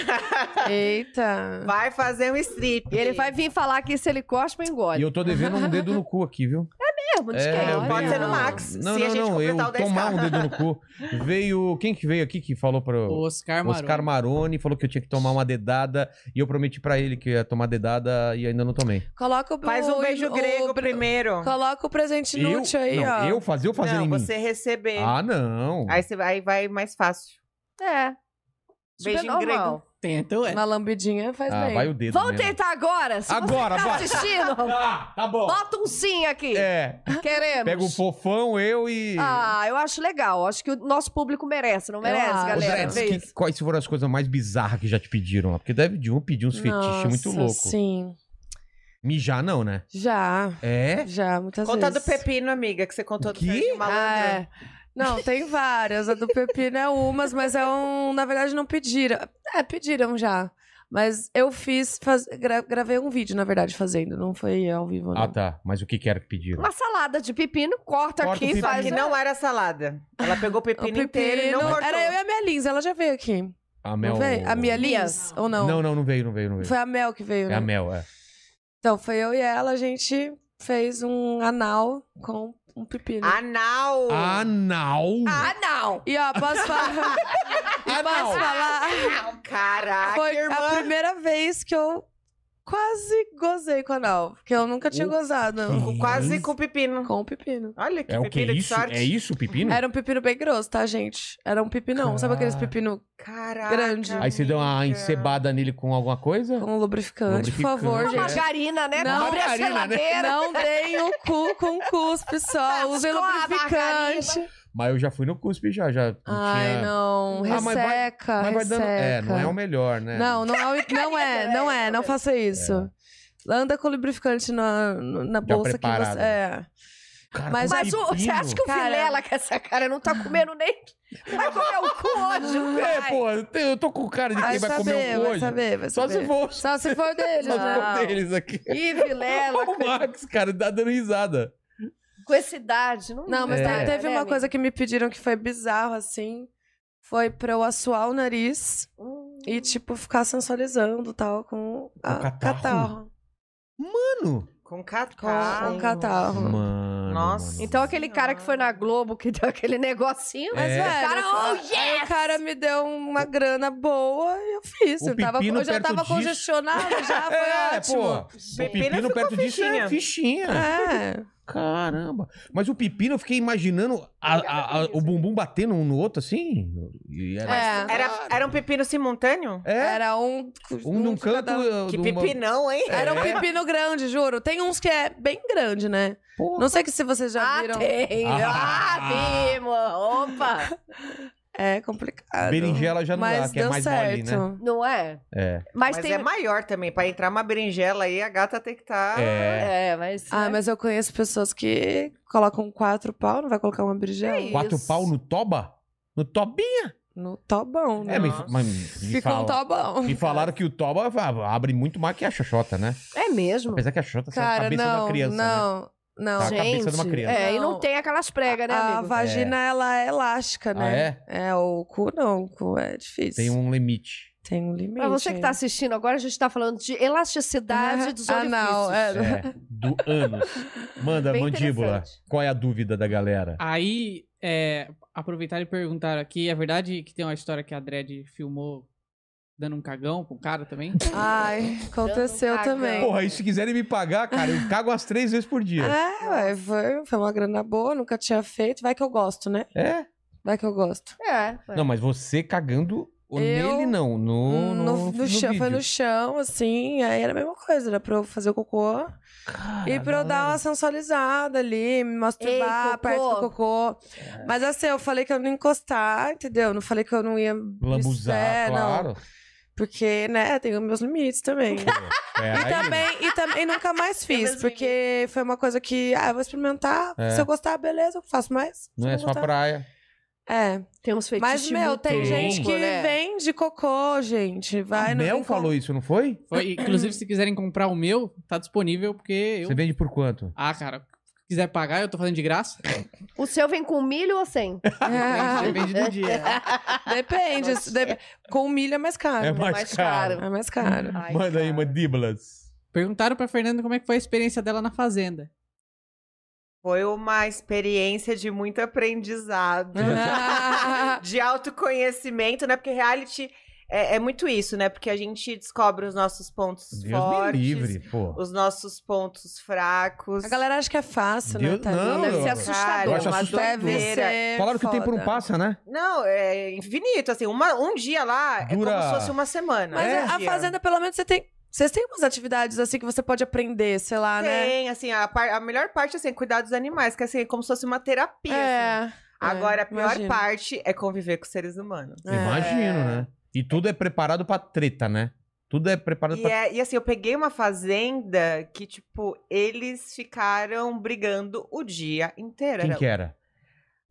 Eita. Vai fazer um strip. E ele vai vir falar que se ele cospa, E engole. eu tô devendo um dedo no cu aqui, viu? Mesmo, diz que É, é. eu Pode veio- ser no Max, Não, se a não, gente não. Eu completar o 10K. tomar um dedo no cu. Veio. Quem que veio aqui que falou pro. O Oscar Maroni. Oscar Maroni falou que eu tinha que tomar uma dedada e eu prometi pra ele que eu ia tomar dedada e ainda não tomei. Coloca o Faz um o- beijo o- grego o- primeiro. Coloca o presente eu, inútil aí, não, ó. eu fazer ou fazer não, em mim? você receber. Ah, não. Aí você vai, vai mais fácil. É. Beijo Super em grego. normal. Tem, então é. Uma lambidinha faz Ah, bem. vai o dedo. Vamos mesmo. tentar agora? Se Agora, você tá vai. [LAUGHS] assistindo, Tá, tá bom. bota um sim aqui. É. Queremos. Pega o fofão, eu e. Ah, eu acho legal. Acho que o nosso público merece, não merece, acho. Ô, galera? Dreads, Vê que- isso. quais foram as coisas mais bizarras que já te pediram lá? Porque deve de um pedir uns fetiches muito Nossa, loucos. Sim. Mijar não, né? Já, É? já, muitas Conta do vezes. pepino, amiga, que você contou Que? do Sérgio Ah, Malandro. é. Não, tem várias. A do pepino é umas, mas é um. Na verdade, não pediram. É, pediram já. Mas eu fiz. faz- gra- gravei um vídeo, na verdade, fazendo. Não foi ao vivo, né? não. Ah, tá. Mas o que que era que pediram? Uma salada de pepino, corta, Corta o aqui e pepino. Só faz. que não era salada. Ela pegou o um [LAUGHS] O pepino, inteiro e não cortou. Era eu e a Mia Lins, ela já veio aqui. A Não Mel... veio? A Mia Lins? Ou não? Não, não, não veio, não veio, não veio. Foi a Mel que veio, É né? a Mel, é. Então, foi eu e ela, a gente fez um anal com um pepino. Ah. Anal. Anal. Ah, não! E ó, posso [LAUGHS] falar? É posso falar? Anal, caraca, Foi irmã. a primeira vez que eu quase gozei com anal. Porque eu nunca tinha O gozado quê? Quase com pepino. um com o pepino. Olha que É o que? pepino de Isso? sorte. É isso, o pepino? Era um pepino bem grosso, tá, gente? Era um pepinão. Sabe aqueles Cara. pepino Caraca. Grande. Aí você deu uma encebada nele com alguma coisa? com lubrificante? Por favor, Uma Lubrificante. gente. margarina, né? Não, Abre a margarina, né? geladeira. Não deem o cu com cuspe só. Usem Escova a lubrificante. Mas eu já fui no cuspe já, já não Ai, tinha... não. Ah, mas vai- Resseca, Mas vai dando... resseca. É, não é o melhor, né? Não, não é, o- não é, não é, não faça isso. Anda com lubrificante na, na bolsa que preparado. você. É. Cara, Mas- com Mas o- você pepino. acha que o Cara. Vilela com essa cara não tá comendo nem... Vai comer o cu hoje, É, vai. pô, eu te- eu tô com cara de quem Vai vai, comer saber, um cu vai hoje. saber, vai Só saber. se for Só se for dele, só se for né? deles aqui. Ih, [LAUGHS] Vilela, O Max, cara, tá dando risada. com essa idade. Não, Não, mas É. te- dá, teve né, uma amiga? coisa que me pediram que foi bizarro, assim. Foi pra eu assoar o nariz Hum. e, tipo, ficar sensualizando tal com a, catarro? Mano. Com Com, catarro. com um catarro. Mano. Nossa. mano. Então aquele cara que foi na Globo, que deu aquele negocinho... Mas, É. velho, O cara, oh, aí o cara me deu uma grana boa e eu fiz. O Eu, tava, pepino eu já perto tava disso. [LAUGHS] congestionada, já tá, foi É, ótimo. pô. O Pepino pepino ficou perto disso é fichinha. fichinha. É. Caramba. Mas o pepino, eu fiquei imaginando a- a- a- o bumbum batendo um no outro assim. E era... É. Era, era um pepino simultâneo? É, Era um. um num de canto. É? cada- eu- Que de uma- pepinão, hein? Era um pepino grande, juro. Tem uns que é bem grande, né? Porra. Não sei que se vocês já Ah, viram. tem! Ah. Ah, vimos! Opa! É complicado. Berinjela já não Mas dá, que é deu mais mole, certo. né? Não é? É. Mas, Mas tem... é maior também. Pra entrar uma berinjela aí, a gata tem que tá estar... É. É, mas... Ah, mas eu conheço pessoas que colocam quatro pau, não vai colocar uma berinjela? Que Quatro isso. pau no toba? No tobinho? No tobão, né? É, me, Nossa. mas me, Fica fala- um tobão. me falaram que o toba ah, abre muito mais que a xoxota, né? É mesmo? Apesar que a xoxota é a [LAUGHS] Cara, cabeça de não, uma criança, né? não, não. Tá, a cabeça de uma Gente, criança. É, e não Não. Ah, tem aquelas pregas, né, a amigo? vagina, ela é elástica, Ah, né? é? é? o cu não, o cu é difícil. Tem um limite. Tem um limite. Pra você que tá assistindo agora, a gente tá falando de elasticidade dos Ah, orifícios. não, é. É, do ânus. Manda, Bem mandíbula. interessante. Qual é a dúvida da galera? Aí, é, aproveitar e perguntar aqui, é verdade que tem uma história que a Dredd filmou dando um cagão com o cara [LAUGHS] também? Ai, aconteceu Dando um também. cagão. Porra, e se quiserem me pagar, cara, eu cago as três vezes por dia. É, ué, foi, foi uma grana boa, nunca tinha feito. Vai que eu gosto, né? É? Vai que eu gosto. É, foi. Não, mas você cagando ou Eu- nele, não. No, Hum, no, no, chão, foi no vídeo. chão, assim, aí era a mesma coisa, era pra eu fazer o cocô Cara, e pra eu dar galera. uma sensualizada ali, me masturbar Ei, cocô. perto do cocô. É. Mas assim, eu falei que eu não ia encostar, entendeu? Não falei que eu não ia. me- Lambuzar, É, claro. Porque, né, tenho meus limites também. É, E aí- também, e também nunca mais fiz, meus porque foi uma coisa que, ah, eu vou experimentar. É. Se eu gostar, beleza, eu faço mais. Se Não é não só gostar- praia. É. Tem uns feitiços Mas, meu, tem muito gente louco, que né? vende cocô, gente. Vai a no Mel Rincon- falou isso, não foi? Foi, inclusive, se quiserem comprar o meu, tá disponível, porque eu... Você vende por quanto? Ah, cara, se quiser pagar, eu tô fazendo de [LAUGHS] graça. O seu vem com milho ou sem? É, Depende do dia. depende. isso dep- Com milho é mais caro. É mais caro. É mais [LAUGHS] caro. Ai, Manda aí, cara. mandíbulas. Perguntaram pra Fernanda como é que foi a experiência dela na fazenda. Foi uma experiência de muito aprendizado. de autoconhecimento, né? Porque reality é, é muito isso, né? Porque a gente descobre os nossos pontos Deus fortes, me livre, pô. os nossos pontos fracos. A galera acha que é fácil, Deus- né? não, deve Deve ser eu- Cara, é assustador. eu acho uma assustador. Deve doideira. ser Falaram que o tempo não é foda. passa, né? Não, é infinito, assim, uma, um dia lá é Dura- É? como se fosse uma semana. Mas né? Um a- a dia. fazenda, pelo menos, você tem. Vocês têm umas atividades assim que você pode aprender, sei lá, né? tem, assim, a, par- a melhor parte assim, é cuidar dos animais, que assim, é como se fosse uma terapia. assim. É. Agora, a pior imagino. parte é conviver com seres humanos. É. Imagino, né? E tudo é preparado pra treta, né? Tudo é preparado E, pra. é- e, assim, eu peguei uma fazenda que, tipo, eles ficaram brigando o dia inteiro. Quem Era que é? era?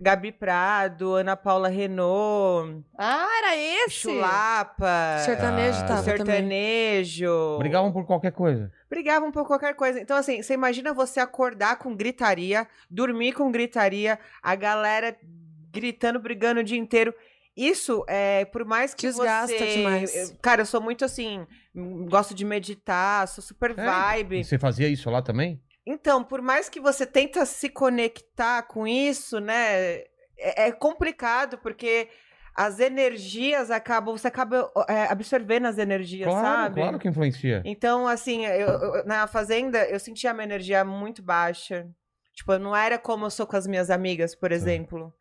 Gabi Prado, Ana Paula Renault, Ah, era esse? Chulapa, Sertanejo Ah, tava [LAUGHS] também. Sertanejo. Brigavam por qualquer coisa. Brigavam por qualquer coisa. Então, assim, você imagina você acordar com gritaria, dormir com gritaria, a galera gritando, brigando o dia inteiro. Isso é, por mais que Desgasta você... demais. eu- Cara, eu sou muito assim, gosto de meditar, sou super É, vibe. E você fazia isso lá também? Então, por mais que você tenta se conectar com isso, né, é, é complicado porque as energias acabam, você acaba é, absorvendo as energias, Claro, sabe? claro que influencia. Então, assim, eu- eu- na fazenda eu sentia a minha energia muito baixa. Tipo, eu não era como eu sou com as minhas amigas, por exemplo.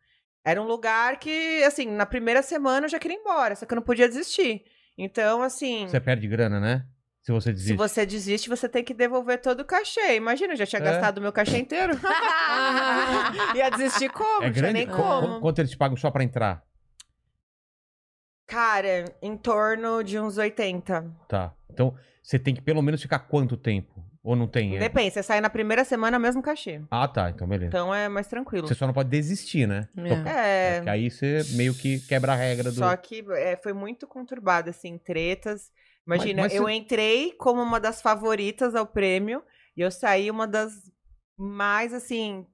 Era um lugar que, assim, na primeira semana eu já queria ir embora, só que eu não podia desistir. Então, assim, Você perde grana, né? Se você se desiste. você desiste, você tem que devolver todo o cachê. Imagina, eu já tinha É. gastado o meu cachê inteiro. [LAUGHS] Ia desistir como? É não tinha grande? nem Qu- como. Quanto eles te pagam só pra entrar? Cara, em torno de uns 80. Tá. Então, você tem que pelo menos ficar quanto tempo? Ou não tem? é? Depende, você sai na primeira semana, mesmo cachê. Ah, tá. Então, beleza. Então é mais tranquilo. Você só não pode desistir, né? Então, É. porque aí você meio que quebra a regra do... Só que é, foi muito conturbado, assim, tretas. Imagina, Mas- mas eu você- entrei como uma das favoritas ao prêmio e eu saí uma das mais, assim,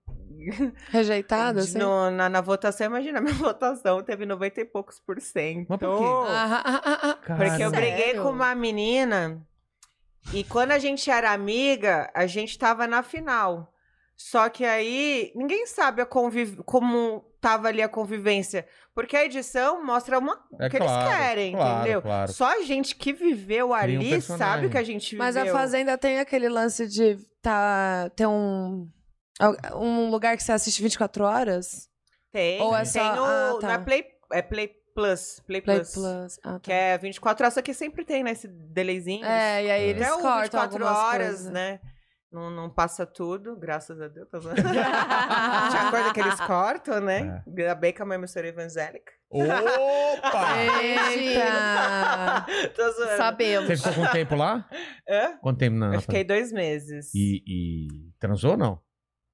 Rejeitada, assim? no- na, na votação. Imagina, [LAUGHS] minha votação teve 90 e poucos por cento. Mas por quê? Ah, ah, ah, ah. Porque eu Sério? briguei com uma menina e quando a gente era amiga, a gente tava na final. Só que aí ninguém sabe a conviv... como tava ali a convivência. Porque a edição mostra uma... É o que claro, eles querem, claro, entendeu? [LAUGHS] claro. Só a gente que Cria viveu um ali personagem. sabe o que a gente viveu. Mas a Fazenda tem aquele lance de tá, ter um, al- um lugar que você assiste 24 horas? Tem, Ou é tem só- no... ah, tá. na Play... É Play Plus. Play, Play Plus. Plus. Ah, tá. Que é 24 horas, só que sempre tem, né? Esse delayzinho. É, e aí eles Até o cortam 24 algumas horas, coisas. [LAUGHS] né? Não, não passa tudo, graças a Deus. tá Já coisa que eles cortam, né? Ainda bem que a minha mistura é evangélica. É. Opa! Eita! [LAUGHS] Tô zoando. Sabemos. Você ficou quanto tempo lá? Hã? Quanto tempo na... Eu fiquei dois meses. E, e transou ou não?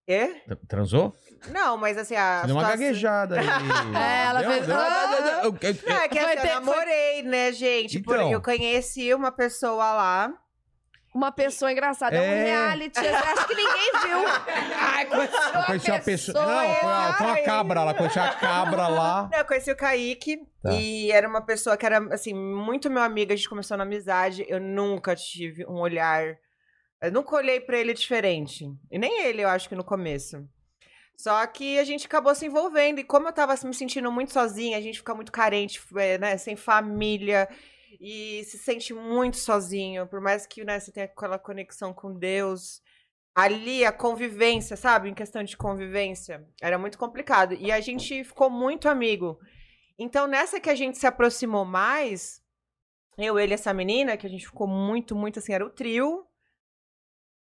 É? Tran- Transou? Não, mas assim, a. Deu uma situação- gaguejada [LAUGHS] ali. É, ela Deu- fez- deu- Ah! deu- deu- deu- Não, é que Foi assim, ter- eu namorei, né, gente? Então. Porque eu conheci uma pessoa lá. Uma pessoa engraçada. É um É. reality. Eu Acho que ninguém viu. Ai, Eu conheci uma pessoa. Não, foi uma, foi uma cabra lá. Conheci uma cabra lá. Eu conheci o Kaique Tá. e era uma pessoa que era, assim, muito meu amigo. A gente começou na amizade. Eu nunca tive um olhar. Eu nunca olhei pra ele diferente. E nem ele, eu acho que no começo. Só que a gente acabou se envolvendo. E como eu tava assim, me sentindo muito sozinha, a gente fica muito carente, é, né? Sem família. E se sente muito sozinho. Por mais que né, você tenha aquela conexão com Deus. Ali, a convivência, sabe? Em questão de convivência. Era muito complicado. E a gente ficou muito amigo. Então, nessa que a gente se aproximou mais, eu, ele e essa menina, que a gente ficou muito, muito assim, era o trio,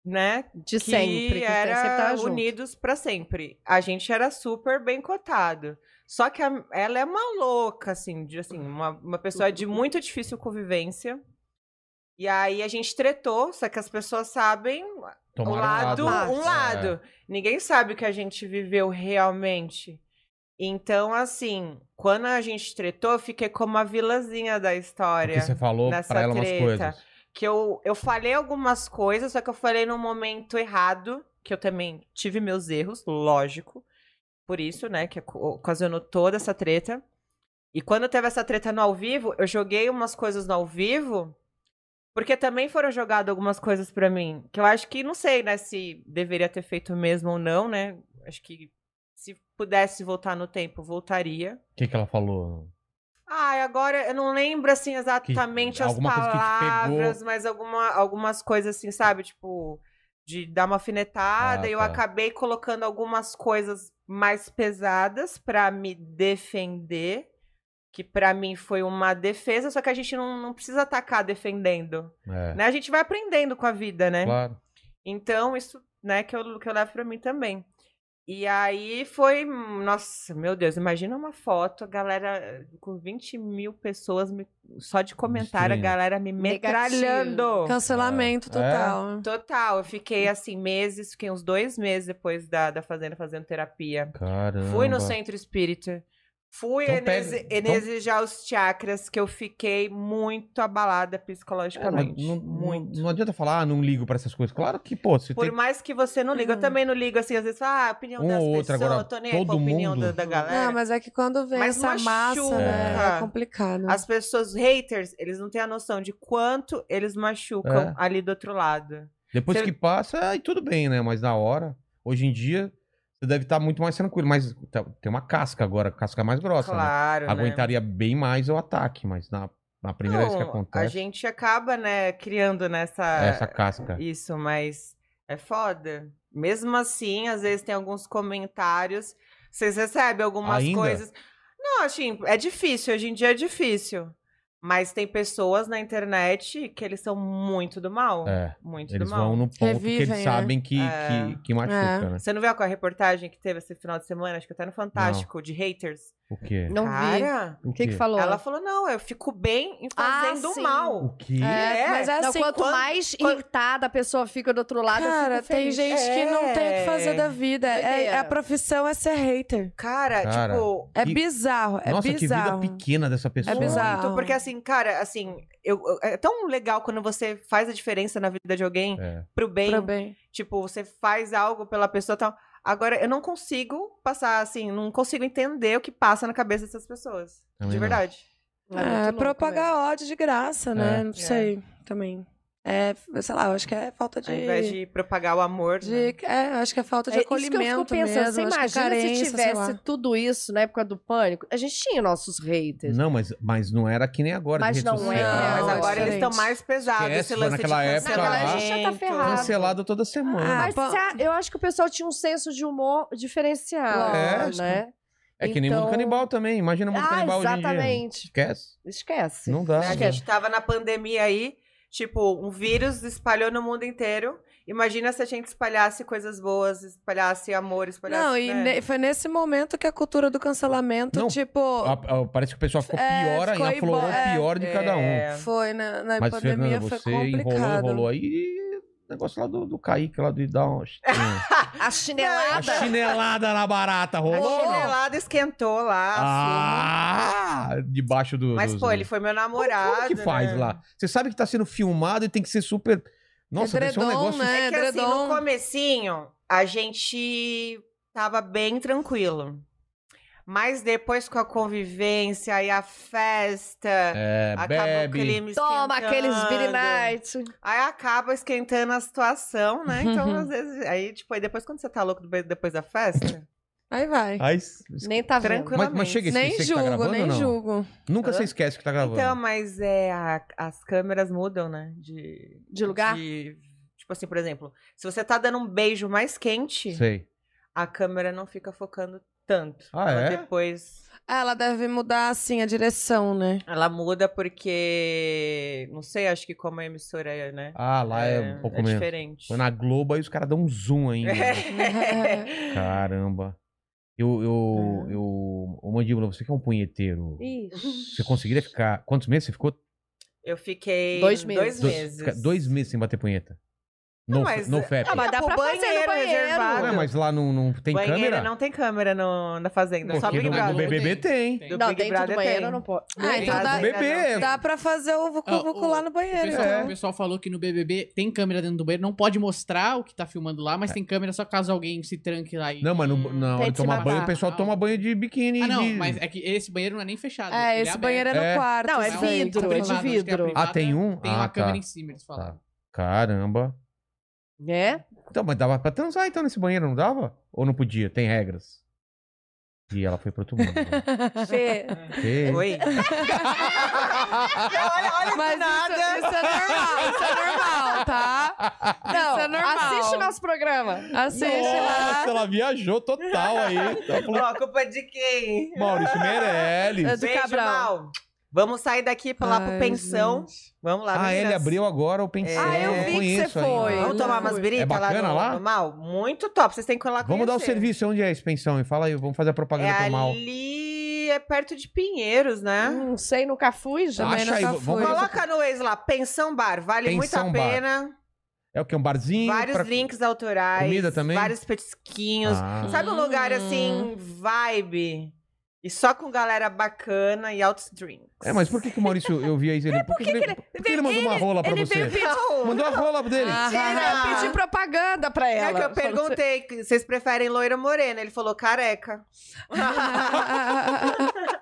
né? De que sempre. Que era sempre tava junto. unidos pra sempre. A gente era super bem cotado. Só que a- ela é uma louca, assim, de, assim uma, uma pessoa de Uhum. muito difícil convivência. E aí a gente tretou, só que as pessoas sabem um Tomaram lado, um lado. um É, lado. Ninguém sabe o que a gente viveu realmente. Então, assim, quando a gente tretou, eu fiquei como a vilazinha da história. Porque você falou nessa pra ela umas treta. coisas. Que eu, eu falei algumas coisas, só que eu falei num momento errado, que eu também tive meus erros, lógico. Por isso, né, que oc- ocasionou toda essa treta. E quando teve essa treta no ao vivo, eu joguei umas coisas no ao vivo, porque também foram jogadas algumas coisas pra mim, que eu acho que não sei, né, se deveria ter feito mesmo ou não, né? Acho que se pudesse voltar no tempo, voltaria. O que, que ela falou? Ai, agora eu não lembro assim exatamente as alguma coisa que te palavras, pegou. mas alguma, algumas coisas assim, sabe? Tipo, de dar uma afinetada. Ah, e eu tá. acabei colocando algumas coisas mais pesadas pra me defender, que pra mim foi uma defesa, só que a gente não, não precisa atacar defendendo, É, né? A gente vai aprendendo com a vida, né? Claro. Então, isso, né, que eu, que eu levo pra mim também. E aí foi. Nossa, meu Deus, imagina uma foto, a galera eh, com 20 mil pessoas me- só de comentário, a Destruindo. galera me Negativo. metralhando. Cancelamento É. total. Total, eu fiquei assim meses, fiquei uns dois meses depois da, da Fazenda fazendo terapia. Caramba. Fui no centro espírita. Fui Então energi- pega- então- energizar os chakras, que eu fiquei muito abalada É, mas psicologicamente. não, muito. não adianta falar, ah, não ligo pra essas coisas. Claro que, pô, você Por tem Hum. mais que você não liga. Eu também não ligo, assim, às vezes, ah, a opinião Um das ou outro, pessoas, agora eu tô nem aí com a todo opinião mundo. da, da galera. Não, mas é que quando vem Mas Assim, essa massa, né, machuca. é complicado. As pessoas, haters, eles não têm a noção de quanto eles machucam É. ali do outro lado. Depois Você- que passa, aí tudo bem, né? Mas na hora, hoje em dia, você deve estar muito mais tranquilo. Mas tá- tem uma casca agora, casca mais grossa, né? Claro, né? Aguentaria bem mais o ataque, mas na, na primeira vez que Não, A acontece, gente acaba, né, criando nessa... essa casca. Isso, mas é foda. Mesmo assim, às vezes tem alguns comentários. Vocês recebem algumas Ainda? coisas. Não, assim, é difícil. Hoje em dia é difícil. Mas tem pessoas na internet que eles são muito do mal. É, Muito eles do mal. vão no ponto que eles Revivem, né? sabem que, É. que, que machuca, né? Você não viu aquela reportagem que teve esse final de semana? Acho que até no Fantástico, de haters. O quê? Não vi. Cara, O O que, quê? que falou? ela falou: não, eu fico bem em Ah, fazendo sim. mal. O quê? É. mas é Não, assim, quanto quando- mais quando- irritada a pessoa fica do outro lado, eu Cara, fico tem feliz. gente que não tem o que fazer É. da vida. É, Doideira. a profissão é ser hater. Cara, Cara, tipo, É E- bizarro, é Nossa, bizarro. que vida pequena dessa pessoa. É bizarro. Muito, porque assim, cara, assim, eu, eu- é tão legal quando você faz a diferença na vida de alguém É. pro bem. Pra bem. Tipo, você faz algo pela pessoa e tal. Agora, eu não consigo passar, assim, não consigo entender o que passa na cabeça dessas pessoas. Também de não. verdade. É muito É, louco propagar mesmo. ódio de graça, né? É. Não sei, também. É, sei lá, eu acho que é falta de... Ao invés de propagar o amor. né? de- é, eu acho que é falta de É isso que eu fico acolhimento pensando. mesmo. Você acho que é imagina carência, se sei lá. tivesse tudo isso na época do pânico? A gente tinha nossos haters. Não, mas, mas não era que nem agora. de Mas rede não social. é, Não, Mas é agora eles estão diferente. mais pesados. Esquece, esse lance naquela de época cancelamento. lá. A gente já tá ferrado. Cancelado toda semana. Ah, Mas pô- se a- eu acho que o pessoal tinha um senso de humor diferenciado, É, acho né? é que nem então- mundo canibal também. Imagina mundo Ah, canibal hoje em dia. exatamente. Esquece. Esquece. Não dá. Né? A gente tava na pandemia aí, tipo, um vírus espalhou no mundo inteiro. Imagina se a gente espalhasse coisas boas, espalhasse amor, espalhasse. Não, e né? ne- foi nesse momento que a cultura do cancelamento, Não, tipo, A- a- Parece que o pessoal ficou É, pior, ficou ainda aí, aflorou é, pior de cada um. É. foi na, na Mas, pandemia, Fernanda, foi você complicado. enrolou, enrolou aí e o negócio lá do, do Kaique, lá do dar uma chinelada. A A chinelada. chinelada na barata, A rolou? ou não? chinelada esquentou lá. assim. Ah! Debaixo do. Mas, dos- pô, ele foi meu Como- namorado. Como que faz né? lá? Você sabe que tá sendo filmado e tem que ser super. Nossa, deve ser um Edredom, negócio. né? É que assim, edredom. no comecinho, a gente tava bem tranquilo. Mas depois com a convivência e a festa, É, acabou o bebe. clima Toma aqueles Billy esquentando. Night. Aí acaba esquentando a situação, né? [LAUGHS] Então, às vezes. Aí, tipo, aí depois quando você tá louco depois- depois da festa. Aí vai. Aí, s- Nem tá vendo. Tranquilo. mas, mas chega esse nem você que tá julgo, gravando ou nem não? julgo. Nunca você Hã? esquece que tá gravando. Então, mas é, a- as câmeras mudam, né? De, De lugar? de- tipo assim, por exemplo, se você tá dando um beijo mais quente, Sei. a câmera não fica focando tanto. Ah, ela é? depois. Ela deve mudar, assim, a direção, né? Ela muda porque. Não sei, acho que como a emissora é, né? Ah, lá é, um pouco menos. diferente. [LAUGHS] É. Foi na Globo aí os caras dão um zoom ainda. [LAUGHS] Caramba. Eu, eu, É. eu. Ô, Mandíbula, você que é um punheteiro. Ixi. Você conseguiria ficar. Quantos meses você ficou? Eu fiquei Dois meses. Dois meses. fica- dois meses sem bater punheta. Não, No, mas- no FEP. Ah, mas dá Pô, pra fazer no banheiro banheiro. reservado. Ué, mas lá não, não tem banheiro câmera? não tem câmera no- na fazenda, é só Porque Big no, Brother. no BBB tem. Tem. Do Não, Big dentro do Brother banheiro tem. não Né? pode. Ah, então Casa dá, do bebê. dá pra fazer o Ah, vucu-vucu o- lá no O banheiro. pessoal, né? É. o pessoal falou que no BBB tem câmera dentro do banheiro, não pode mostrar o que tá filmando lá, mas tem câmera só caso alguém se tranque lá. E... Não, mas no, na hora Tem de que se tomar banho, o matar. pessoal toma banho de biquíni. Ah, não, de- mas é que esse banheiro não é nem fechado. ele É, esse aberto. banheiro é no É. quarto. assim. Não, é isso aí. vidro, é de Privado, [LAUGHS] acho que a vidro. privada Ah, tem um? Tem ah, uma tá. câmera em cima, eles falaram. Tá. Caramba. Né? Então, mas dava pra transar então nesse banheiro, não dava? Ou não podia? Tem regras. E ela foi pro outro mundo. né? Fê, Que- [LAUGHS] [LAUGHS] Oi? Mas isso, isso olha, olha é normal, isso é normal, tá? Não, isso é normal. assiste o nosso programa. Assiste Nossa, lá. ela viajou total aí. Ela [LAUGHS] falou, Ó, culpa de quem? Maurício É Meirelles. do Beijo, Cabral. Mal. Vamos sair daqui pra lá pro Ai, pensão. Vamos lá, Ah, ele meninas. abriu agora o pensão. Ah, eu vi que conheço você ainda. foi. Vamos tomar umas biritas É bacana no, lá? no Mal? Muito top. Vocês têm que ir lá Vamos dar o conhecer. serviço. Onde é esse pensão? E fala aí, vamos fazer a É propaganda pro mal. ali, é perto de Pinheiros, É? né? Não Hum, sei, nunca fui já. Também Acha aí, nunca vamos fui. fazer essa- Coloca no ex lá, Pensão Bar. Vale Pensão muito a Bar. pena. É o que? Um barzinho? vários pra- drinks autorais. Comida também? Vários petisquinhos. Ah. Sabe um lugar Ah. assim, vibe? E só com galera bacana e altos drinks. É, mas por que, que o Maurício, eu vi aí ele. Por que, que ele, por que ele mandou uma rola pra É ele você? veio pedir- [LAUGHS] Não, Mandou a rola dele. Ah, Ele veio pedir propaganda pra É ela. que eu perguntei, que vocês preferem loira ou morena? Ele falou careca. ah, ah, ah, ah, ah, ah.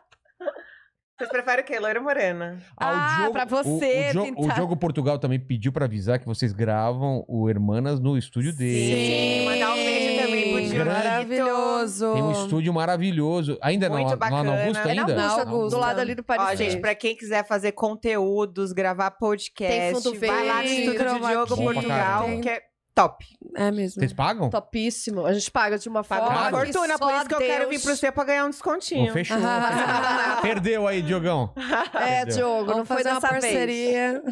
Vocês Barbara que é loira morena. Ah, pra você o, o, jo- o tentar. Jogo Portugal também pediu pra avisar que vocês gravam o Hermanas no estúdio dele. Sim, mandar um beijo também pro Diogo. Maravilhoso. Tem um estúdio maravilhoso. Ainda não, Muito lá lá na bacana. Augusta É na ainda? Augusta, Na do Augusta. lado ali do Ó, Paris. gente, pra quem quiser fazer conteúdos, gravar Tem podcast, fundo vai lá no verde, estúdio do chroma Diogo key. Portugal, Tem. que é top. um É mesmo. Vocês pagam? Topíssimo. A gente paga de uma Paga forma. uma Claro. que fortuna, por só isso que eu quero vir pro Deus- C pra ganhar um Pô, [LAUGHS] descontinho. fechou. Ah, Perdeu aí, Diogão. É, Entendeu? Diogo, não Vamos foi fazer uma dessa vez. parceria.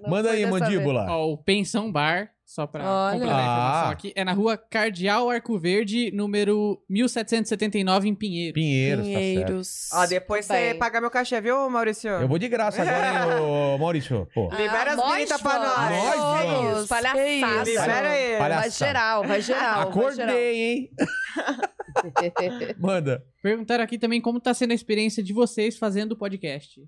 Não Manda foi aí, dessa vez. mandíbula. Ó, o Pensão Bar, só pra Olha. completar a informação Ah. aqui, é na rua Cardeal Arco Verde, número 1779, em Pinheiro. Pinheiros, tá certo. Pinheiros. Ó, depois você Bem. paga meu cachê, viu, Maurício? Eu vou de graça agora, hein, [LAUGHS] ô Maurício? Pô, Ah, Libera as nós bonitas pra vamos. nós. Nós vamos. Vamos, palhaçada. Que isso. Libera palhaçada. É, aí. Vai geral, vai Ah, geral. acordei, hein? Vai geral. [LAUGHS] Manda. Perguntaram aqui também como tá sendo a experiência de vocês fazendo o podcast.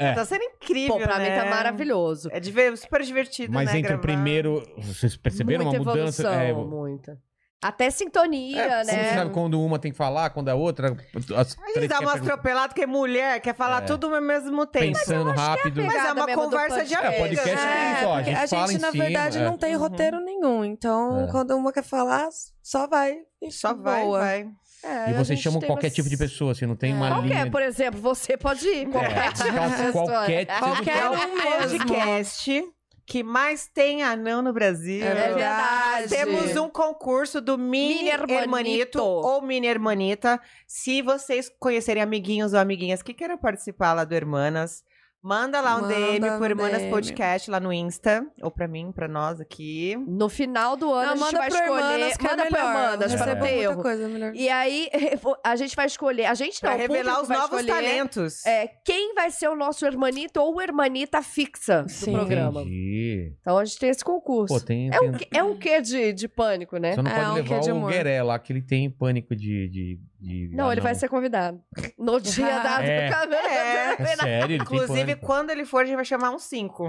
É. Tá sendo incrível, Pô, pra mim tá né? maravilhoso. É diver- super divertido, Mas né? entre o gravar. primeiro. Vocês perceberam muita uma mudança? evolução, É, muita. Até É, sintonia, Como você né? sabe quando uma tem que falar, quando a outra. As A gente três dá quer umas perguntar, atropeladas, que é mulher, quer falar É. tudo ao mesmo tempo. pensando rápido. Mas é Pegada uma mesmo do conversa de né? podcast. É, podcast amigas. é isso, ó. A porque gente a gente, fala em na cima, verdade, é. não Uhum. tem roteiro nenhum. Então, É. quando uma quer falar, só vai. e Só vai, boa. vai. É, E a vocês gente chamam tem qualquer umas- tipo de pessoa, assim, não tem uma linha. Qualquer, por exemplo, você pode ir. Qualquer tipo de qual- pessoa. qualquer Qualquer É um o mesmo. podcast que mais tem anão no Brasil. É É verdade. Temos um concurso do Mini, Mini hermanito. Hermanito. ou Mini Hermanita. Se vocês conhecerem amiguinhos ou amiguinhas que queiram participar lá do Hermanas, manda lá um Manda DM um pro Hermanas DM. Podcast lá no Insta, ou pra mim, pra nós aqui. No final do ano, Não, a gente manda vai pro escolher. Hermanas, que é manda pro melhor. Hermanas, para não Recebam ter muita erro. coisa melhor. E aí, [LAUGHS] a gente vai escolher. A gente não, Pra o público revelar os vai novos escolher, talentos. É, quem vai ser o nosso hermanito ou hermanita fixa do Sim. programa. Entendi. Então a gente tem esse concurso. Pô, tem. é, tem- um, que- é um quê de, de pânico, né? Só não É, pode um quê de levar o humor. Gueré lá, que ele tem pânico de. de, de- Não, ah, ele vai ser convidado. No dia da É. do cabelo. É. É sério, ele Inclusive, tem pânico. quando ele for, a gente vai chamar uns cinco.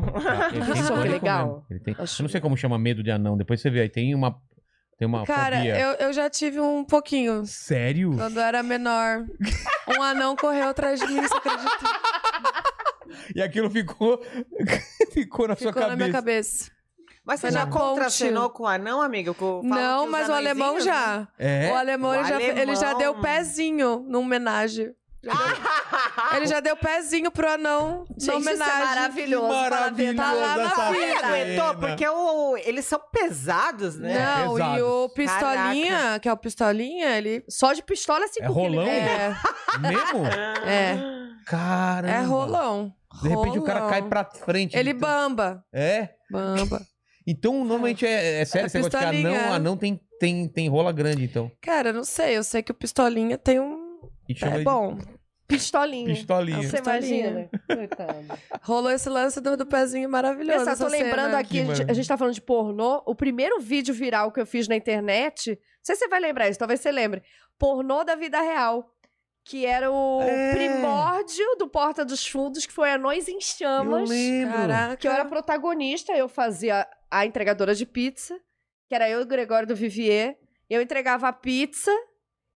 Ah, [LAUGHS] [LAUGHS] ele tem Só que pânico legal. mesmo. Ele tem- Acho- Eu não sei como chama medo de anão, depois você vê. Aí tem uma. Tem uma Cara, fobia. eu, eu já tive um pouquinho. Sério? Quando eu [LAUGHS] era menor. Um anão correu atrás de mim, você acredita? E aquilo ficou. [LAUGHS] ficou na sua Ficou cabeça. na minha cabeça. Mas você Foi já na ponte. contracenou com o anão, amigo? Com- falam um Não, que os mas o alemão anõezinhos- né? já. É. O alemão, O ele, já, ele já alemão. deu pezinho numa homenagem. [LAUGHS] Ele já deu pezinho pro anão na Gente, isso é homenagem. maravilhoso. fala a verdade. Tá lá na essa fila. cena. Aguentou, porque é o- eles são pesados, né? Não, e Pesados. o Pistolinha, que é o Pistolinha, ele. Só de pistola É 5 rolão? É, Mesmo? é. Caramba. É rolão. De repente o cara Rolão. cai pra frente. Ele Então- bamba. É? Bamba. Então, normalmente é, é sério, É você gosta de tá que pistolinha. anão, anão tem, tem, tem rola grande, então. Cara, não sei. Eu sei que o Pistolinha tem um. E chama É de bom. Pistolinha. pistolinha. Você Pistolinha. imagina? Coitado. Rolou esse lance do, do pezinho Eu maravilhoso. só tô essa cena. lembrando aqui, Que a gente, maravilha. a gente tá falando de pornô. O primeiro vídeo viral que eu fiz na internet, não sei se você vai lembrar isso, talvez você lembre. Pornô da vida real. Que era o É. primórdio do Porta dos Fundos, que foi Anões em Eu Chamas. lembro. Caraca. que eu era protagonista, eu fazia a entregadora de pizza, que era eu e o Gregório do Vivier. Eu entregava a pizza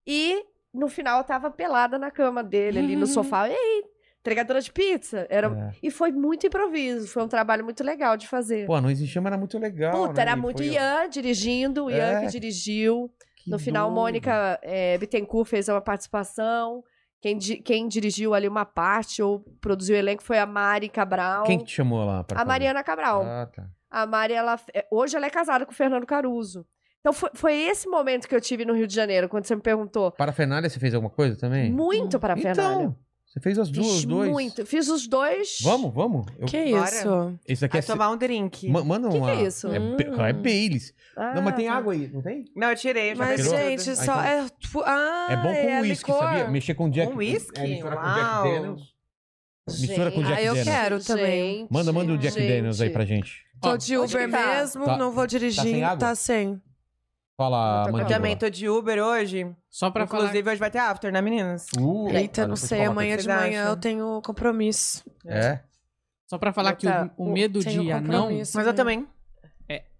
e no final eu tava pelada na cama dele, ali [LAUGHS] no sofá. E aí, entregadora de pizza? Era... É. E foi muito improviso, foi um trabalho muito legal de fazer. Pô, Anões em Chama era muito legal. Puta, né? era E muito foi- Ian dirigindo, o Ian É. que dirigiu. que No final, doido. Mônica é, Bittencourt fez uma participação. Quem, di- quem dirigiu ali uma parte ou produziu o elenco foi a Mari Cabral. Quem te chamou lá? pra A fazer? Mariana Cabral. Ah, tá. A Mari, ela, é, hoje ela é casada com o Fernando Caruso. Então foi, foi esse momento que eu tive no Rio de Janeiro, quando você me perguntou. Parafernália, você fez alguma coisa também? Muito para a Então, você fez as duas, Fiz os dois. muito. Fiz os dois. Vamos, vamos. Eu- Que isso? Esse aqui é... Vai tomar um drink. Ma- Manda que uma... é isso? É, Be- Hum. é Baileys. Ah, Não, mas tem tá. água aí, não tem? Não, eu tirei, eu já Mas, Tirou? bebi gente, tudo. só. Ah, É, tipo, ah, É bom com é uísque, licor. sabia? Mexer com Jack... Com uísque? É, misturar Uau. com Jack Daniels. Mistura com Gente, Jack Ah, eu Daniels. quero também. gente, Manda, manda o Jack gente. Daniels aí pra gente. Tô Ó, de onde Uber que tá? mesmo, Tá- não vou dirigindo. água? Tá sem. Fala, Eu tô com- Eu também mandíbula. tô de Uber hoje. Só pra falar... Inclusive, hoje vai ter after, né, meninas? Uh, Eita, cara, não depois sei. fala, Amanhã de vocês manhã acham? eu tenho compromisso. É? Só pra falar que Tá, o, o medo Tenho de anão é compromisso. Mas eu também.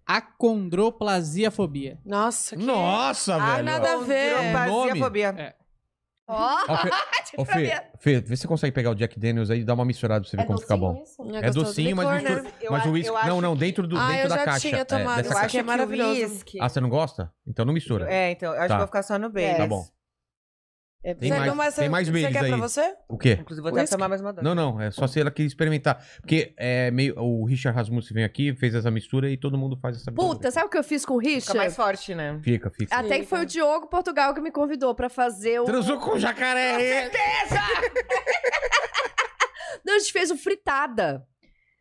acondroplasiafobia. Nossa, que... Nossa, Ah, velho. É nada a ver. Nome? Fobia. É. Ó, Ó, [LAUGHS] Fê- de Ô, Fê, primeira. Fê, vê se você consegue pegar o Jack Daniels aí e dar uma misturada pra você ver como fica bom. É docinho, mas né? mistura. Eu mas a- o uísque. eu acho Não, não, que- dentro do Ah, dentro eu da já caixa. tinha é, tomado, dessa Eu acho caixa. que é maravilhoso. Ah, você não gosta? Então não mistura. É, então, eu acho Tá. que eu vou ficar só no Baileys. Tá bom. É, Tem mais- tem mais Você Baileys quer pra aí. você? O quê? Inclusive, vou até Whisky? tomar mais uma dose. Não, não, é só se ela quer experimentar. Porque é meio. O Richard Rasmussen vem aqui, fez essa mistura e todo mundo faz essa mistura. Puta, Ah, sabe o que eu fiz com o Fica mais Richard? forte, né? Fica, fica. Até que foi o Diogo Portugal que me convidou pra fazer o. Transou com o jacaré! é? Não, a gente fez o fritada.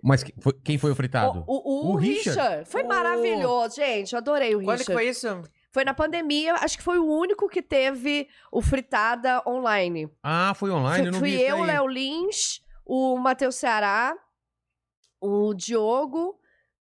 Mas que- foi- quem foi o fritado? O, o, O o Richard? Richard. Foi maravilhoso, gente. eu Adorei o Quando Richard. que foi isso? Foi na pandemia, acho que foi o único que teve o fritada online. Ah, foi online, eu não fui vi. isso eu, aí. Léo Lins, o Matheus Ceará, o Diogo.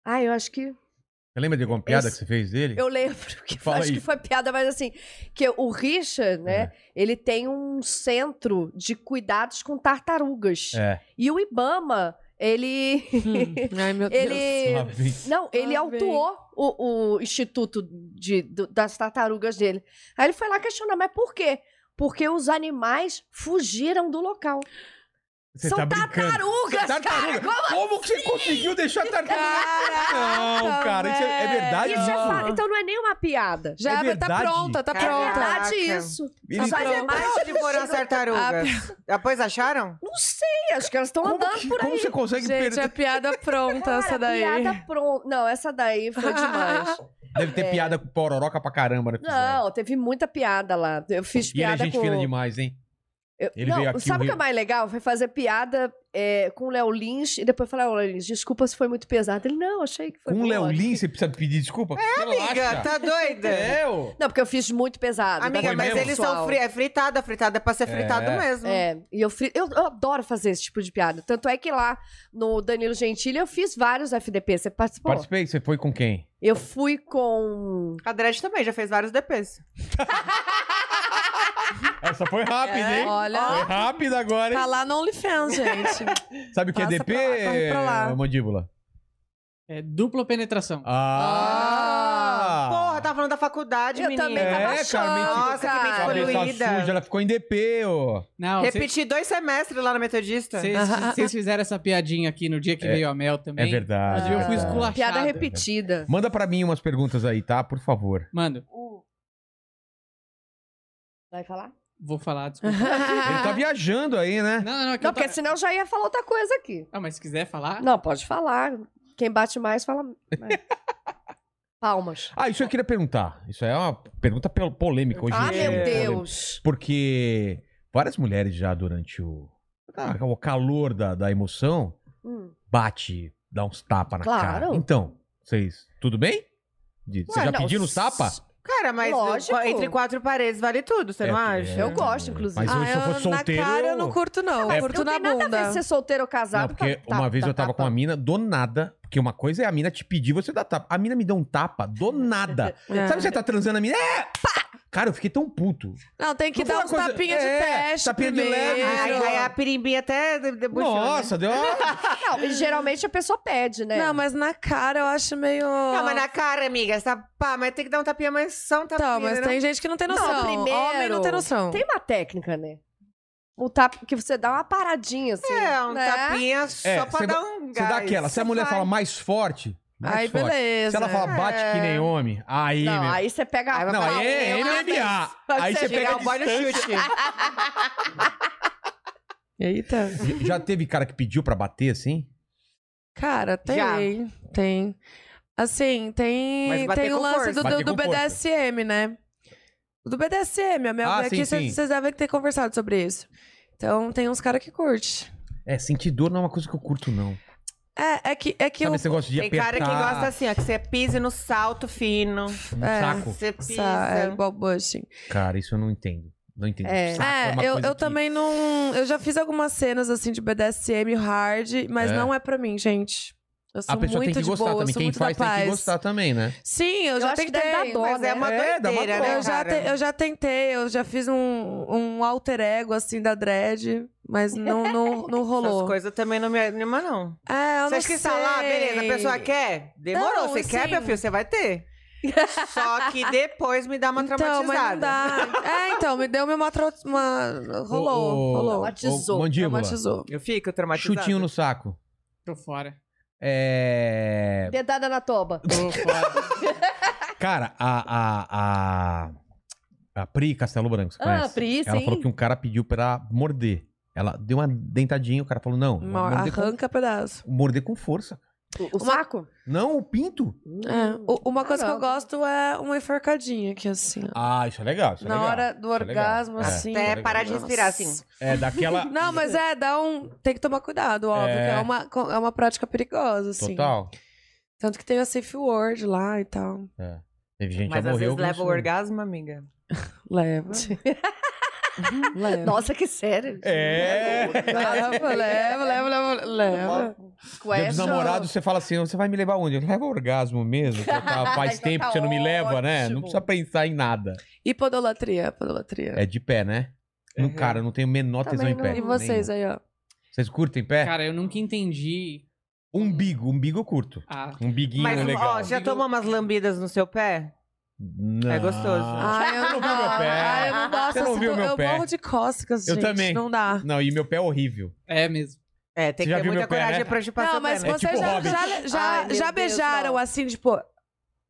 Ah, eu acho que. Você lembra de alguma piada Esse- que você fez dele? Eu lembro que Fala acho aí. É. que foi piada, mas assim, que o Richard, né, ele tem um centro de cuidados com tartarugas. É. E o Ibama, ele. Hum. Ai, meu ele. Lá vem. Não, ele Lá autuou o, o instituto de, do- das tartarugas dele. Aí ele foi lá questionar, mas por quê? Porque os animais fugiram do local. Você São tá brincando. tartarugas, Tartaruga. cara! Como- Como que você conseguiu deixar a tartaruga? Caraca, Não, cara, isso é, é velho. verdade. Isso é não. fa- Então não é nenhuma piada. Já É tá verdade? pronta, tá É Caraca. pronta. verdade isso. Ele- Os Mas é animais mais de foram as fugiram- tartarugas. Depois acharam? Não sei, acho que elas estão Como, andando que- por aí. como você consegue Gente, perder? é piada pronta Cara, essa daí. Piada pronta. Não, essa daí foi [LAUGHS] é. [LAUGHS] demais. Deve ter piada com pororoca pra caramba, né? Não, teve muita piada lá. Eu fiz E ele é piada gente com. fina demais, hein? Eu- Ele não, veio aqui, sabe o o que é Rio- mais legal? Foi fazer piada é, com o Léo Lins e depois falar, "Ô, Léo Lins, desculpa se foi muito pesado. Ele, não, achei que foi Com o bom, Léo acho Lins, que- você precisa pedir desculpa? É, Amiga, tá doida? É, ô. Não, porque eu fiz muito pesado. Amiga, Foi Daquele mas mesmo? eles são pessoal. fri... é fritada, fritada é pra ser É. fritado mesmo. É, e eu, fri- eu, eu adoro fazer esse tipo de piada. Tanto é que lá no Danilo Gentili eu fiz vários FDP. Você participou? Participei, você foi com quem? Eu fui com. A Dredd também já fez vários DPs. Essa foi É. É. rápida, hein? Foi Olha, rápida agora, tá hein? lá no OnlyFans, gente. Sabe o que é Passa DP, pra lá, corre pra lá. eh, mandíbula? É dupla penetração. Ah! Porra, tava falando da faculdade, eu menina. também tava É, achando, Carmen, Nossa, que mente cara. Cabeça poluída. suja, ela ficou em DP, ô. Não, vocês Repeti dois semestres lá na Metodista. vocês fizeram essa piadinha aqui no dia que É. veio a Mel também. É verdade. Eu fui é verdade. esculachado. Piada repetida. Manda pra mim umas perguntas aí, tá? Por favor. Mano, Vai falar? vou falar, desculpa. Ele Ah. tá viajando aí, né? Não, não, não. é que Não, eu tava- porque senão eu já ia falar outra coisa aqui. Ah, mas se quiser falar... Não, pode falar. Quem bate mais, fala. mais. [LAUGHS] Palmas. Ah, isso eu queria perguntar. Isso é uma pergunta pel- polêmica hoje. Ah, em dia, meu é polêmica. Deus. Porque várias mulheres já durante o, ah, o calor da, da emoção Hum. bate, dá uns tapas na Claro. cara. Então, vocês, tudo bem? De- Você Ué, já não, pediu nos s- tapas? Cara, mas Lógico. entre quatro paredes vale tudo, É, você não acha? Eu gosto, inclusive. Ah, Mas eu, se eu fosse Ah, na solteiro... É. cara eu não curto, não. Mas eu não curto na tem nada a ver bunda. ser solteiro ou casado. Não, porque tá- uma vez tá- eu tava tá- com uma mina do nada. Porque uma coisa é a mina te pedir, você dá tapa. A mina me deu um tapa [LAUGHS] do nada. É. Sabe, você tá transando a mina? É! Pá! Cara, eu fiquei tão puto. Não, tem que Não foi dar uma uns coisa- tapinhas é, de teste tapinha de leve, primeiro. Ai, ai, a pirimbinha até de- debuchou, né? Nossa, deu uma... tá. Não, e geralmente a pessoa pede, né? Não, mas na cara eu acho meio... Não, mas na cara, amiga, essa pá, mas tem que dar um tapinha, mas só Tá, um tapinha. Então, mas né? tem gente que não tem Não, noção. primeiro- Homem não tem noção. Tem uma técnica, né? O tapa que você dá uma paradinha, assim. É, um né? tapinha só pra cê dar um Você gás. dá aquela. Se a mulher fala mais forte, mais Aí, forte. beleza. É. Se ela fala bate que nem homem, aí, Não, meu... aí você pega a Não, aí é ah, MMA. Aí você pega Pegar a o body chute. Eita. distância. Já teve cara que pediu pra bater, assim? Cara, tem. Já. Tem. Assim, Mas tem, bater tem o com lance força. do, Bater do, do com força. BDSM, né? Do BDSM, a minha Ah, sim, aqui sim. vocês devem ter conversado sobre isso. Então tem uns caras que curte. É, sentir dor não é uma coisa que eu curto, não. É, é que, é que Sabe eu. esse negócio de Tem apertar... cara que gosta assim, ó, que você pise no salto fino. Um É. saco. Você pisa. Essa, é, igual bushing. Cara, isso eu não entendo. Não entendo. É. Saco É, uma eu, coisa eu que- também não. Eu já fiz algumas cenas assim de BDSM hard, mas É. não é pra mim, gente. Eu sou A pessoa muito tem que de gostar boa, eu também. sou Quem muito faz da tem paz. que gostar também, né? Sim, eu, Eu já acho que tentei. deve dar dó, Mas né? é uma É, dá uma doideira, né, Eu já, cara? te- eu já tentei, eu já fiz um, um alter ego, assim, da dread, mas não, não, não Essas rolou. coisas também não me anima, não. É, eu Você não acha que está lá, sei. beleza, a pessoa é quer? Demorou, Não, você quer, assim- meu filho, você vai ter. Só que depois me dá uma Então, mas não traumatizada. dá. É, então, me deu uma... trau- uma... Rolou, Ô, ô, rolou. Traumatizou. Ô, mandíbula, Traumatizou. Eu fico traumatizada. chutinho no saco. Tô fora. É... Dedada na toba. Tô fora. [LAUGHS] Cara, a, a, a, a Pri Castelo Branco, você Ah, conhece? Pri, Ela sim. falou que um cara pediu pra ela morder. Ela deu uma dentadinha, o cara falou, não, Uma- morder, Arranca pedaço. com, morder com força. O, o Uma- saco? Não, o pinto. É, u- uma coisa que eu Caraca. gosto é uma enforcadinha aqui, assim. ó. Ah, isso é legal, isso é Na legal. hora do isso é legal. orgasmo, É. assim. Até parar de Nossa. respirar, assim. É, [LAUGHS] daquela... Não, mas é, dá um. Tem que tomar cuidado, óbvio. É. que É, uma, co- é uma prática perigosa, assim. Total. Tanto que tem a Safe Word lá e tal. Teve gente que Mas já às morreu. vezes com leva isso. o orgasmo, amiga. Leva. Uhum, [LAUGHS] leva. Nossa, que sério. É. Leva, leva, leva, leva, leva. É Dia dos namorados, você fala assim, você vai me levar onde? Leva orgasmo mesmo. que eu tava- faz Então tempo tá que você não me leva, né? Não ótimo. precisa pensar em nada. E podolatria, podolatria. É de pé, né? Não, Uhum. Cara, eu não tenho o menor tesão Também em pé. E vocês aí, ó. Vocês curtem pé? Cara, eu nunca entendi Ah, Umbigo, umbigo eu curto. a... Umbiguinho Mas, legal. ó, já tomou umas lambidas no seu pé? Não. É gostoso. Ai, eu Ah. não não viu meu pé? Ai, eu não gosto. Você não assim, viu eu- meu eu pé? morro de cócegas, Eu gente. também. Não dá. Não, e meu pé é horrível. É mesmo. É, Você tem que já ter viu muita meu pé, coragem né? pra chupar Não, seu mas pé. né? tipo vocês já, Hobbit. já, já, Ai, meu já Deus, beijaram, não. assim, tipo...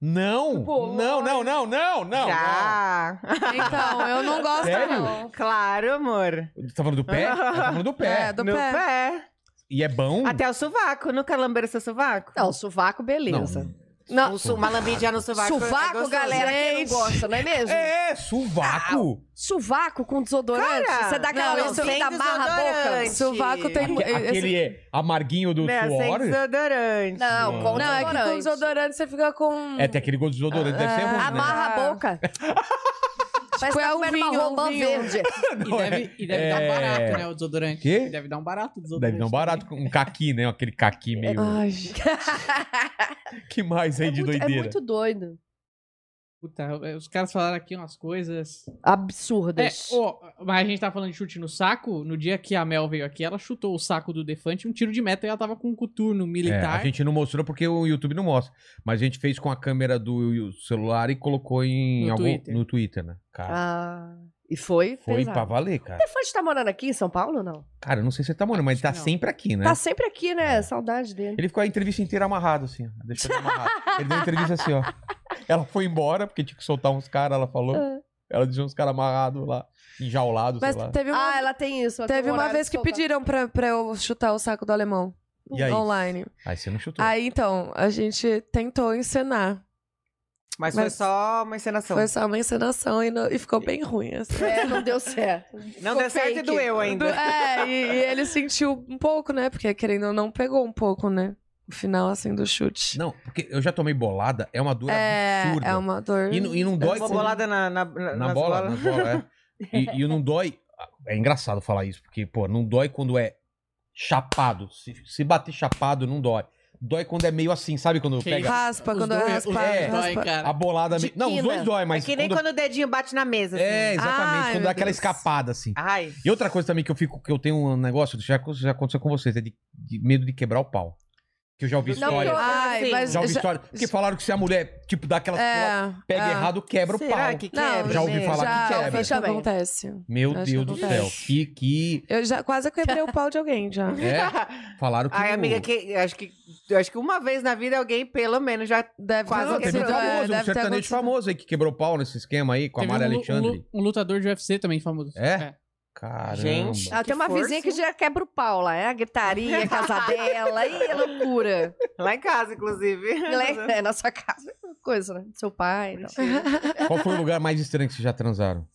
Não! Pô, não, não, não, não, não. Já. Então, eu [LAUGHS] não gosto, Sério? não. [LAUGHS] Claro, amor. não. Tá falando do pé? tá falando do pé. [LAUGHS] É, do no pé. pé. E é bom? Até o sovaco. Nunca lamberam seu sovaco? Não, sovaco, beleza. Não, Um su- uma lambidinha no sovaco. é Sovaco, gostoso. galera, quem Gente. não gosta, não é mesmo? É, sovaco. Ah, Sovaco com desodorante? Cara, Você dá aquela não, não, isso sem da barra a boca? desodorante. Sovaco tem... Aque- esse- aquele é amarguinho do Né, sem Um suor. desodorante. Não, Não. com Não, é que com desodorante. desodorante você fica com... É, tem aquele gosto de desodorante. Deve Ah, ser ruim, né? Amarra a boca. Parece Tipo, que é tá um comendo vinho, uma é um romã vinho. verde. E Não é. deve, e deve dar É. um barato, né? O desodorante. Quê? Deve dar um barato o desodorante. Deve dar um barato. Um caqui, né? Aquele caqui meio... Ai, gente. Que mais aí É de muito, é doideira? muito doido. Puta, os caras falaram aqui umas coisas. É, Absurdas. ó, mas a gente tá falando de chute no saco. No dia que a Mel veio aqui, ela chutou o saco do Defante, um tiro de meta e ela tava com um coturno É, militar. a gente não mostrou porque o YouTube não mostra. Mas a gente fez com a câmera do celular e colocou em No algum- Twitter. no Twitter, né? Cara, Ah, e foi? foi pesado. pra valer, cara. O Elefante tá morando aqui em São Paulo ou não? Cara, eu não sei se ele tá morando, mas ele tá Acho que não. sempre aqui, né? Tá sempre aqui, né? É. Saudade dele. Ele ficou a entrevista inteira amarrado, assim. ó. Deixou ele amarrado. ele deu a entrevista assim, ó. Ela foi embora, porque tinha que soltar uns caras, ela falou. Ela deixou uns caras amarrados lá, enjaulados, Mas sei lá. teve uma, Ah, ela tem isso. ela teve tem um uma horário vez de que soltar. pediram pra, pra eu chutar o saco do alemão. E aí? Tá. Online. Aí você não chutou. Aí, então, a gente tentou encenar. Mas, foi Mas- só uma Então. encenação. Foi só uma encenação e, não- e ficou bem ruim, assim. [LAUGHS] É, não deu certo. Não deu certo e fake. doeu Do- ainda. É, e, e ele sentiu um pouco, né? Porque querendo ou não, pegou um pouco, né? O final, assim, do chute. Não, porque eu já tomei bolada, é uma dor é, absurda. é uma dor. E, não- e não dói Uma quando- bolada na, na, na, Na nas bola, bolas. na bola, [LAUGHS] é. E, e não dói. É engraçado falar isso, porque, pô, não dói quando é chapado. Se, se bater chapado, não dói. Dói quando é meio assim, sabe? Quando Que pega Raspa, Os quando dois- é os dois raspado. é, dói, raspa. cara. a bolada. De me- Não, os quina. dois dói, É mas. que nem quando... quando... o dedinho bate na mesa. Assim. É, exatamente. Ai, quando meu dá aquela Deus. escapada, assim. Ai. E outra coisa também que eu fico, que eu tenho um negócio, já, já aconteceu com vocês, é de, de medo de quebrar o pau. Que eu já ouvi Não, história. eu- Ai, Sim. mas. Já ouvi já- história. Porque falaram que se a mulher, tipo, dá aquela é, pega é. errado, quebra o Será pau. que quebra? Não, Já ouvi mesmo? falar que já, quebra. Isso Também. acontece. Meu Acho que Deus do céu. acontece. Que, que, Eu já quase quebrei o pau de alguém já. É, falaram que. [LAUGHS] Ai, o- amiga, que, acho, que, acho que uma vez na vida alguém, pelo menos, já. Deve Quase ter Não, teve um acontecido. quebrou. é, famoso, um deve ter sertanejo acontecido. famoso aí que quebrou pau nesse esquema aí com a Teve Maria um lu- Alexandre. Um, lu- um lutador de UFC também famoso. É? é. Caramba. Gente. Ela Que tem uma força. vizinha que já quebra o pau lá, é? A gritaria, a casadela, e é loucura. Lá em casa, inclusive. Ela É, na sua casa, é coisa, né? Do seu pai. e tal. Qual foi o lugar mais estranho que vocês já transaram?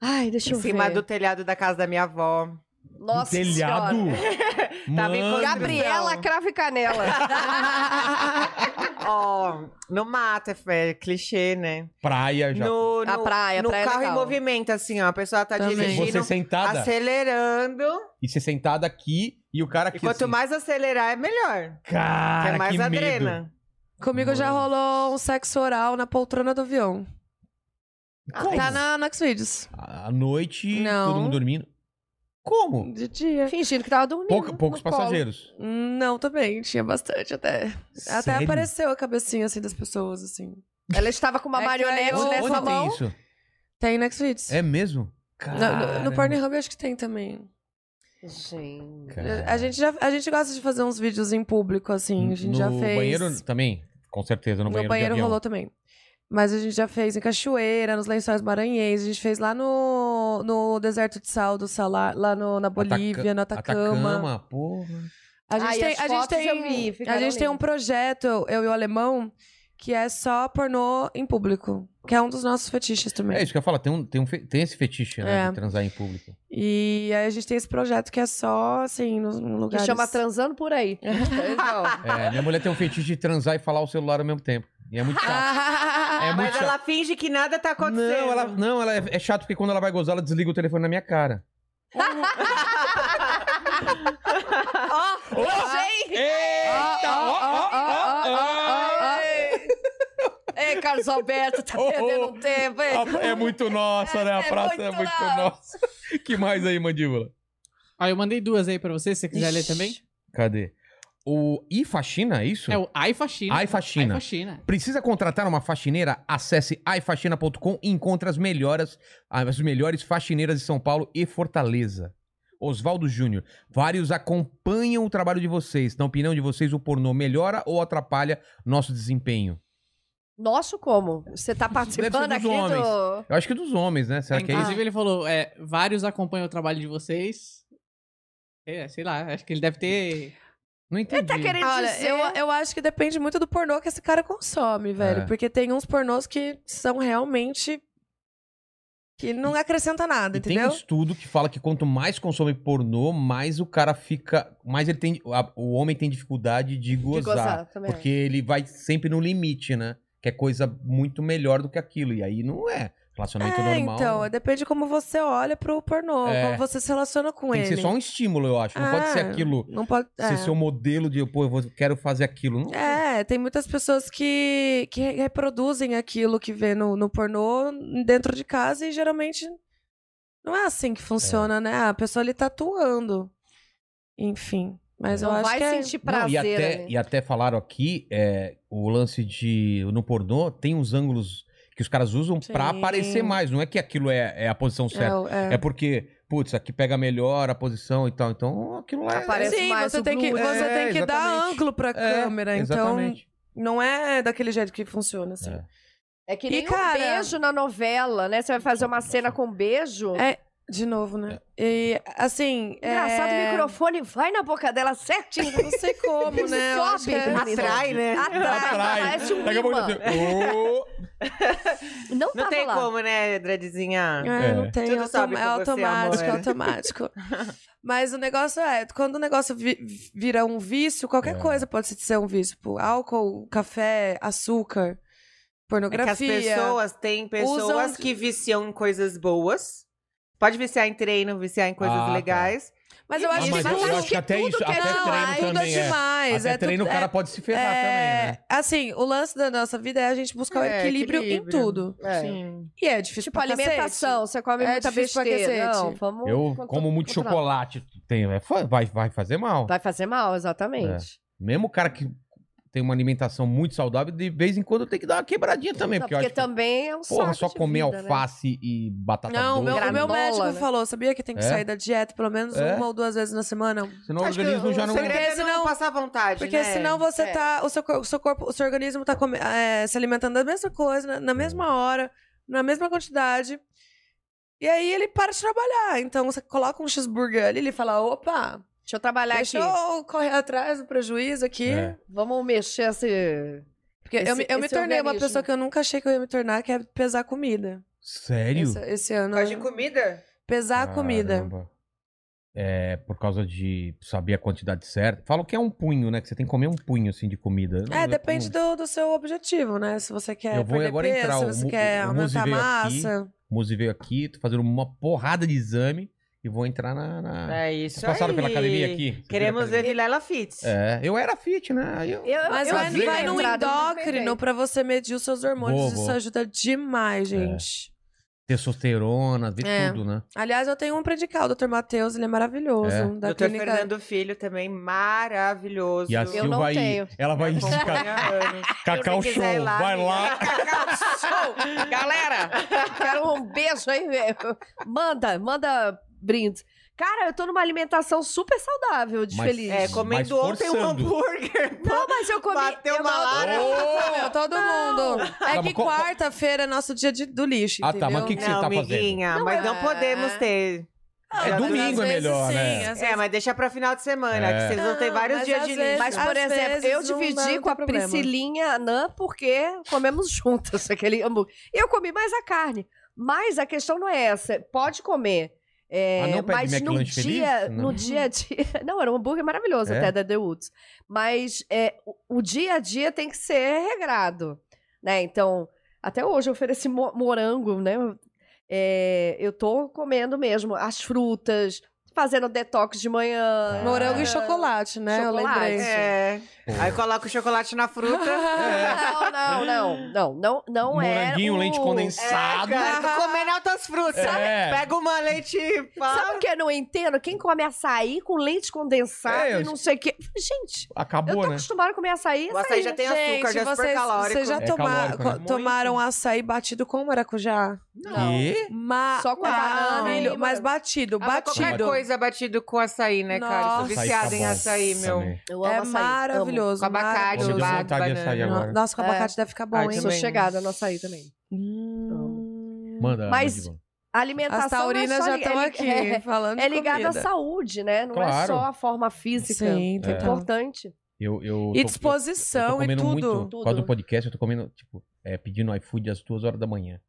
Ai, deixa [LAUGHS] Em eu ver. cima do telhado da casa da minha avó. Nossa Um Telhado. Senhora. Tava em Mano. Gabriela, cravo e canela. Ó, no mato, é, é clichê, né? Praia já. No, A no- praia, a no praia é carro em legal. movimento, assim, ó. A pessoa tá Também. dirigindo, Você sentada. acelerando. E você sentada aqui e o cara aqui. E quanto assim. mais acelerar, é melhor. Que Cara, é mais que medo. adrena. Comigo já Mano. rolou um sexo oral na poltrona do avião. Como? Tá na no Xvideos. À noite, Não. todo mundo dormindo. Como? De dia. Fingindo que tava dormindo. Pouca- poucos no colo. passageiros. Não, também. Tinha bastante até. Até Sério? apareceu a cabecinha, assim, das pessoas, assim. Ela estava com uma É que marionete aí eu- nessa Onde né, mão. tem isso? Tem Netflix. É mesmo? No, no, Caramba. no Pornhub eu acho que tem também. Gente. A gente, já, a gente gosta de fazer uns vídeos em público, assim. A gente já fez. banheiro também? Com certeza, no No banheiro, banheiro, de avião. rolou também. Mas a gente já fez em Cachoeira, nos Lençóis Maranhenses, a gente fez lá no, no Deserto de Sal do Salar, lá no- na Bolívia, no Atacama. Atacama, porra. A gente Ai, tem, as a gente fotos tem, eu vi, a ficaram gente tem um lindas. projeto, eu e o alemão, que é só pornô em público, que é um dos nossos fetiches também. É isso que eu falo, tem, um, tem, um fe- tem esse fetiche, né? É. De transar em público. E aí a gente tem esse projeto que é só assim, no, no Que lugar chama transando por aí. Então, É, minha mulher tem um fetiche de transar e falar o celular ao mesmo tempo. E é muito Ah, chato. É muito Mas chato. ela finge que nada tá acontecendo. Não, ela, não, ela é, é chato porque quando ela vai gozar, ela desliga o telefone na minha cara. Eita! ó, ó, Ei, Carlos Alberto, tá Oh, oh. perdendo tempo, hein? É muito nossa, né? A É praça é muito muito nossa. [LAUGHS] Que mais aí, mandíbula? Ó, eu mandei duas aí pra você, se você quiser ler também. Cadê? O I faxina, é isso? É o Ai Faxina. Ai faxina. Ai Faxina. Precisa contratar uma faxineira? Acesse aifaxina.com e encontre as melhores, as melhores faxineiras de São Paulo e Fortaleza. Oswaldo Júnior, vários acompanham o trabalho de vocês. Na opinião de vocês, o pornô melhora ou atrapalha nosso desempenho? Nosso como? [LAUGHS] Você tá participando dos aqui homens. do... Eu acho que dos homens, né? Será que é isso? Inclusive, ele falou: é, vários acompanham o trabalho de vocês. É, sei lá, acho que ele deve ter. Não entendi. Tá querendo Olha, dizer... eu, eu acho que depende muito do pornô que esse cara consome, velho. É. Porque tem uns pornôs que são realmente. que não acrescenta nada, E tem um entendeu? estudo que fala que quanto mais consome pornô, mais o cara fica. Mais ele tem. a- o homem tem dificuldade de gozar. gozar, É. também. porque ele vai sempre no limite, né? Que é coisa muito melhor do que aquilo. E aí não é. Relacionamento É, normal. então, né? depende de como você olha pro pornô, É. como você se relaciona com Tem ele. que ser só um estímulo, eu acho. Não pode ser É, aquilo. Não pode. Ser um é. seu modelo de, pô, eu vou- quero fazer aquilo. Não É, tem muitas pessoas que, que re- reproduzem aquilo que vê no, no pornô dentro de casa e geralmente não é assim que funciona, né? A pessoa ali tá atuando. Enfim. Mas eu Não acho vai que é- sentir Não, e, prazer até, ali. e até falaram aqui é, o lance de. No pornô, tem uns ângulos que os caras usam Sim. pra aparecer mais. Não é que aquilo é, é a posição certa. é, É porque, putz, aqui pega melhor a posição e tal. Então, aquilo lá é. Aparece Sim, mais você o tem que, glúteo. você É, tem que dar exatamente. ângulo pra É, câmera, então exatamente. não é daquele jeito que funciona, assim. É. É que E, nem um cara- beijo na novela, né? Você vai fazer uma cena com um beijo... É, De novo, né? É. E, assim... Engraçado, o é... microfone vai na boca dela certinho. Não sei [LAUGHS] como, né? Eu acho Sobe. que [LAUGHS] é- Atrai, né? Atrás, tá, Atrai. parece um Daqui a pouco assim, imã. Ô, Não, tá Não tava tem lá. como, né, Dredzizinha? É, É. não tem. Tudo automa- sobe com é você, automático, é amor. automático. [LAUGHS] Mas o negócio é, quando o negócio vi- vira um vício, qualquer É. coisa pode ser um vício. Tipo, álcool, café, açúcar, É que as pornografia. pessoas têm pessoas Usam- que viciam em coisas boas. Pode viciar em treino, viciar em coisas Ah, tá. legais. Mas eu Ah, acho mas que eu- eu tudo acho que até tudo isso, que até não, treino tudo também é. demais. até é treino, o tudo- cara é- pode se ferrar é- também, né? Assim, o lance da nossa vida é a gente buscar o É, equilíbrio, equilíbrio. em tudo. É. Sim. E é difícil Tipo, pra cacete. alimentação, você come É muita difícil pra besteira. cacete. Não, vamos Eu contra- como muito controlar. chocolate. Tem, é fa- vai, vai fazer mal. Vai fazer mal, exatamente. Mesmo o cara que tem uma alimentação muito saudável, de vez em quando tem que dar uma quebradinha também. Não, porque eu porque acho que, também é um porra, saco só de comer vida, né? alface e batata Não, o meu, doce. o meu Granola, médico né? falou, sabia que tem que Tá É? sair da dieta pelo menos É? uma ou duas vezes na semana? Senão o Acho que organismo já não. O segredo é senão- não passar vontade, Porque né? senão você É. tá. O seu, cor- o seu corpo, o seu organismo tá come- é, se alimentando da mesma coisa, na, Hum. na mesma hora, na mesma quantidade. E aí ele para de trabalhar. Então você coloca um cheeseburger ali, ele fala: opa, Deixa eu trabalhar deixa aqui. eu correr atrás do prejuízo aqui. É. Vamos mexer esse... Porque eu, me- Esse- eu me esse tornei uma organismo. pessoa que eu nunca achei que eu ia me tornar, que é pesar comida. Sério? Esse, esse ano. Gosta de comida? Pesar a comida. Caramba. É, por causa de saber a quantidade certa. Falam que é um punho, né? Que você tem que comer um punho, assim, de comida. Eu não- um É, eu depende não- do, do seu objetivo, né? Se você quer Hum. Eu vou perder agora peso, entrar, se o você Mu- quer o Muzi aumentar a veio aqui. massa. O Muzi veio aqui, tô fazendo uma porrada de exame e vou entrar na... na... É isso Vocês passaram aí. pela academia aqui? Vocês Queremos viram a ver academia? Vilela Fitz. É, eu era fit, né? Aí eu... Eu- Mas eu vai, vi vai a num é entrada, não me endócrino peguei. pra você medir os seus hormônios. Vou, É. Isso vou. ajuda demais, gente. Testosterona, vê É. tudo, né? Aliás, eu tenho um pra indicar, o Dr. Matheus, ele é maravilhoso. É. Da Doutor clínica... Fernando Filho também, maravilhoso. E a Eu Sil não vai. tenho. Ela vai Me indicar. acompanha há anos. Cacau Se Show, quiser ir vai menina. lá. Cacau Show! [LAUGHS] Galera, [LAUGHS] quero um beijo aí. velho. Manda, manda brinde. Cara, eu tô numa alimentação super saudável, de Mas- feliz. É, Mas comendo ontem um forçando. hambúrguer. Não, mas eu comi. Bateu eu uma não- lara. Meu, todo mundo. Calma, É que Tá, qual- qual- quarta-feira é nosso dia de, do lixo, Ah, tá, entendeu? mas o que que você não, tá amiguinha, fazendo? mas Não, não é- podemos ter. É Às domingo é vezes melhor, sim, né? às É, vezes- mas deixa pra final de semana, É. que vocês vão ter Não, vários mas dias às de vezes- lixo. É. Mas, Às por exemplo, eu vezes não dá, dividi não com a tem problema. Priscilinha Anã porque comemos [LAUGHS] juntas aquele hambúrguer. Eu comi mais a carne. Mas a questão não é essa. Pode comer. é, Ah, não pede mas no McLanche feliz? dia, Não. no dia a dia. [LAUGHS] Não, era um hambúrguer maravilhoso É? até da The Woods. Mas é, o, o dia a dia tem que ser regrado. Né? Então, até hoje eu ofereci mo- morango, né? É, eu tô comendo mesmo as frutas, fazendo detox de Ah. manhã. Morango e chocolate, né? Chocolate. Eu lembrei. É. Aí coloca o chocolate na [LAUGHS] fruta. Não, não, não, não, não, não Um Moranguinho, é. o- leite condensado. É, cara, tô comendo altas frutas. É. Pega uma leite e pá. Sabe o que eu não entendo? Quem come açaí com leite condensado É, eu- e não sei o quê. Gente, eu tô Acabou, né? acostumada a comer açaí. O açaí já tem açúcar, já é super vocês, calórico. vocês já É toma- calórico, né? co- tomaram açaí batido com maracujá? Não. Quê? Ma Só com a banana maravilho- e Mas mano. batido, Ah, mas batido. qualquer coisa batido com açaí, né, cara? Eu Sou Nossa. Açaí tá viciada em bom açaí, meu. também. Eu amo É açaí. maravilhoso. Com abacate, Olha, deu maravilhoso. bado, vontade de açaí banana. agora. Nossa, com É. abacate deve ficar Ah, bom, eu hein? Eu sou também. chegada no açaí também. Hum. Manda. Mas- manda de volta. A As alimentação não é taurinas só já li- estão é li- aqui, [LAUGHS] É, [LAUGHS] falando é de ligado à comida. saúde, né? Não é Claro. só a forma física. Sim, É total. importante. Eu, eu E tô- eu- Eu tô disposição e comendo tudo. muito. Por causa do podcast, eu tô comendo, tipo, é, pedindo iFood às duas horas da manhã.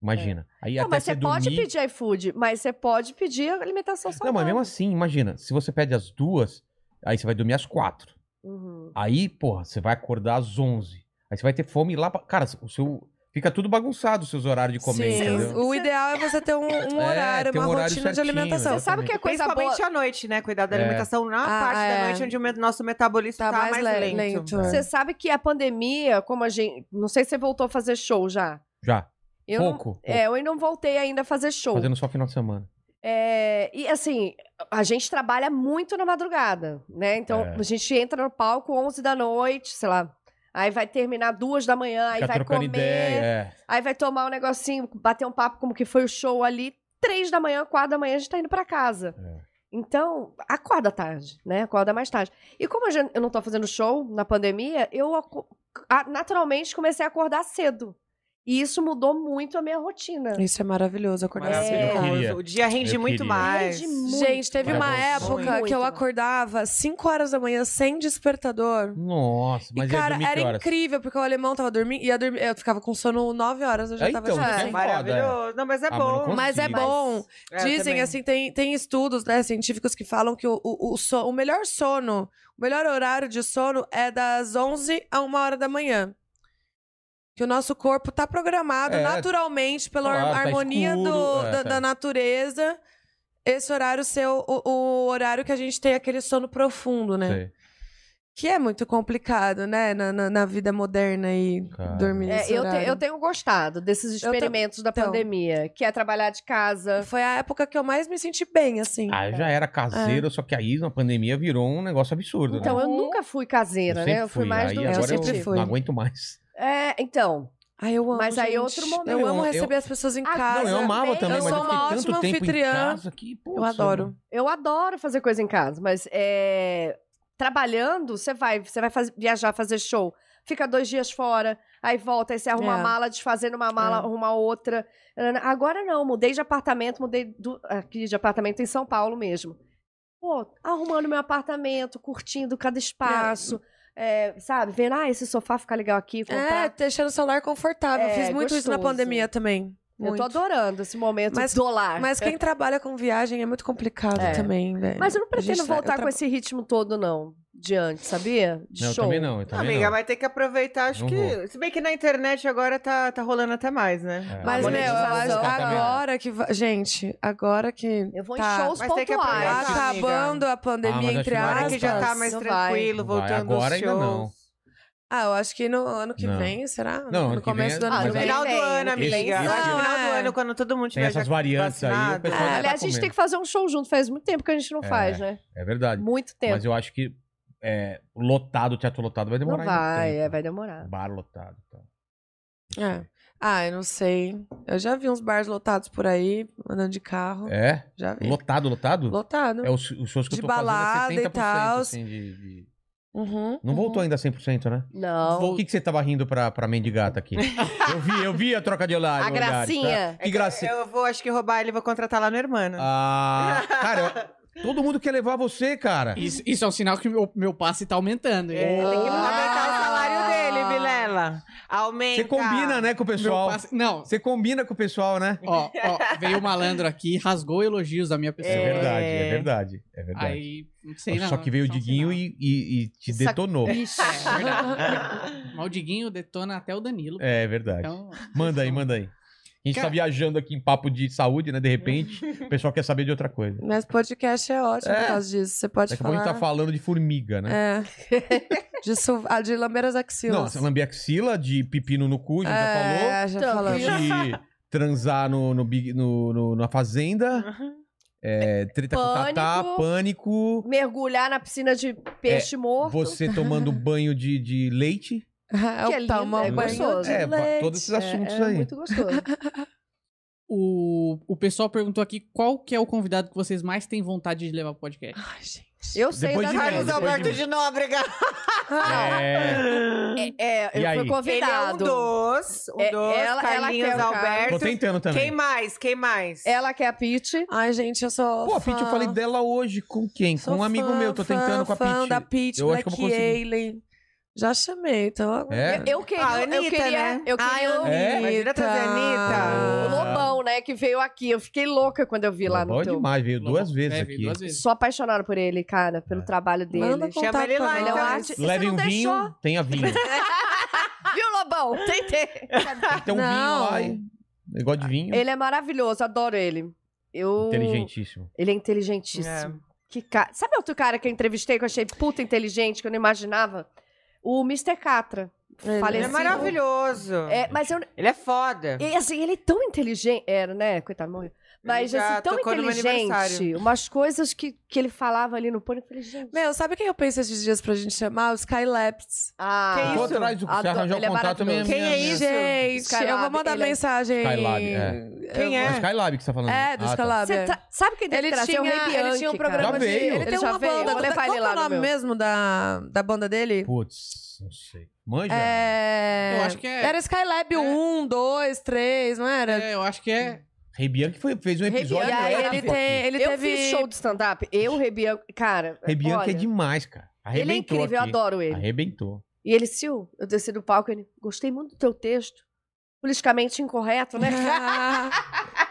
Imagina. Aí Não, até mas você pode dormir... pedir iFood, mas você pode pedir alimentação saudável. Não, mas mesmo assim, imagina. Se você pede às duas, aí você vai dormir às quatro. Uhum. Aí, porra, você vai acordar às onze. Aí você vai ter fome lá pra... Cara, o seu... Fica tudo bagunçado os seus horários de comer, Sim, entendeu? o ideal é você [LAUGHS] ter um, um É, horário, ter um uma horário rotina de certinho, né? alimentação. Você sabe o que é coisa boa? Principalmente à noite, né? Cuidar da É. alimentação na Ah, parte é. da noite onde o me- nosso metabolismo Tá tá, mais mais, le- lento. é. lento. Você sabe que a pandemia, como a gente. Não sei se você voltou a fazer show já. Já. Eu não- pouco. é, eu ainda não voltei ainda a fazer show. Fazendo só final de semana. É, e assim, a gente trabalha muito na madrugada, né? Então É. a gente entra no palco 11 da noite, sei lá. Aí vai terminar duas da manhã, aí Fica vai trocando comer, ideia, é. aí vai tomar um negocinho, bater um papo como que foi o show ali. Três da manhã, quatro da manhã, a gente tá indo pra casa. É. Então, acorda tarde, né? Acorda mais tarde. E como a gente- eu não tô fazendo show na pandemia, eu aco- a- naturalmente comecei a acordar cedo. E isso mudou muito a minha rotina. Isso é maravilhoso, acordar Maravilhoso. cedo. Eu queria. O dia rende Eu muito queria. mais. Rende muito. Gente, teve uma Maravilhoso. época Muito. que eu acordava 5 horas da manhã sem despertador. Nossa, mas e, cara, ia dormir que era horas? incrível, porque o alemão tava dormindo, ia dormir, eu ficava com sono 9 horas, eu já É, tava então, tipo, isso é assim, Maravilhoso. Não, mas é Ah, mas não bom. consigo. Mas é bom. É, eu Dizem, também. assim, tem, tem estudos né, científicos que falam que o, o, o so- o melhor sono, o melhor horário de sono é das 11 a 1 hora da manhã. Que o nosso corpo tá programado É, naturalmente pela claro, har- tá harmonia escuro, do- é, da, tá. da natureza. Esse horário ser o, o- o horário que a gente tem aquele sono profundo, né? Sei. Que é muito complicado, né? Na, na- na vida moderna e Cara. dormir É, nesse eu, te- horário. eu tenho gostado desses Eu ta- experimentos da então. pandemia, que é trabalhar de casa. Foi a época que eu mais me senti bem, assim. Ah, eu já era caseiro, só que aí na pandemia virou um negócio absurdo, né? Então, eu nunca fui caseira, né? sempre Eu fui mais aí do. agora eu, sempre fui. não aguento mais. É, então. Ai, eu amo, Mas aí é gente. outro momento. Eu, Eu amo amo, eu- receber as pessoas em Ah, casa. não, eu amava também, também, eu mas sou eu fiquei uma tanto ótima tempo anfitriã. em casa que, pô, Eu adoro. Eu adoro fazer coisa em casa, mas é, trabalhando, você vai, você vai faz- viajar, fazer show. Fica dois dias fora, aí volta, aí você arruma É. a mala, desfazendo uma mala, É. arruma outra. Agora não, mudei de apartamento, mudei do- aqui de apartamento em São Paulo mesmo. Pô, arrumando meu apartamento, curtindo cada espaço, é, sabe? Vendo, ah, esse sofá fica legal aqui, comprar. É, deixando o celular confortável. É, Fiz muito isso na gostoso. pandemia também. Eu tô Muito. adorando esse momento Mas- do lar. Mas quem trabalha com viagem é muito complicado É. também, velho. Mas eu não A gente pretendo tá- eu voltar com traba- esse ritmo todo, não. De antes, sabia? De Não, eu show. também não, eu Não, também amiga, não. vai ter que aproveitar, acho Tá Não que. vou. Se bem que na internet agora tá, tá rolando até mais, né? É. Mas, Ah, meu, eu acho monetização, que tá vendo? agora que... va- Gente, agora que... Eu vou Tá. em shows Mas tem que pontuais. aproveitar. Tá amiga. acabando a Ah, mas pandemia, acho entre que vai Agora aspas. que já tá mais Não vai. tranquilo, Não vai, voltando agora aos ainda não. shows. Ah, eu acho que no ano que Não. vem, será? não, ano no que vem começo do é- ano Ah, que mas no vem. final do vem, ano, vem. amiga. Eu acho que no final Não, do é. ano, quando todo mundo Tem tiver essas variantes aí, o vacinado. pessoal Ah, já tá aliás, a gente comendo. tem que fazer um show junto. Faz muito tempo que a gente não É. faz, né? É verdade. Muito tempo. Mas eu acho que é, lotado, teatro lotado vai não demorar. ainda um vai, tempo. é, vai demorar. Bar lotado. Tá. É. Ah, eu não sei. Eu já vi uns bars lotados por aí, andando de carro. É? Já vi. Lotado, lotado? Lotado. É os, os shows que De eu tô fazendo balada é e 70% tal. assim, de, de- Uhum, Não uhum. voltou ainda 100%, né? Não. O que, que você tava rindo pra, pra mendigata aqui? [LAUGHS] eu vi, eu vi a troca de olhar. A gracinha. Que gracinha. Ah, Eu vou, acho que roubar ele, vou contratar lá no Hermano. Ah, cara, [LAUGHS] eu- todo mundo quer levar você, cara. Isso, isso é um sinal que meu, meu passe tá aumentando. hein? É, [LAUGHS] Tem que aumentar o Ah. salário dele, Vilela. Aumenta. Você combina, [LAUGHS] né, com o Meu pessoal. passe- não, Você combina com o pessoal, né? ó, ó, veio o malandro aqui, rasgou elogios da minha pessoa. É verdade, é verdade, é verdade. Aí, não sei não. Só que veio o só um Diguinho sinal. e, e- e te Só que- detonou. Ixi. É verdade. Mas o Diguinho detona até o Danilo. É verdade. Então, Manda aí, manda aí. A gente tá Cara- viajando aqui em papo de saúde, né? De [LAUGHS] repente, o pessoal quer saber de outra coisa. Mas podcast é ótimo É. por causa disso. Você pode Daqui a pouco a falar. gente tá né? falando de formiga, né? É. [LAUGHS] de, su... ah, de lamber as Não, axilas. você lambe axila, de pepino no cu, a gente É, já Então, falamos. já falou. De transar no, no, big- no- no- na Uhum. fazenda. É, treta com Pânico. tatá, pânico. Mergulhar na piscina de peixe morto. É, Você [LAUGHS] tomando banho de, de leite. [LAUGHS] É Que é o lindo, tal uma é banho gostoso. de É, ba- leite. todos esses É, assuntos é aí. muito gostoso. o, o pessoal perguntou aqui qual que é o convidado que vocês mais têm vontade de levar pro podcast. Ai, gente. [LAUGHS] Eu sei Depois da de mim, Carlos depois de Alberto mim. de Nóbrega. É. É, E aí? eu fui Ele é um convidado. dos. Um É, dos. ela- ela Carlinhos quer o Tô Alberto. tentando também. Quem mais? Quem mais? Ela que é a Pete. Ai, gente, eu sou. Pô, a fã. Pete, eu falei dela hoje. Com quem? Sou com um amigo fã, meu. Tô fã, tentando com a fã Pete. da Pete, Eu acho que eu Black vou conseguir. Alien. Já chamei, então agora. É? Eu queria. A Anitta, eu queria. né? Eu queria Ai, o- É? Imagina trazer a Anitta. o Lobão, né? Que veio aqui. Eu fiquei louca quando eu vi lá Bom no teu. demais, veio duas vezes É, aqui. veio duas vezes. Sou apaixonada por ele, cara, É. pelo trabalho dele. Manda Chama contato ele lá, pra então. nós. Você Levem não um vinho, deixou? tenha vinho. Viu, Lobão? [LAUGHS] Tentei. Tem um vinho Não. lá. e- Eu gosto de vinho. Ele é maravilhoso, adoro ele. Eu... Inteligentíssimo. Ele é inteligentíssimo. Que ca... Sabe outro cara que eu entrevistei que eu achei puta inteligente, que eu não imaginava? O Mr. Catra. Ele- Ele é Falecido. maravilhoso. É, mas eu. Ele é foda. E, assim, ele é tão inteligente. Era, né? Coitado, morreu. Mas já assim, tão tocou no meu inteligente. aniversário. Umas coisas que, que ele falava ali no pônei, eu falei, gente. Meu, sabe quem eu pensei esses dias pra gente chamar? Os Skylabs. Ah, Que Enquanto isso? nós- se Adoro- arranjar o ele é contato, minha, maravilhoso. Quem minha, é minha- isso? Gente, Skylab, eu vou mandar ele é- mensagem. Skylab, é. Quem Eu- É o é? Skylab que você tá falando. É, do Ah, tá. Skylab. Você é. tra- sabe quem deve Ele trazer tinha, o Rei ele Bianchi, tinha um cara. programa Já de... veio. Ele, Ele tem já uma veio, banda. eu vou levar Qual ele que é lá o no nome meu. mesmo da, da banda dele? Putz, não sei. Manja? É... Eu acho que é- Era Skylab 1, 2, 3, não era? É, eu acho que é. Rei Bianchi foi, fez um Rei episódio. E Bianchi, aí épico ele, aqui. tem, ele eu teve... fiz show de stand-up. Eu, Rei Bianchi. Cara. Rei Bianchi é olha, demais, cara. Ele é Arrebentou incrível, eu aqui. adoro ele. Arrebentou. E ele, Sil, eu desci do palco ele, gostei muito do teu texto. Politicamente [LAUGHS] incorreto, [LAUGHS] né?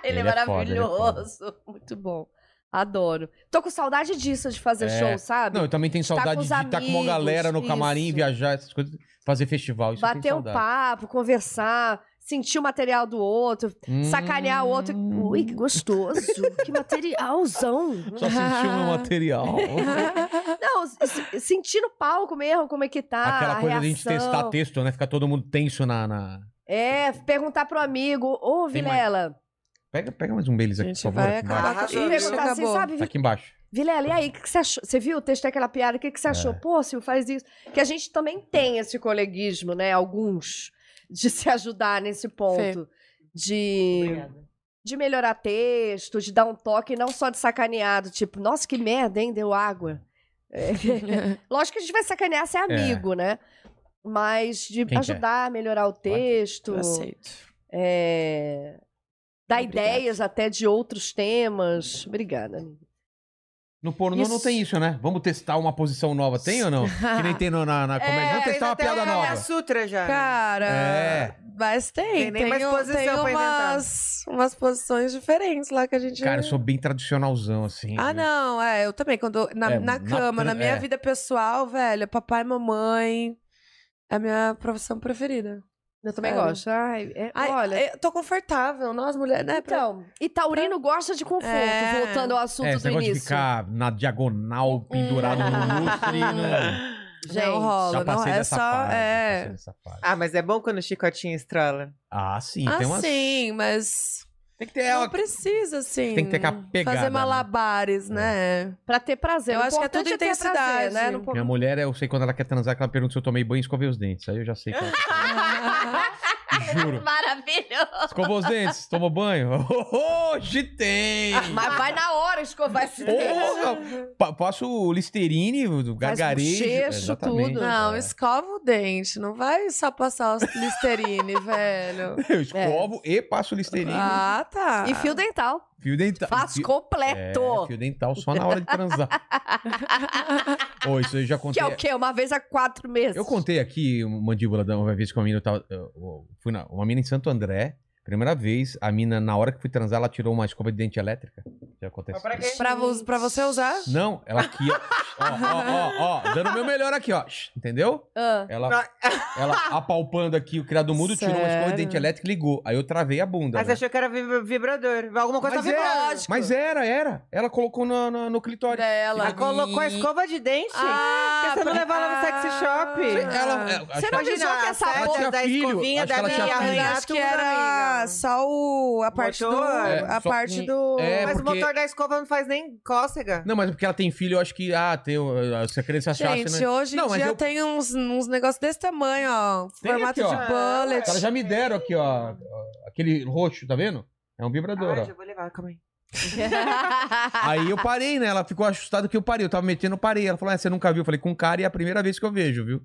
ele, Ele é é foda, ele é foda. maravilhoso. [LAUGHS] muito bom. Adoro. Tô com saudade disso de fazer É. show, sabe? Não, eu também tenho Estar saudade Tá com de os estar com uma amigos, galera no camarim, isso. viajar, essas coisas, fazer festival. Isso eu Bater tenho um saudade. papo, conversar, sentir o material do outro, Hum, sacanear o outro. Ui, que [LAUGHS] gostoso. que materialzão. [LAUGHS] Só sentiu meu material. Não, s- sentir no palco mesmo como é que tá. Aquela a coisa reação. de a gente testar texto, né? Ficar todo mundo tenso na. na- É, perguntar pro amigo, ô Tem mais? Vilela. Pega, pega mais um deles A aqui, por gente favor. vai aqui embaixo. acabar com Arrasou, Ih, viu? isso. Perguntar assim, Acabou. sabe, Tá aqui embaixo. Vilela, e aí, o que, que você achou? Você viu o texto daquela piada? O que, que É. você achou? Pô, Silvio, faz isso. Que a gente também tem esse coleguismo, né? Alguns, de se ajudar nesse ponto. De. De melhorar texto, de dar um toque, não só de sacaneado, tipo, nossa, que merda, hein? Deu água. É. [LAUGHS] Lógico que a gente vai sacanear se é amigo, né? Mas de Quem quer? ajudar a melhorar o texto. Eu aceito. é, dar Obrigada. ideias até de outros temas. Obrigada, amiga. No pornô Isso. não tem isso, né? Vamos testar uma posição nova. Tem [LAUGHS] ou não? que nem tem no- na, na comédia. É, Vamos testar uma até piada o nova. Kama Sutra já. né? Cara, É. mas tem. Tem nem mais um- posição tem pra inventar. umas, umas posições diferentes lá que a gente. Cara, eu sou bem tradicionalzão, assim. Ah, viu? não, é, eu também. Quando, na, É, na na cama, na, tran- minha é. vida pessoal, velho, papai e mamãe é a minha profissão preferida. Eu também Sério. gosto. Ai, é- Ai, olha. eu tô confortável, nós mulheres, né? pra- então, e Taurino gosta de conforto, É. voltando ao assunto É, esse do negócio de início. ficar na diagonal, pendurado no lustre. não. Gente, não né? rola, Já não passei é dessa só. fase, é. passei dessa fase. Ah, mas é bom quando o chicotinho estrala. Ah, sim. Ah, tem umas... sim, mas. Tem que ter não ela. precisa, assim. Tem que ter aquela pegada, né? Fazer malabares, né? Pra ter prazer. Eu O acho que é importante tudo ter intensidade. prazer, né? Não po- Minha mulher, eu sei quando ela quer transar, que ela pergunta se eu tomei banho e escovei os dentes. Aí eu já sei. Que ela... Juro. Maravilhoso. Escovou os dentes, tomou banho. [LAUGHS] Hoje tem! Ah, Mas vai na hora escovar esse dente. Porra! Pa- Passo o Listerine, o gargarejo. É, bochecho, Exatamente. tudo. Não, É. escova o dente. Não vai só passar os Listerine, [LAUGHS] velho. Eu escovo e passo o Listerine. Ah, tá. E fio dental. Fio dental. Faz fio... completo. É, fio dental só na hora de [LAUGHS] transar. Ô, isso eu já Que contei. é o quê? Uma vez a quatro meses. Eu contei aqui, mandíbula, da uma vez que uma mina eu tava. eu- eu fui na, uma mina em Santo André, primeira vez, a mina, na hora que fui transar, ela tirou uma escova de dente elétrica. Já aconteceu. Pra, vo- pra você usar? Não, ela aqui, ó. ó, ó, ó, ó, dando o meu melhor aqui, ó. Entendeu? [LAUGHS] Ah. Ela, ela apalpando aqui o criado mudo, tirou uma escova de Sério? dente elétrica e ligou. Aí eu travei a bunda. Mas né? achou que era vi- vibrador. Alguma coisa Mas é, tá vibrando. era, mas é- era, era. Ela colocou no, no, no clitóris. Dela. Ela colocou a escova de dente? Ah, Por que você não pra- Ah. levou ela no sexy shop? Ela, é, acho Você que não ela- avisou que essa ela boca... tinha da filho, escovinha acho que deve ela tinha filho. arranhar é Acho que tudo, era amiga. só o, a parte do. Motor? É, a só- parte do. É, Mas o porque- motor da escova não faz nem cócega. Não, mas é porque ela tem filho, eu acho que. Ah, tem. uh, Se a criança achasse. Gente, né? hoje Não, em mas dia eu- tem uns, uns negócios desse tamanho, ó. Tem Formato aqui, de ó. bullet. Os caras [LAUGHS] já me deram aqui, ó. ó, Aquele roxo, tá vendo? É um vibrador, Ah, ó. já vou levar, calma [LAUGHS] aí. Aí eu parei, né? Ela ficou assustada que eu parei. Eu tava metendo, eu parei. Ela falou, ah, você nunca viu? Eu falei, com cara, e é a primeira vez que eu vejo, viu?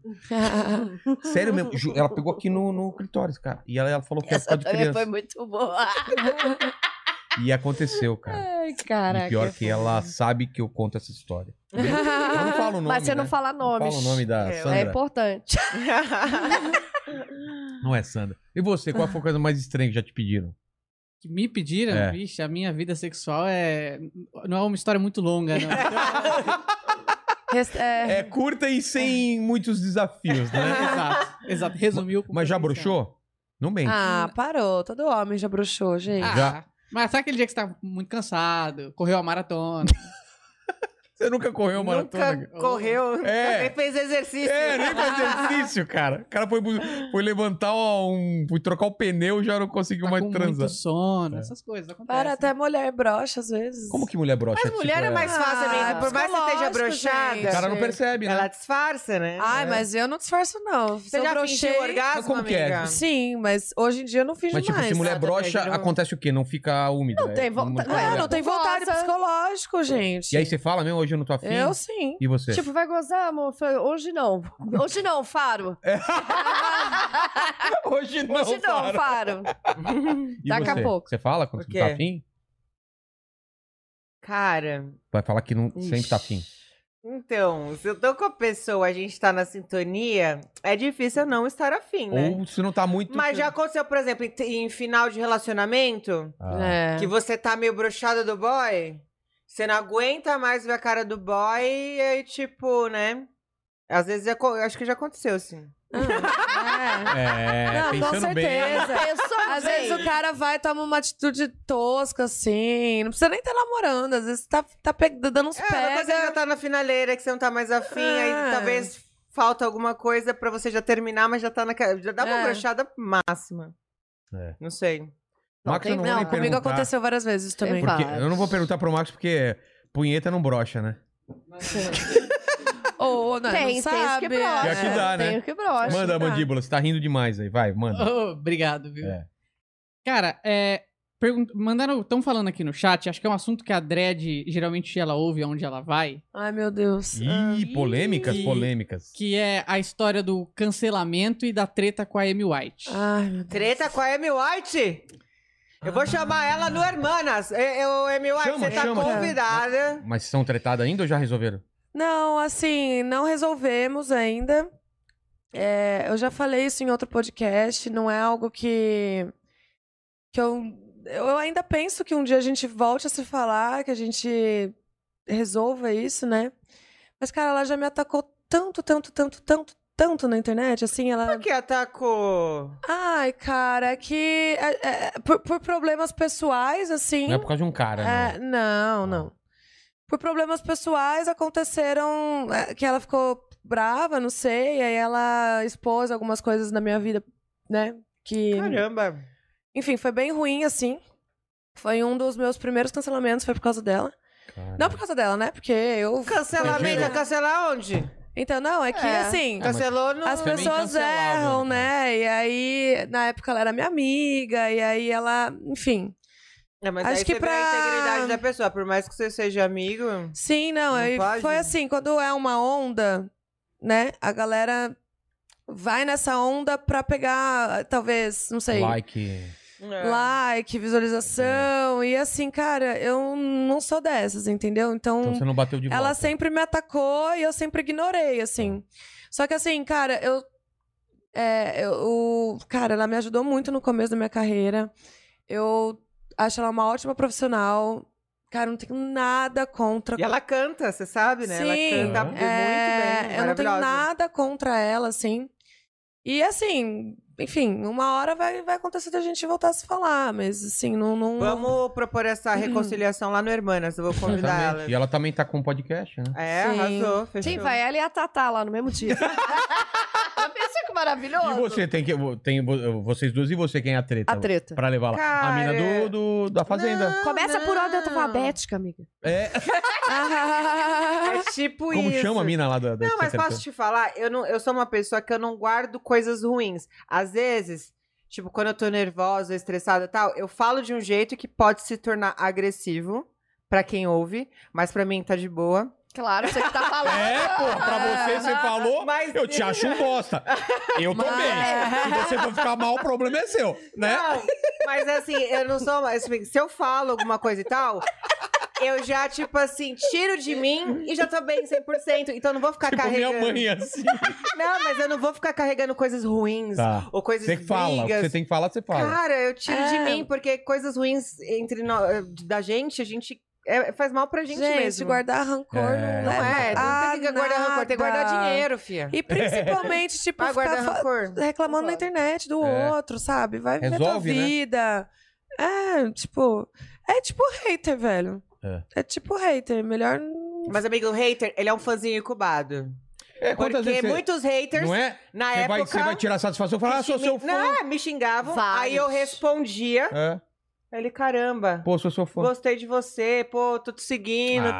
Sério mesmo. ju- Ela pegou aqui no, no clitóris, cara. E ela, ela falou que era por Essa causa de também criança. foi muito boa. E aconteceu, cara. Ai, E pior que ela sabe que eu conto essa história. Eu não falo o nome, Mas você não né? fala Não nomes. falo o nome da É, Sandra. É importante. Não é Sandra. E você, qual foi a coisa mais estranha que já te pediram? Que me pediram, É. vixe, a minha vida sexual é. Não é uma história muito longa, não. [LAUGHS] Res- é, É curta e sem muitos desafios, [LAUGHS] né? exato, exato. Resumiu. Mas já bruxou? broxou? Não bem. Ah, parou. Todo homem já bruxou, gente. Ah, Já. Mas sabe aquele dia que você tá muito cansado, correu a maratona? Você nunca correu uma maratona? Nunca cara? correu, É. nem fez exercício. É, nem faz exercício, cara. O cara foi, foi levantar um. Foi trocar o pneu já não conseguiu tá mais É. com transar. muito sono, essas coisas acontecem. [LAUGHS] Para, até mulher brocha às vezes. Como que mulher broxa? Mas Tipo, mulher é mais fácil, Ah, amiga. Por mais que você esteja psicológico, broxada, O gente. cara não percebe, né? ela disfarça, né? Ai, mas eu não disfarço, não. Se Você eu já brochei... fingiu orgasmo, Mas como que é? amiga? Sim, mas hoje em dia eu não finjo Mas, tipo, mais. se mulher Ah, broxa, também, acontece o quê? Não fica úmida. Não é? tem vontade- Não, Não, não não tem vontade Nossa. psicológico, gente. E aí você fala mesmo, hoje eu não tô afim. Eu sim. E você? Tipo, vai gozar, amor? Falei, Hoje não. Hoje não, Faro. [LAUGHS] hoje não. Hoje não, Fara. Faro. E Daqui a você? pouco. Você fala quando O você não tá quê? afim? Cara, Vai falar que não, sempre tá afim. então, se eu tô com a pessoa, a gente tá na sintonia, é difícil eu não estar afim, né? Ou se não tá muito. Mas já aconteceu, por exemplo, em, em final de relacionamento, Ah. É. que você tá meio broxada do boy, você não aguenta mais ver a cara do boy, e aí, tipo, né? Às vezes, já co- acho que já aconteceu, assim. sim. Ah, É, Não, com pensando bem. certeza. Pensou é. Às vezes o cara vai tomar uma atitude tosca, assim. Não precisa nem estar namorando. Às vezes tá, tá pe- dando uns É, uma coisa que já pega. tá na finaleira, que você não tá mais afim, É. aí talvez falta alguma coisa pra você já terminar, mas já tá na. Já dá uma É. brochada máxima. É. Não sei. Max, é eu não vou Não, nem comigo perguntar. aconteceu várias vezes também. Tem Porque vários. eu não vou perguntar pro Max porque punheta não brocha, né? Ou, não, Tem, não tem os sabe. é. que é brocha. E aqui dá, né? Tem o que brocha. manda, tá. mandíbula, você tá rindo demais aí. Vai, manda. Oh, obrigado, viu? É. Cara, é. pergun- Mandaram, estão falando aqui no chat, acho que é um assunto que a Dredd geralmente ela ouve aonde ela vai, Ai, meu Deus. Ih, polêmicas, Ih. polêmicas. que é a história do cancelamento e da treta com a Amy White. Ai, meu Deus. Treta com a Amy White? Eu vou chamar ela no Hermanas. Eu, Amy White, Chama, você tá chama. convidada. Mas são tretadas ainda ou já resolveram? Não, assim, não resolvemos ainda. É, eu já falei isso em outro podcast, não é algo que, que eu, eu ainda penso que um dia a gente volte a se falar, que a gente resolva isso, né? Mas, cara, ela já me atacou tanto, tanto, tanto, tanto, tanto na internet, assim, ela. Por que é, tá atacou? Ai, cara, que. é, é, por, por problemas pessoais, assim. Não é por causa de um cara, É, não, não. por problemas pessoais aconteceram é, que ela ficou brava, não sei, aí ela expôs algumas coisas na minha vida, né? Que Caramba. enfim, foi bem ruim, assim. Foi um dos meus primeiros cancelamentos, foi por causa dela. Não por causa dela, né? Porque eu. Cancelamento, Imagina. é cancelar onde? Então, não, é que É. assim. Cancelou no. As também pessoas cancelava, erram, né? né? E aí, na época ela era minha amiga, e aí ela, enfim. É, mas Acho aí que você vê a pra- integridade da pessoa, por mais que você seja amigo. Sim, não, Não aí pode? foi assim, quando é uma onda, né? A galera vai nessa onda pra pegar, talvez, não sei, Like. é. like, visualização. E assim, cara, eu não sou dessas, entendeu? Então você não É. bateu de Ela volta. sempre me atacou e eu sempre ignorei, assim. Só que assim, cara, eu. É, eu o- cara, ela me ajudou muito no começo da minha carreira. Eu acho ela uma ótima profissional. Cara, eu não tenho nada contra. E ela canta, você sabe, né? Sim. ela canta muito bem. É, eu não tenho maravilhosa. nada contra ela, assim. E assim, enfim, uma hora vai, vai acontecer da gente voltar a se falar, mas assim, não. não... Vamos propor Hum. essa reconciliação lá no Hermanas, eu vou convidar ela. Exatamente. E ela também tá com um podcast, né? É, Sim. arrasou, fechou. Sim, vai ela e a Tatá lá no mesmo [LAUGHS] dia. Pensa que maravilhoso. E você tem que. Tem vo- vocês duas e você quem é a treta? A treta. Pra levar lá. A Cara, mina do, do- da fazenda. Não, Começa por ordem não. alfabética, amiga. É. É tipo Como isso. chama a mina lá da. da Não, é que mas você posso te falar, eu, não, eu sou uma pessoa que eu não guardo coisas ruins. Às vezes, tipo, quando eu tô nervosa, estressada e tal, eu falo de um jeito que pode se tornar agressivo pra quem ouve, mas pra mim tá de boa. Claro, você que tá falando. [LAUGHS] É, pô, pra você você falou, Mas- eu te acho um bosta. Eu tô Mas- bem. é. Se você for ficar mal, o problema é seu, né? Não, mas assim, eu não sou. mais- Se eu falo alguma coisa e tal, eu já, tipo assim, tiro de mim e já tô bem 100%. Então eu não vou ficar Tipo, carregando. minha mãe assim. Não, mas eu não vou ficar carregando coisas ruins Tá. ou coisas Você fala, o que brigas. você tem que falar, você fala. Cara, eu tiro de É. mim, porque coisas ruins entre nós, da gente, a gente é, faz mal pra gente, Gente, mesmo. guardar rancor É. não Não leva é, a Ah, não tem que guardar rancor, tem que guardar nada. dinheiro, fia. E [LAUGHS] principalmente, tipo, Vai guardar ficar fa- rancor. reclamando na internet do É. outro, sabe? Vai viver tua Resolve, né? vida. É, tipo. É tipo hater, velho. É. É, tipo hater. Melhor. não- Mas, amigo, o hater, ele é um fãzinho incubado. É, quantas Porque vezes você... muitos haters, Não é? na Você época... vai, você vai tirar satisfação e falar, ah, sou me- seu fã. Não, é, me xingavam, aí Vários. eu respondia. É. Ele, caramba, Pô, sou seu fã. gostei de você, pô, tô te seguindo, e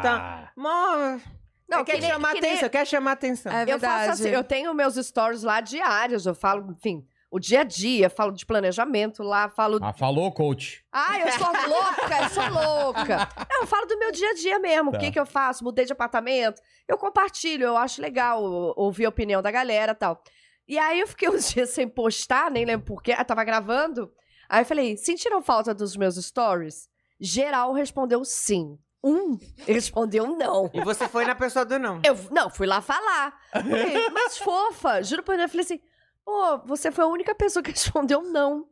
Ah, tá... Mó... Não, quer É que nem- chamar que nem- atenção, quer chamar atenção. É eu verdade. faço assim, eu tenho meus stories lá diários, eu falo, enfim, o dia a dia, falo de planejamento lá, falo. Ah, falou, coach. Ah, eu sou louca, eu sou louca. Não, eu falo do meu dia a dia mesmo. Tá. O que, que eu faço? Mudei de apartamento. Eu compartilho, eu acho legal o- ouvir a opinião da galera e tal. E aí eu fiquei uns [LAUGHS] dias sem postar, nem lembro porquê, eu tava gravando. Aí eu falei: sentiram falta dos meus stories? Geral respondeu sim. Um respondeu não. E você foi na pessoa do não. Eu, não, fui lá falar. [LAUGHS] Falei, mas fofa, juro por Deus. Eu falei assim, pô, você foi a única pessoa que [LAUGHS] respondeu não,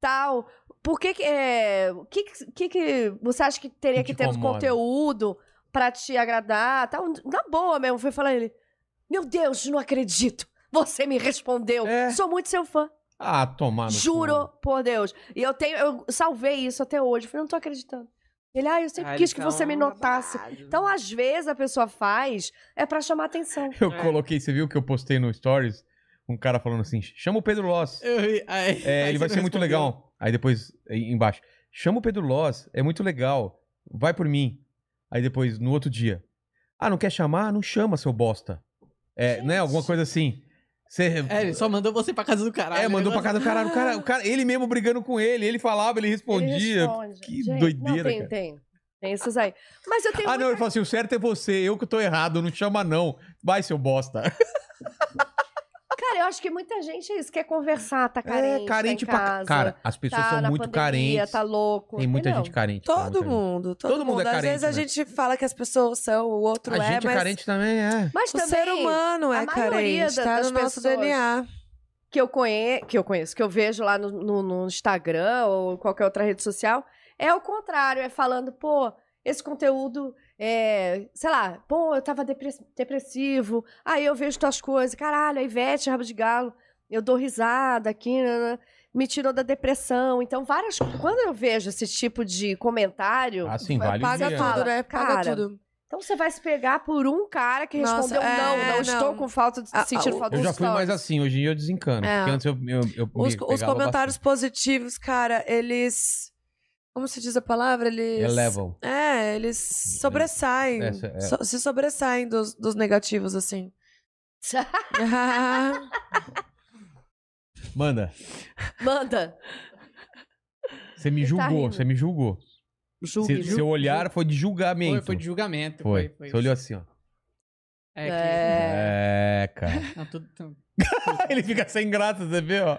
tal. Por que que, é, o que, que- que que você acha que teria Que que, te ter no incomoda? conteúdo pra te agradar, tal? Na boa mesmo, foi falar ele, meu Deus, não acredito. Você me respondeu. É. Sou muito seu fã. Ah, tomar no cu. Juro por Deus. E eu tenho, eu salvei isso até hoje. Eu falei, não tô acreditando. Ele, ah, eu sempre Ah, quis eles que você são me notasse. babados. Então, às vezes, a pessoa faz é pra chamar atenção. Eu É. coloquei, você viu que eu postei no Stories? Um cara falando assim, chama o Pedro Loss. Eu ri. Aí- É, aí ele você vai ser não muito respondeu. legal. Aí depois, aí embaixo, chama o Pedro Loz, é muito legal. Vai por mim. Aí depois, no outro dia. Ah, não quer chamar? Não chama, seu bosta. É, né? Alguma coisa assim. Você. É, ele só mandou você pra casa do caralho. É, mandou né? pra casa do caralho. O cara, o cara, ele mesmo brigando com ele. Ele falava, ele respondia. responde. que doideira, Não, tem, cara. tem. Tem esses aí. Mas eu tenho. Ah, não, ele muita- falou assim: o certo é você, eu que tô errado, não chama não. Vai, seu bosta. Cara, eu acho que muita gente é isso, quer conversar, tá carente. é, carente tá pra. em casa, cara, as pessoas tá são na muito pandemia, carentes. Tá louco. Tem muita entendeu? gente carente. tá cara, Todo muita gente. mundo, todo, Todo mundo mundo. é Às carente, vezes a né? gente fala que as pessoas são, o outro A é, gente é, mas carente também, é. Mas o também ser humano a é maioria carente, da- tá das no nosso pessoas- DNA. que eu, conhe... que eu conheço, que eu vejo lá no, no- no Instagram ou qualquer outra rede social, é o contrário, é falando, pô, esse conteúdo é, sei lá, pô, eu tava depre- depressivo, aí eu vejo tuas coisas, caralho, a Ivete, rabo de galo, eu dou risada aqui, nanã, me tirou da depressão. Então, várias. Quando eu vejo esse tipo de comentário, Assim, vale o Paga dinheiro. tudo, né? Paga Cara, tudo. Então você vai se pegar por um cara que Nossa, respondeu é, não, não, não. estou com falta de Ah, sentir ah, falta Eu de já fui mais assim, hoje em dia eu desencano. É. Porque antes eu, eu, eu me Os, os pegava comentários positivos, cara, eles. Como se diz a palavra? Eles. bastante. Elevam. É, eles sobressaem. Essa é- So- se sobressaem dos, dos [LAUGHS] negativos, assim. [LAUGHS] É. Manda, Manda. você me Ele tá julgou, rindo. você me julgou. Julgue. Se- seu olhar foi de julgamento. Foi, foi de julgamento. Foi. Foi, foi. Você olhou assim, ó. É, que- É. É, cara. Não, tudo- tudo- [LAUGHS] Ele fica sem graça, você vê, ó.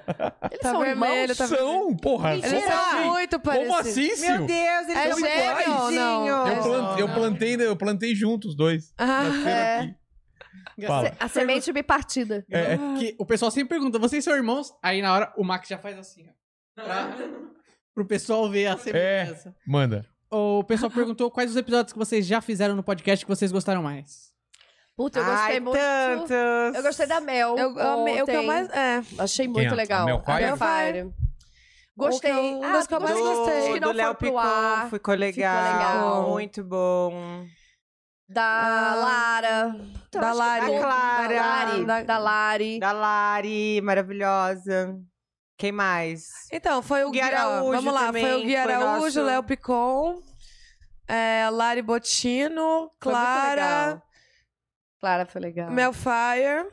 Eles tá são vermelho, irmãos? tá vermelho. São, porra. é Eles Como são assim? muito parecidos. Como assim, Meu Sil? Deus, eles É são gêmeo ou não? Eu, iguaizinhos. plantei, eu, plantei, eu plantei junto os dois. [LAUGHS] Ah, É. Fala. A semente né? bipartida. É. que o pessoal sempre pergunta, vocês são irmãos? Aí na hora o Max já faz assim, ó. Pra... [LAUGHS] Pro pessoal ver a semelhança. Manda. O pessoal perguntou quais os episódios que vocês já fizeram no podcast que vocês gostaram mais. Puta, eu gostei Ai, muito. tantos. Eu gostei da Mel. eu, eu, amei- É o que eu ontem. mais. É. Achei Quem é? muito A legal. Mel Fire? Fire. Gostei. O que eu- um Ah, das que eu tu mais gostou, gostei. acho Do, que do não Léo foi pro Picon, ar. ficou legal. legal. Muito bom. Da Ah. Lara. Então, Da acho que Lari. todo- Da Clara. Da Lari. Da- Da Lari. Da Lari, maravilhosa. Quem mais? Então, foi o Gui Gui Araújo. Araújo Vamos lá, também, foi o Gui foi Araújo, nosso- Léo Picon, é, Lari Botino, Foi muito Clara, legal. Clara foi legal. Mel Fire.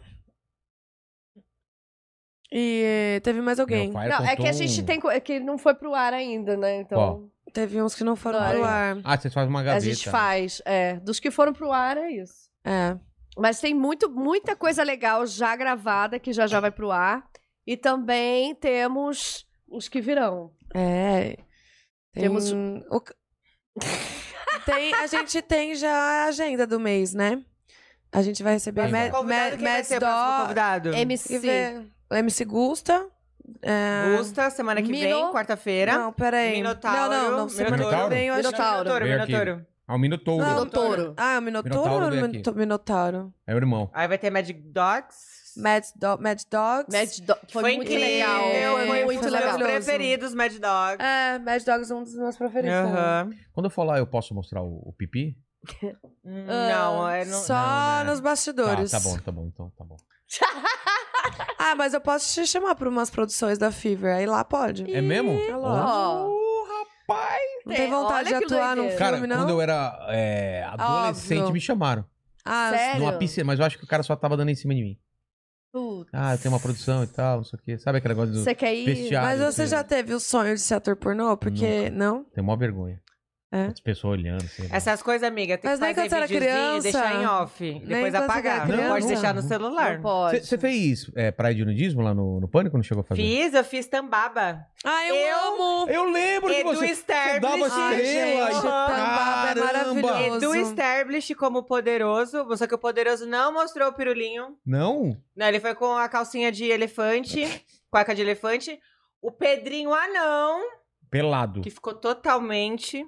E teve mais alguém. Meu pai Não, é contou que a gente um- tem. co- É que não foi pro ar ainda, né? Então. Teve uns que não foram Não, pro é. ar. Ah, vocês fazem uma a gaveta. gente faz. É. Dos que foram pro ar, é isso. É. Mas tem muito, muita coisa legal já gravada, que já já vai pro ar. E também temos os que virão. É. Tem... Temos- o c- tem, a gente tem já a agenda do mês, né? A gente vai receber Vai, vai. Mad, Convidado, Mad, quem vai Mad ser o próximo Dog. convidado? Tem que MC. ver. MC Gusta. É... Gusta, semana que vem, Mino- quarta-feira. Não, peraí. Minotauro. Não, não, não. Semana Minotauro? que vem é eu acho que- Minotauro. Minotauro, Veio aqui. Minotauro. Ah, o Minotouro. Não. Minotouro. Ah, é o Minotauro, Minotauro ou é veio o aqui. Minotauro? Minotauro. É o irmão. Aí vai ter Magic Dogs. Mad, Do Mad Dogs. Mad Dog. Foi, muito incrível, legal. foi Foi muito muito um dos meus legal. maravilhoso. preferidos, Mad Dogs. É, Mad Dogs é um dos meus preferidos. também. Aham. Quando eu for lá, eu posso mostrar o, o pipi? Hum, Ah, Não, é não. Só Não, né? nos Tá, bastidores. tá bom, tá bom, então, tá bom. Ah, mas eu posso te chamar pra umas produções da Fever. Aí lá pode. É mesmo? É lógico. Ó, rapaz! Não tem vontade Olha de que atuar num doideira. Cara, filme, não? quando eu era é, adolescente, Óbvio. me chamaram. Ah, sério? Numa piscina, mas eu acho que o cara só tava dando em cima de mim. Puta. Ah, tem uma produção e tal, não sei o quê. Sabe aquele negócio do. Você quer ir? vestiário, mas você assim, já teve o sonho de ser ator pornô? Porque, não? Tem mó vergonha. É? As pessoas olhando. Assim, Essas coisas, amiga, tem Mas que nem fazer quando você era videozinho, criança. deixar em off. e Depois quando você era apagar. Não pode criança. deixar no celular. Não pode. Você fez é, praia de nudismo lá no, no Pânico? Não chegou a fazer? Fiz, eu fiz tambaba. Ah, eu, Eu- amo! Eu lembro de Edu você. Sterblich. dava Ai, estrela gente, e- Tambaba é Caramba! maravilhoso. Edu Sterblich como poderoso, só que o poderoso não mostrou o pirulinho. Não? Não, ele foi com a calcinha de [LAUGHS] elefante, cueca de elefante. O Pedrinho Anão, Pelado. que ficou totalmente.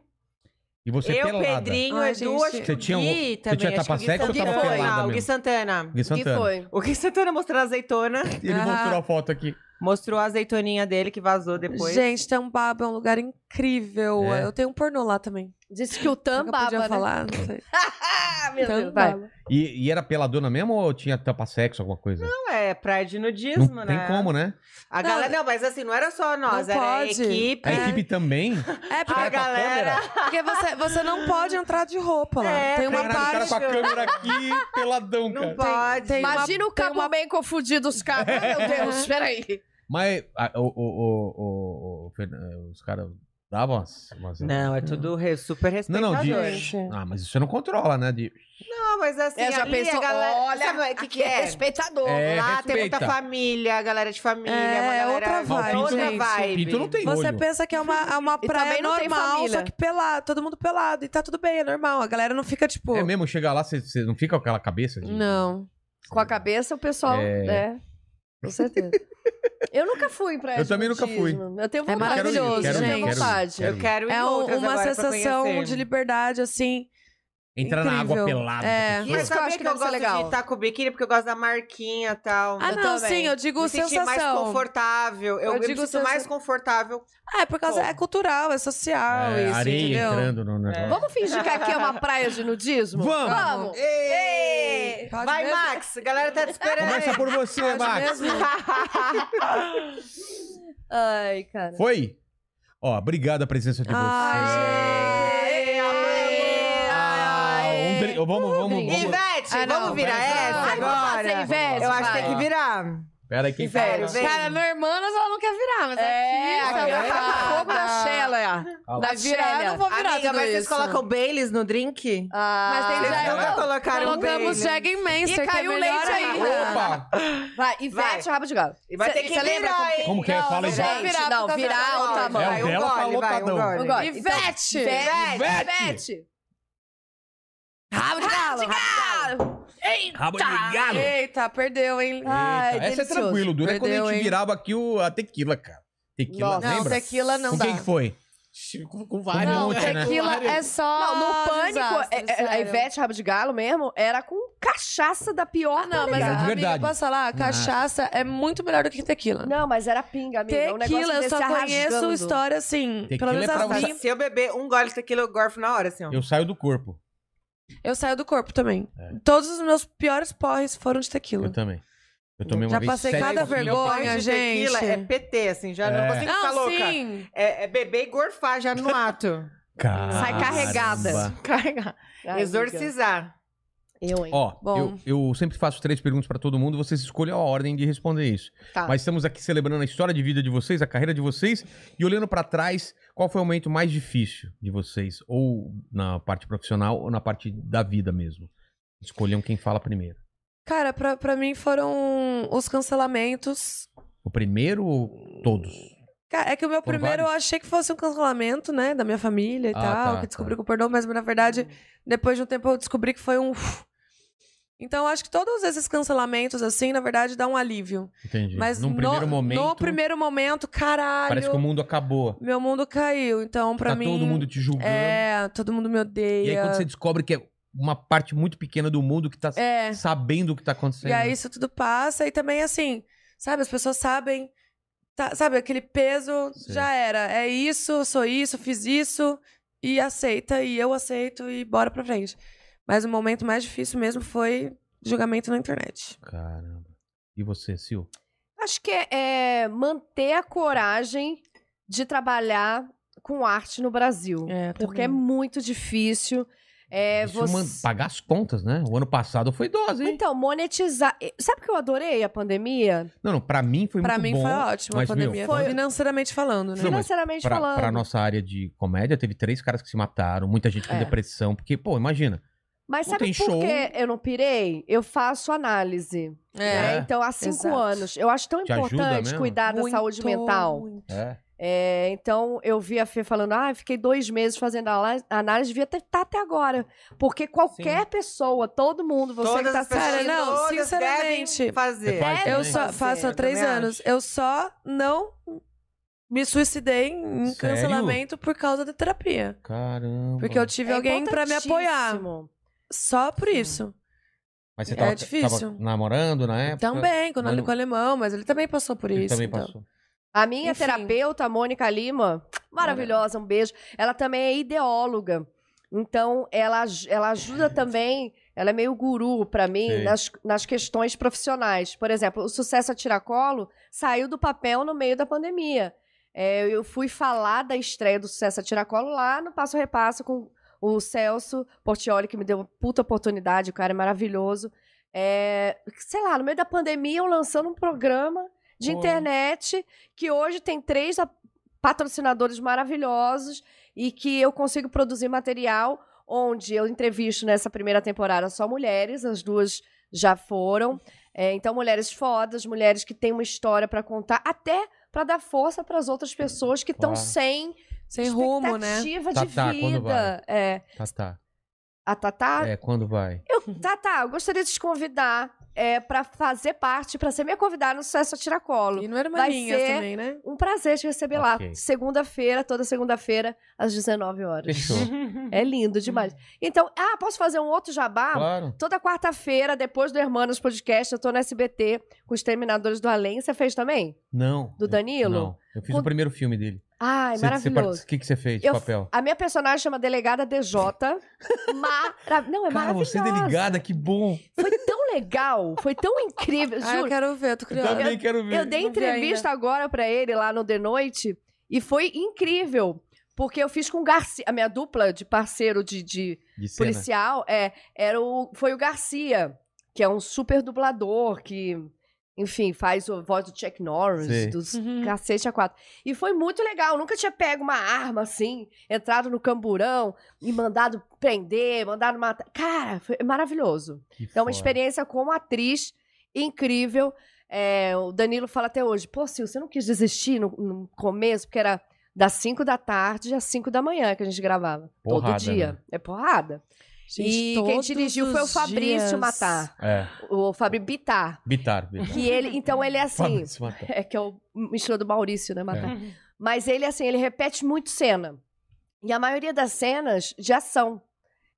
E você é eu, pelada. Pedrinho, Ai, Edu, gente. acho que Você o tinha um- Gui você tinha também. acho que o Gui tapa-sexo ou tava Santana. pelada O Gui mesmo? Santana. Gui Que Santana. foi? O Gui Santana mostrou a azeitona. Ele Ah. mostrou a foto aqui. Mostrou a azeitoninha dele que vazou depois. Gente, Tambaba é um lugar incrível. É. Eu tenho um pornô lá também. Disse que o Nunca Tambaba, podia né? falar, não [LAUGHS] sei. Ah, meu Deus, vai. Tambaba. E, e era peladona mesmo ou tinha tampa sexo, alguma coisa? Não é praia de nudismo, Não né? tem como, né? A galera, não, mas assim, não era só nós, Não era a pode. equipe. A equipe também. É, A porque, galera. porque você, você não pode entrar de roupa lá. É, tem uma Caralho, o cara parte... com a câmera aqui, peladão, Não cara. pode. tem uma- Imagina o tem cabo uma- bem confundido os cabos. Ai, meu Deus, peraí. Mas ah, o, o, o, o, o Fernan- os caras davam umas, umas- Não, é tudo re- super Não, respeitador. não, de... Gente. Ah, mas isso você não controla, né? De... Não, mas assim, É, já ali pensou, a galera... olha, sabe o que, que é? respeitador. É, Lá tem respeita. muita família, galera de família, É, uma galera... outra é vibe, outra gente. vibe. Pinto não tem Você olho. pensa que é uma, é uma E praia também não tem normal, família. só que pelado, todo mundo pelado. E tá tudo bem, é normal. A galera não fica, tipo... É mesmo, chegar lá, você, você não fica com aquela cabeça de... Não. Com a cabeça, o pessoal, É. né? Com certeza. Eu nunca fui pra Eu esse também nunca fui. budismo. Eu tenho É vontade. maravilhoso, eu quero ir, tenho quero ir, vontade. quero ir. Eu quero ir É um- outras uma agora pra sensação conhecer. de liberdade, assim. Entrar na água tipo, Incrível. pelada. É. da pessoa. Mas- Mas que eu sabia acho que, que eu deve ser gosto legal. de estar com o biquíni porque eu gosto da marquinha e tal. Ah, Eu não, também. sim, eu digo me sentir sensação. mais confortável. Eu, Eu eu me digo sinto mais sensa- confortável. Ah, é por causa. É cultural, é social. É, isso, areia entendeu? entrando no negócio. Vamos fingir que aqui é uma praia de nudismo? Vamos. Vamos! Ei! Pode Vai, mesmo? Max! A galera tá te esperando. Começa aí. por você, Pode Max. mesmo? Ai, cara. Foi? Ó, obrigado a presença de Ai, vocês. Ei, amamos! Ah, um bri- Vamos, vamos, brinde. vamos. [LAUGHS] Ivete, Ah, não, vamos virar vai, vai, essa vai. agora? Vai, Ivete, eu acho que vai. tem que virar. Pera aí, quem Velho, Vem. Cara, minha irmã, mas ela não quer virar, mas É, aqui, aqui sabe? eu tava com fogo é. da Shella. Ah, Da Pra virar, eu Shella. não vou virar Amiga, tudo mas vocês isso. colocam Baileys no drink? Ah, Mas tem Vocês já- nunca não, colocaram Colocamos Baileys. Jagged E Manster, que é caiu melhor leite ainda. ainda. Opa! Vai, Ivete, Vai. rabo de galo. E vai Cê- ter que cê lembra virar, hein? Como que é? Não, Fala aí, gente. Jack. Gente, virar Um não, por causa virar dela. o tamanho. É, o dela tá lotadão. Eu um gole. gosto. Ivete! Então, Ivete! Ivete! Ivete! Rabo de galo! Rabo de galo! Rabo de galo. Eita, perdeu, hein? Ai, Eita, essa é delicioso. tranquilo, dura é quando a Perdeu, gente hein? virava aqui o, a tequila, cara. Tequila, Nossa. Não, lembra? tequila não Com dá. quem que foi? Com, com vários. Um Não, monte, né? tequila é só. Não, no pânico, desastre, é- é- a sério. Ivete Rabo de Galo mesmo era com cachaça da pior. Ah, não, mas Verdade, amiga, verdade. posso falar? Cachaça é muito melhor do que tequila. Não, mas era pinga, amiga. um negócio tequila, eu desse só conheço arrasgando. história assim. Tequila pelo menos é pra as você- minhas. Se eu beber um gole de tequila, eu gorfo na hora, assim, ó. Eu saio do corpo. Eu saio do corpo também. Todos os meus piores porres foram de tequila. É. Eu também. Eu tomei uma Já vez passei sete cada tequila. vergonha. Depois de gente. tequila é PT, assim, já É. não consigo ficar Não, louca. sim. É, é beber e gorfar já no ato. [LAUGHS] Caramba. Sai carregada. Carregar. Ai, amiga, Exorcizar. Eu, hein? Ó, Bom. eu, eu sempre faço três perguntas pra todo mundo, vocês escolham a ordem de responder isso. Tá. Mas estamos aqui celebrando a história de vida de vocês, a carreira de vocês, e olhando pra trás, qual foi o momento mais difícil de vocês, ou na parte profissional, ou na parte da vida mesmo. Escolham quem fala primeiro. Cara, pra, pra mim foram os cancelamentos. O primeiro ou todos? Cara, é que o meu Foram primeiro eu vários? achei que fosse um cancelamento, né? Da minha família e Ah, tal. tá, que descobri tá. que o perdão, mas na verdade, depois de um tempo eu descobri que foi um. Então, eu acho que todos esses cancelamentos, assim, na verdade, dá um alívio. Entendi. Mas Num no, primeiro momento, no primeiro momento, caralho, parece que o mundo acabou. meu mundo caiu. Então, pra tá mim. todo mundo te julgando. É, todo mundo me odeia. E aí quando você descobre que é uma parte muito pequena do mundo que tá É. sabendo o que tá acontecendo. E aí isso tudo passa e também assim, sabe, as pessoas sabem, tá- sabe, aquele peso Sim. já era, é isso, sou isso, fiz isso e aceita e eu aceito e bora pra frente. Mas o momento mais difícil mesmo foi julgamento na internet. Caramba. E você, Sil? Acho que é, é manter a coragem de trabalhar com arte no Brasil. É, porque é muito difícil. É, Isso você... man- Pagar as contas, né? O ano passado foi dose, hein? Então, monetizar. Sabe o que eu adorei a pandemia? Não, não, pra mim foi Pra muito bom. mim foi ótimo a mas, meu, pandemia, foi- financeiramente falando, Não, né? mas Financeiramente pra, falando. pra nossa área de comédia, teve três caras que se mataram, muita gente com É. depressão, porque, pô, imagina. Mas não sabe tem por show. que eu não pirei? Eu faço análise. né? É, Então, há cinco exato. anos. Eu acho tão Te ajuda importante mesmo? cuidar da Muito, saúde mental. muito. É. É, então eu vi a Fê falando, ah, eu fiquei dois meses fazendo ala- análise, devia estar até agora. Porque qualquer pessoa, todo mundo, você Todas que tá as pessoas Cara, assistindo, não, todas devem sinceramente, É, fazer. Faz Eu É também? só Fazer, faço há eu três também anos. acho. Eu só não me suicidei em Sério? cancelamento por causa da terapia. Caramba. Porque eu tive é alguém pra me apoiar. importantíssimo. Só por isso. Mas você é tava, difícil. tava namorando na época? Também, quando É, Mas ele não- com o alemão, mas ele também passou por Ele isso. também então. passou. A minha Enfim. terapeuta, Mônica Lima, maravilhosa, um beijo. Ela também é ideóloga. Então, ela, aj- ela ajuda também, ela é meio guru pra mim Sei. nas, nas questões profissionais. Por exemplo, o sucesso a tiracolo saiu do papel no meio da pandemia. É, eu fui falar da estreia do sucesso a tiracolo lá no Passo a Repasso com o Celso Portioli, que me deu uma puta oportunidade, o cara é maravilhoso. É, sei lá, no meio da pandemia, eu lançando um programa de Pô. internet que hoje tem três a- patrocinadores maravilhosos e que eu consigo produzir material onde eu entrevisto nessa primeira temporada só mulheres, as duas já foram. É, então, mulheres fodas, mulheres que têm uma história pra contar, até pra dar força pras outras pessoas que estão Claro. sem Sem rumo, né? expectativa de Tatá, quando vai? vida. É, Tá, tá. a Tatá, Ah. É, quando vai? eu, Tatá, eu gostaria de te convidar é, para fazer parte, para ser minha convidada no Sucesso a Tiracolo. E não era Vai maninhas ser- também, né? Um prazer te receber Ok. lá. Segunda-feira, toda segunda-feira, às 19 horas. Fechou. [LAUGHS] Uhum. É lindo demais. Então, ah, posso fazer um outro jabá? Ah, Claro. Toda quarta-feira, depois do Hermanos Podcast, eu tô no SBT com os Terminadores do Além. Você fez também? Não. Do Danilo? Hum, Não. Eu fiz Com- o primeiro filme dele. Ai, Você- você maravilhoso. part- O que que você fez de Eu- papel? A minha personagem chama Delegada DJ. [LAUGHS] Mara... Não, é Cara, maravilhosa. você é delegada, que bom. Foi tão legal, foi tão [LAUGHS] incrível, Ah, eu juro. quero ver, eu tô Eu curiosa. também quero ver. Eu dei Hum, Não vi entrevista agora pra ele lá no The Noite e foi incrível. Porque eu fiz com o Garcia, a minha dupla de parceiro de, de De cena. policial é, era o, foi o Garcia, que é um super dublador, que, enfim, faz a voz do Chuck Norris, Sei. dos Uhum. cacete a quatro. E foi muito legal, nunca tinha pego uma arma assim, entrado no camburão e mandado prender, mandado matar. Cara, foi maravilhoso. Que É uma foda. experiência como atriz incrível. É, o Danilo fala até hoje, pô, Sil, você não quis desistir no, no começo, porque era das 5 da tarde às 5 da manhã que a gente gravava. Porrada, todo dia. né? É porrada. e quem todos dirigiu foi o os Fabrício dias. Matar, É, o Fábio Bitar. Bitar. [LAUGHS] Bitar. Que ele, então ele é [LAUGHS] assim, Fabrício Matar. é que é o mistura do Maurício, né, É. Matar? Mas ele, assim, ele repete muito cena. E a maioria das cenas de ação.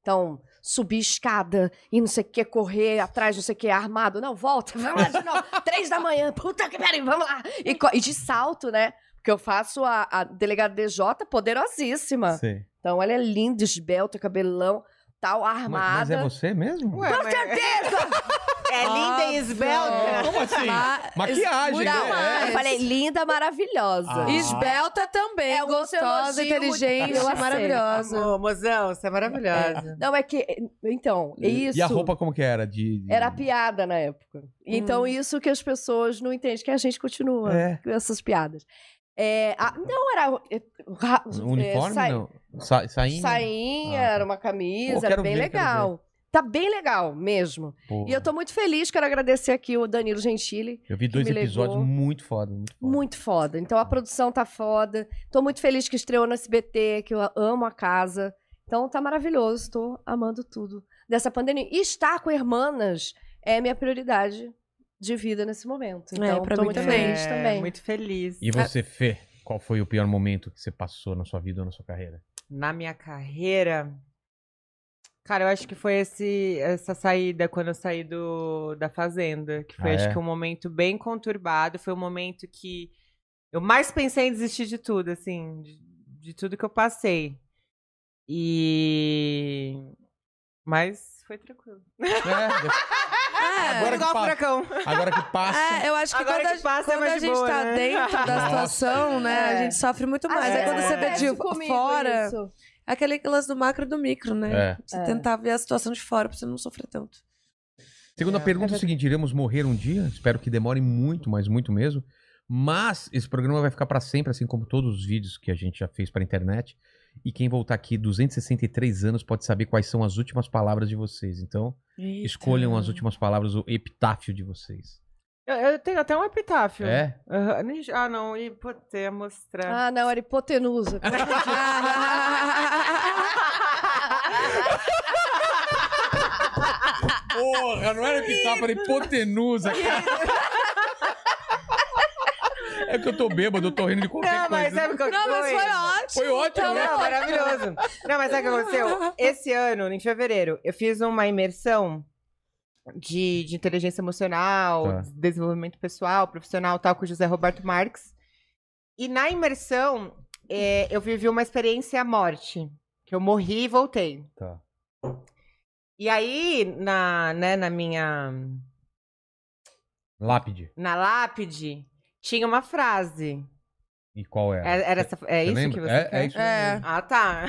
Então, subir escada e não sei o que, correr atrás, não sei o que, armado. Não, volta, vamos lá [LAUGHS] de novo. Três da manhã, puta que pariu, vamos lá. E, co- e de salto, né? Porque eu faço a, a delegada DJ poderosíssima. Sei. Então, ela é linda, esbelta, cabelão, tal, Mas- armada. Mas é você mesmo? Ué, mas- É linda e esbelta. Como assim? Ma- Maquiagem, Muito né? mais. Eu falei, linda, maravilhosa. Ah. Esbelta também, É, eu gostosa, elogio- inteligente, Eu aceito. maravilhosa. Ô, mozão, você é maravilhosa. Não, é que. Então, é isso. E a roupa como que era? De, de- Era piada na época. Então, isso que as pessoas não entendem, que a gente continua Uhum. É. Uhum. com essas piadas. É, a- não era. é, ra- Um uniforme? é, sai- não. Sa sainha? Sainha, Ah, tá. era uma camisa, Pô, era quero bem ver, quero legal. Tá bem legal mesmo. Pô, E eu tô muito feliz, quero agradecer aqui o Danilo Gentili. eu vi dois me episódios levou. muito foda, muito foda. Muito foda. Então a produção tá foda. Tô muito feliz que estreou no SBT, que eu amo a casa. Então tá maravilhoso, tô amando tudo dessa pandemia. E estar com hermanas é minha prioridade de vida nesse momento. É, Então pra tô mim muito também. É, feliz também. Muito feliz. E você, Fê, qual foi o pior momento que você passou na sua vida ou na sua [LAUGHS] carreira? Na minha carreira. Cara, eu acho que foi esse, essa saída, quando eu saí do, da Fazenda, que foi, Ah, acho é? que, um momento bem conturbado. Foi um momento que eu mais pensei em desistir de tudo, assim, de, de tudo que eu passei. E. Mas foi tranquilo. É, É, Agora que Igual pa- furacão. agora que passa. é, eu acho que Agora quando, que passa é a, quando mais a de gente boa, tá né? [LAUGHS] dentro da Nossa. situação, né, É. a gente sofre muito mais. mas Aí quando você vê acontece de comigo fora, isso. aquele lance do macro e do micro, né? É. Você tentar ver a situação de fora pra você não sofrer tanto. Segunda É, pergunta é o seguinte: iremos morrer um dia? Espero que demore muito, mas muito mesmo. Mas esse programa vai ficar pra sempre, assim como todos os vídeos que a gente já fez pra internet. E quem voltar aqui 263 anos pode saber quais são as últimas palavras de vocês. Então, escolham as últimas palavras, o epitáfio de vocês. Eu, eu tenho até um epitáfio. É? Aham, nem- ah, não, e [LAUGHS] poder mostrar. Ah, não, era hipotenusa. Porra, não era epitáfio, era [LAUGHS] hipotenusa, cara. É que eu tô bêbado, eu tô rindo de qualquer Não, mas é então. coisa. né? sabe o que eu Não, mas foi ótimo. Foi ótimo, né? [LAUGHS] Não, maravilhoso. Não, mas sabe o que aconteceu? Esse ano, em fevereiro, eu fiz uma imersão de, de inteligência emocional, Tá. de desenvolvimento pessoal, profissional, tal, com o José Roberto Marques. E na imersão, é, eu vivi uma experiência à morte. Que eu morri e voltei. Tá. E aí, na, né, na minha... Lápide. Na lápide, tinha uma frase. E qual era? É, era essa, Você é isso que lembra? você É, quer? é isso É. Ah, tá.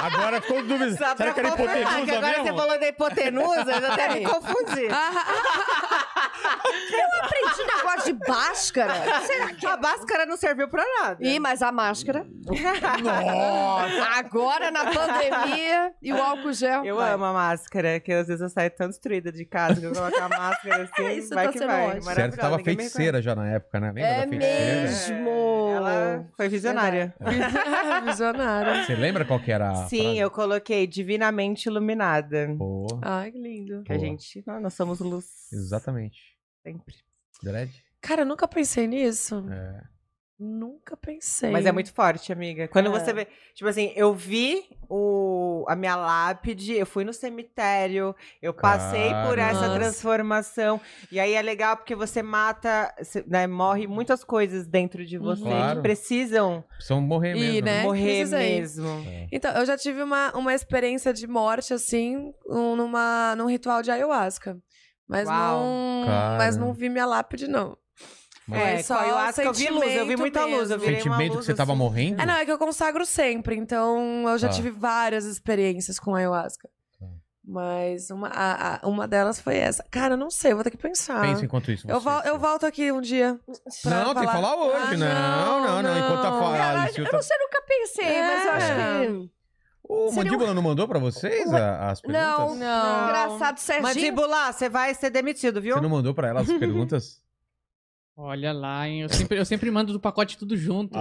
Agora ficou dúvida. Só pra confirmar, que agora você falou da hipotenusa, eu já até [LAUGHS] me confundi. Aprendi um negócio de [LAUGHS] máscara. [LAUGHS] Será que é A máscara não serviu pra nada. Ih, mas a máscara. Nossa! Agora na pandemia e o álcool gel. [LAUGHS] Eu Vai. amo a máscara, que às vezes eu saio tão destruída de casa que eu coloco [LAUGHS] a máscara assim, Isso vai tá que sendo vai. ótimo. Certo, Maravilhosa, tava ninguém me feiticeira já na época, né? Lembra É da feiticeira? mesmo. Ela foi visionária. Visionária. Você lembra qual que era a Sim, frase? eu coloquei divinamente iluminada. Pô, Ai, que lindo. Que a Boa. gente, nós nós somos luz exatamente. sempre. Dread? Cara, eu nunca pensei nisso. É. Nunca pensei. Mas é muito forte, amiga. Quando É. você vê. Tipo assim, eu vi o, a minha lápide, eu fui no cemitério, eu passei por Cara. essa Nossa. transformação. E aí é legal porque você mata, você, né, morre Uhum. muitas coisas dentro de você Claro. que precisam Precisam morrer Ih, mesmo. né? Uhum. É, morrer precisa ir. mesmo. Então, eu já tive uma, uma experiência de morte, assim, um- numa, num ritual de ayahuasca. Mas Uau. não. Cara. Mas não vi minha lápide, não. Mas- É, Foi só só eu acho que eu vi luz, eu vi sentimento muita luz, eu mesmo. virei uma Sentimento que luz você tava assim. morrendo? É, não, é que eu consagro sempre, então eu já Tá. tive várias experiências com ayahuasca. Tá. Mas uma, a- a- uma delas foi essa. Cara, eu não sei, eu vou ter que pensar. Pensa enquanto isso. Ah. eu, você, vol- eu você. volto aqui um dia. pra Não, tem que falar hoje. né? Ah, não, não, não, Enquanto tá a fala. Cara, Alice, eu eu não tô- sei, eu nunca pensei, mas eu É. acho O Seria Mandíbula não mandou pra vocês a- as que. Não, perguntas? não. Não. Engraçado, Serginho. Mandíbula, tipo, você vai ser demitido, viu? Você não mandou pra ela as perguntas? Olha lá, hein? Eu sempre, eu sempre mando do pacote tudo junto.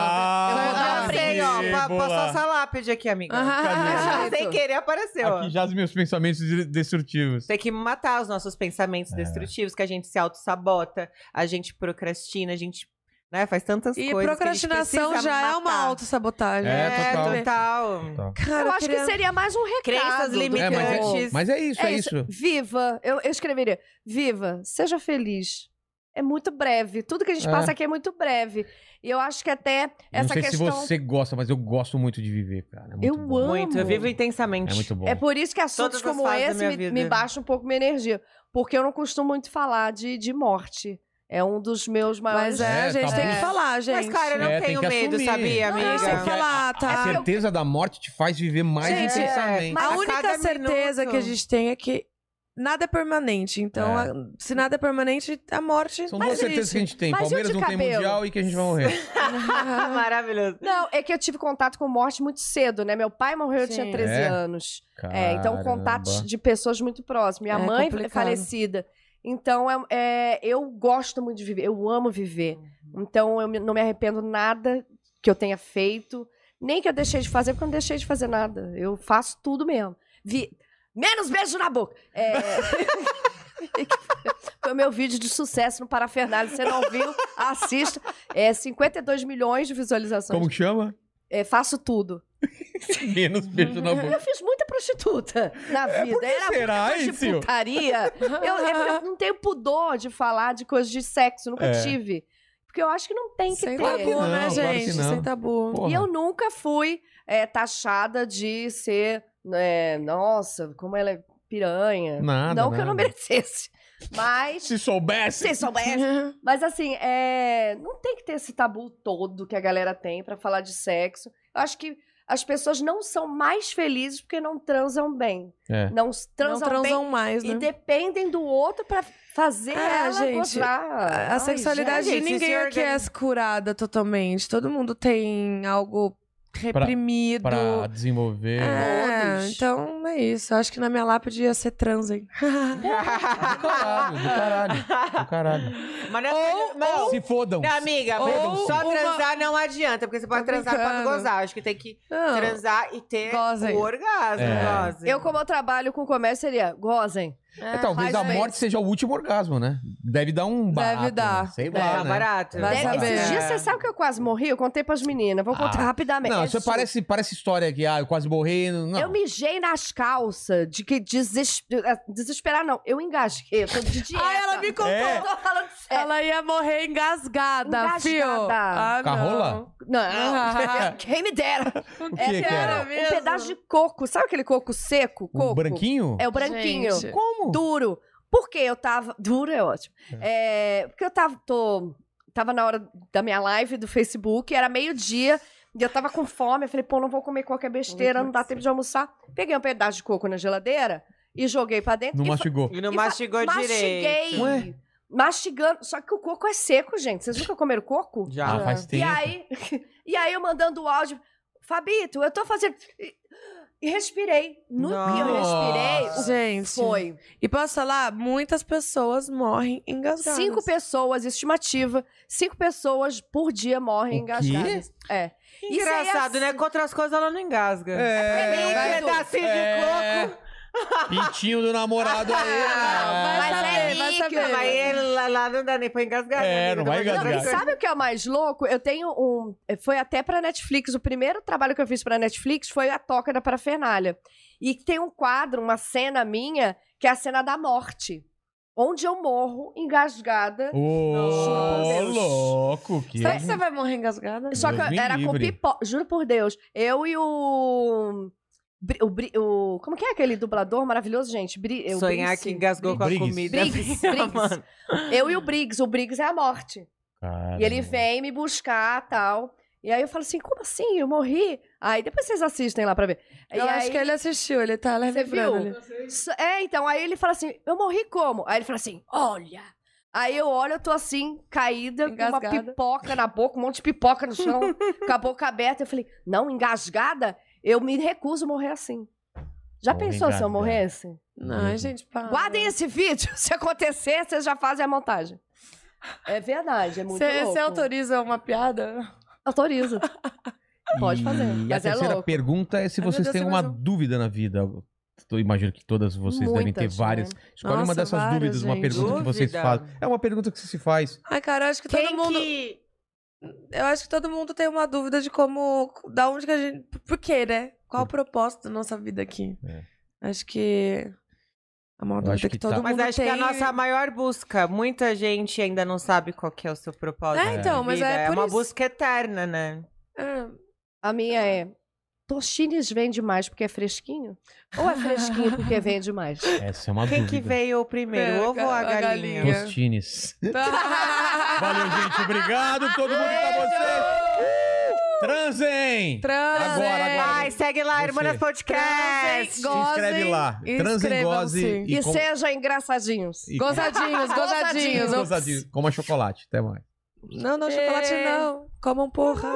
Ah, Ah, sei, ó, pa- Mandíbula. passou essa lápide aqui, amiga. Ah, [LAUGHS] Sem querer apareceu. ó. Aqui já os meus pensamentos de- destrutivos. Tem que matar os nossos pensamentos É. destrutivos, que a gente se auto-sabota, a gente procrastina, a gente né, faz tantas E coisas. que a gente procrastinação precisa já é uma matar. autossabotagem. É, É, total. total. Cara, Eu acho queria- que seria mais um recado. Crenças do- É, mas é- limitantes. Mas é isso, é, isso. Viva, eu, eu escreveria, viva, seja feliz. É muito breve. Tudo que a gente É. passa aqui é muito breve. E eu acho que até não essa sei questão. se você gosta, mas eu gosto muito de viver, cara. É muito Eu bom. Muito, eu amo. vivo intensamente. É muito bom. É por isso que assuntos Todas as como fases da esse minha me, vida. me baixam um pouco minha energia. Porque eu não costumo muito falar de, de morte. É um dos meus maiores. Mas é, É, a gente tá tem bom. que falar, gente. Mas, cara, eu não É, tem tenho que medo, assumir. sabia, Não, amiga? não, tem que falar, A tá? certeza da morte te faz viver mais Gente, intensamente. mas- A a única cada certeza minuto. que a gente tem é que nada é permanente. Então, É. a- se nada é permanente, a morte. São não duas existe. certezas que a gente tem. Mas e o Palmeiras de não tem cabelo? mundial e que a gente vai morrer. [LAUGHS] Maravilhoso. Não, é que eu tive contato com morte muito cedo, né? Meu pai morreu, eu tinha Sim. 13 É? anos. [LAUGHS] É, então Caramba. contatos de pessoas muito próximas. Minha É mãe é complicado. falecida. Então é- é, eu gosto muito de viver, eu amo viver. Uhum. Então eu me- não me arrependo nada que eu tenha feito, nem que eu deixei de fazer, porque eu não deixei de fazer nada. Eu faço tudo mesmo. Vi- Menos beijo na boca! É... [LAUGHS] Foi o meu vídeo de sucesso no Parafernália. Se você não viu, assista. É 52 milhões de visualizações. Como que chama? [LAUGHS] É, faço tudo. Menos beijo na boca. Eu fiz muita prostituta na vida. É, por que Era será, muita hein, coisa de Sil? [LAUGHS] putaria. [LAUGHS] Eu, é porque eu não tenho pudor de falar de coisas de sexo, nunca É. tive. Porque eu acho que não tem que Sem ter. tabu, não, né, claro que gente? não. Sem tabu. Porra. E eu nunca fui é, taxada de ser, né, nossa, como ela é piranha. Nada, não que eu nada. não merecesse. Mas, Se soubesse. se soubesse. Mas assim, é, não tem que ter esse tabu todo que a galera tem pra falar de sexo. Eu acho que as pessoas não são mais felizes porque não transam bem. É. Não s- Não transam, transam bem mais, e né? dependem do outro pra fazer É, ela gente, gozar. A Ai, sexualidade gente. de gente, ninguém esse aqui é organ- curada totalmente. Todo mundo tem algo reprimido. Pra desenvolver. É, Todos. então é isso. Acho que na minha lápide ia ser trans, hein? Ah. Do caralho, do caralho. Do [LAUGHS] caralho. Mas não é- não. Se fodam. É Não, amiga, Ou só uma- transar não adianta, porque você Tô pode transar quando brincando. gozar. Acho que tem que Não. transar e ter Gozem. o orgasmo. É. gozem. Eu, como eu trabalho com comércio, seria gozem. É, talvez mais a ou menos. morte seja o último orgasmo, né? Deve dar um barato. né? dar. Sei É, lá, né? barato. Vai Deve- saber. Esses dias, você sabe que eu quase morri? Eu contei pras meninas. Vou contar Ah. rapidamente. Não, É isso su- parece, parece história que ah, eu quase morri. Não. Eu mijei nas calças de que deses... desesperar, não. Eu engasguei. Eu tô [LAUGHS] de dieta. Ai, ela me contou. É. Tô falando sério. Ela ia morrer engasgada, Engasgada. fio. Ah, Com a rola? [LAUGHS] Não, quem me dera. O que, Essa que era? era? Um mesmo? pedaço de coco. Sabe aquele coco seco? Coco? O branquinho? É o branquinho. Gente. Como? Duro. Porque eu tava. [LAUGHS] Duro é ótimo. É, porque eu tava. Tô, tava na hora da minha live do Facebook, era meio-dia. E eu tava com fome. Eu falei, pô, não vou comer qualquer besteira, não dá tempo de almoçar. Peguei um pedaço de coco na geladeira e joguei pra dentro. Não e fa- mastigou. E não E fa- mastigou direito. Mastiguei. Ué? Mastigando. Só que o coco é seco, gente. Vocês nunca comeram coco? Ah, Já. faz E [LAUGHS] tempo. aí, e aí eu mandando o áudio, Fabito, eu tô fazendo. E respirei. No que eu respirei, o Gente. foi. [LAUGHS] E posso falar? Muitas pessoas morrem engasgadas. Cinco pessoas, estimativa, cinco pessoas por dia morrem O quê? engasgadas. É. Isso aí é Engraçado, assim. né? Com outras coisas ela não engasga. É, É, vai tudo. pedacinho É. de [LAUGHS] coco. Pintinho do namorado aí. Ah, né? Mas é saber, vai níquel. saber. Mas ela lá não dá nem pra É, engasgar. né, amiga? não vai Dá pra engasgar. Não, e Obrigado. sabe o que é o mais louco? Eu tenho um. Foi até pra Netflix. O primeiro trabalho que eu fiz pra Netflix foi a Toca da Parafernália. E tem um quadro, uma cena minha, que é a cena da morte. Onde eu morro engasgada. Ô, Nossa. louco. Que... Será que você vai morrer engasgada? Só que Deus me eu- era com livre. pipoca. Juro por Deus. Eu e o. Bri- O, Bri- o- como que é aquele dublador maravilhoso, gente? Bri- é o Sonhar Briggs. que engasgou com a Briggs. comida. [LAUGHS] Briggs, Briggs. Eu e o Briggs. O Briggs é a morte. Caramba. E ele vem me buscar tal. E aí eu falo assim, como assim? Eu morri? Aí depois vocês assistem lá pra ver. E Eu acho aí, que ele assistiu, ele tá lá Você vibrando viu? ali. s- É, então, aí ele fala assim, eu morri como? Aí ele fala assim, olha. Aí eu olho, eu tô assim, caída, com uma Engasgada. pipoca na boca, um monte de pipoca no [LAUGHS] chão, com a boca aberta. Eu falei, não, engasgada? Eu me recuso a morrer assim. Já Morre pensou se eu engasgada. morresse? Hum. Não, gente, para. Guardem esse vídeo. [LAUGHS] Se acontecer, vocês já fazem a montagem. É verdade, é muito Você louco. você autoriza uma piada? Autorizo. Pode fazer, E a mas é terceira louco. pergunta é se Ai, meu vocês Deus, têm tem uma mais um. dúvida na vida. Eu imagino que todas vocês devem ter Muitas, né? várias. Escolhe uma Nossa, dessas várias, dúvidas, uma gente. pergunta que vocês Dúvida. fazem. É uma pergunta que você se faz. Ai, cara, eu acho que todo Quem mundo. que... Eu acho que todo mundo tem uma dúvida de como. Da onde que a gente. Por quê, né? Qual o propósito da nossa vida aqui? É. Acho que. É uma dúvida acho que, que todo tá- mundo Mas acho tem. que é a nossa maior busca, muita gente ainda não sabe qual que é o seu propósito. É, de então, mas vida. é é por uma isso. busca [LAUGHS] eterna, né? [LAUGHS] É. A minha é. Tostines vende mais porque é fresquinho? Ou é fresquinho porque vende mais? Essa é uma [LAUGHS] Quem que dúvida. veio primeiro, É, o ovo ou a a galinha? galinha. veio? Tostines. Valeu, gente. Obrigado. Todo mundo tá Beijo! vocês. Transem! Trans, Agora, é. agora. Ai, segue lá, Você. Irmãs Podcast. Transem, Se inscreve gozem, lá. Transem, goze inscrevam-se. E, e, com- sejam engraçadinhos. e com- Gozadinhos, gozadinhos. gozadinho. Coma chocolate. Até mais. Não, não, chocolate É. Uh! não. Comam porra.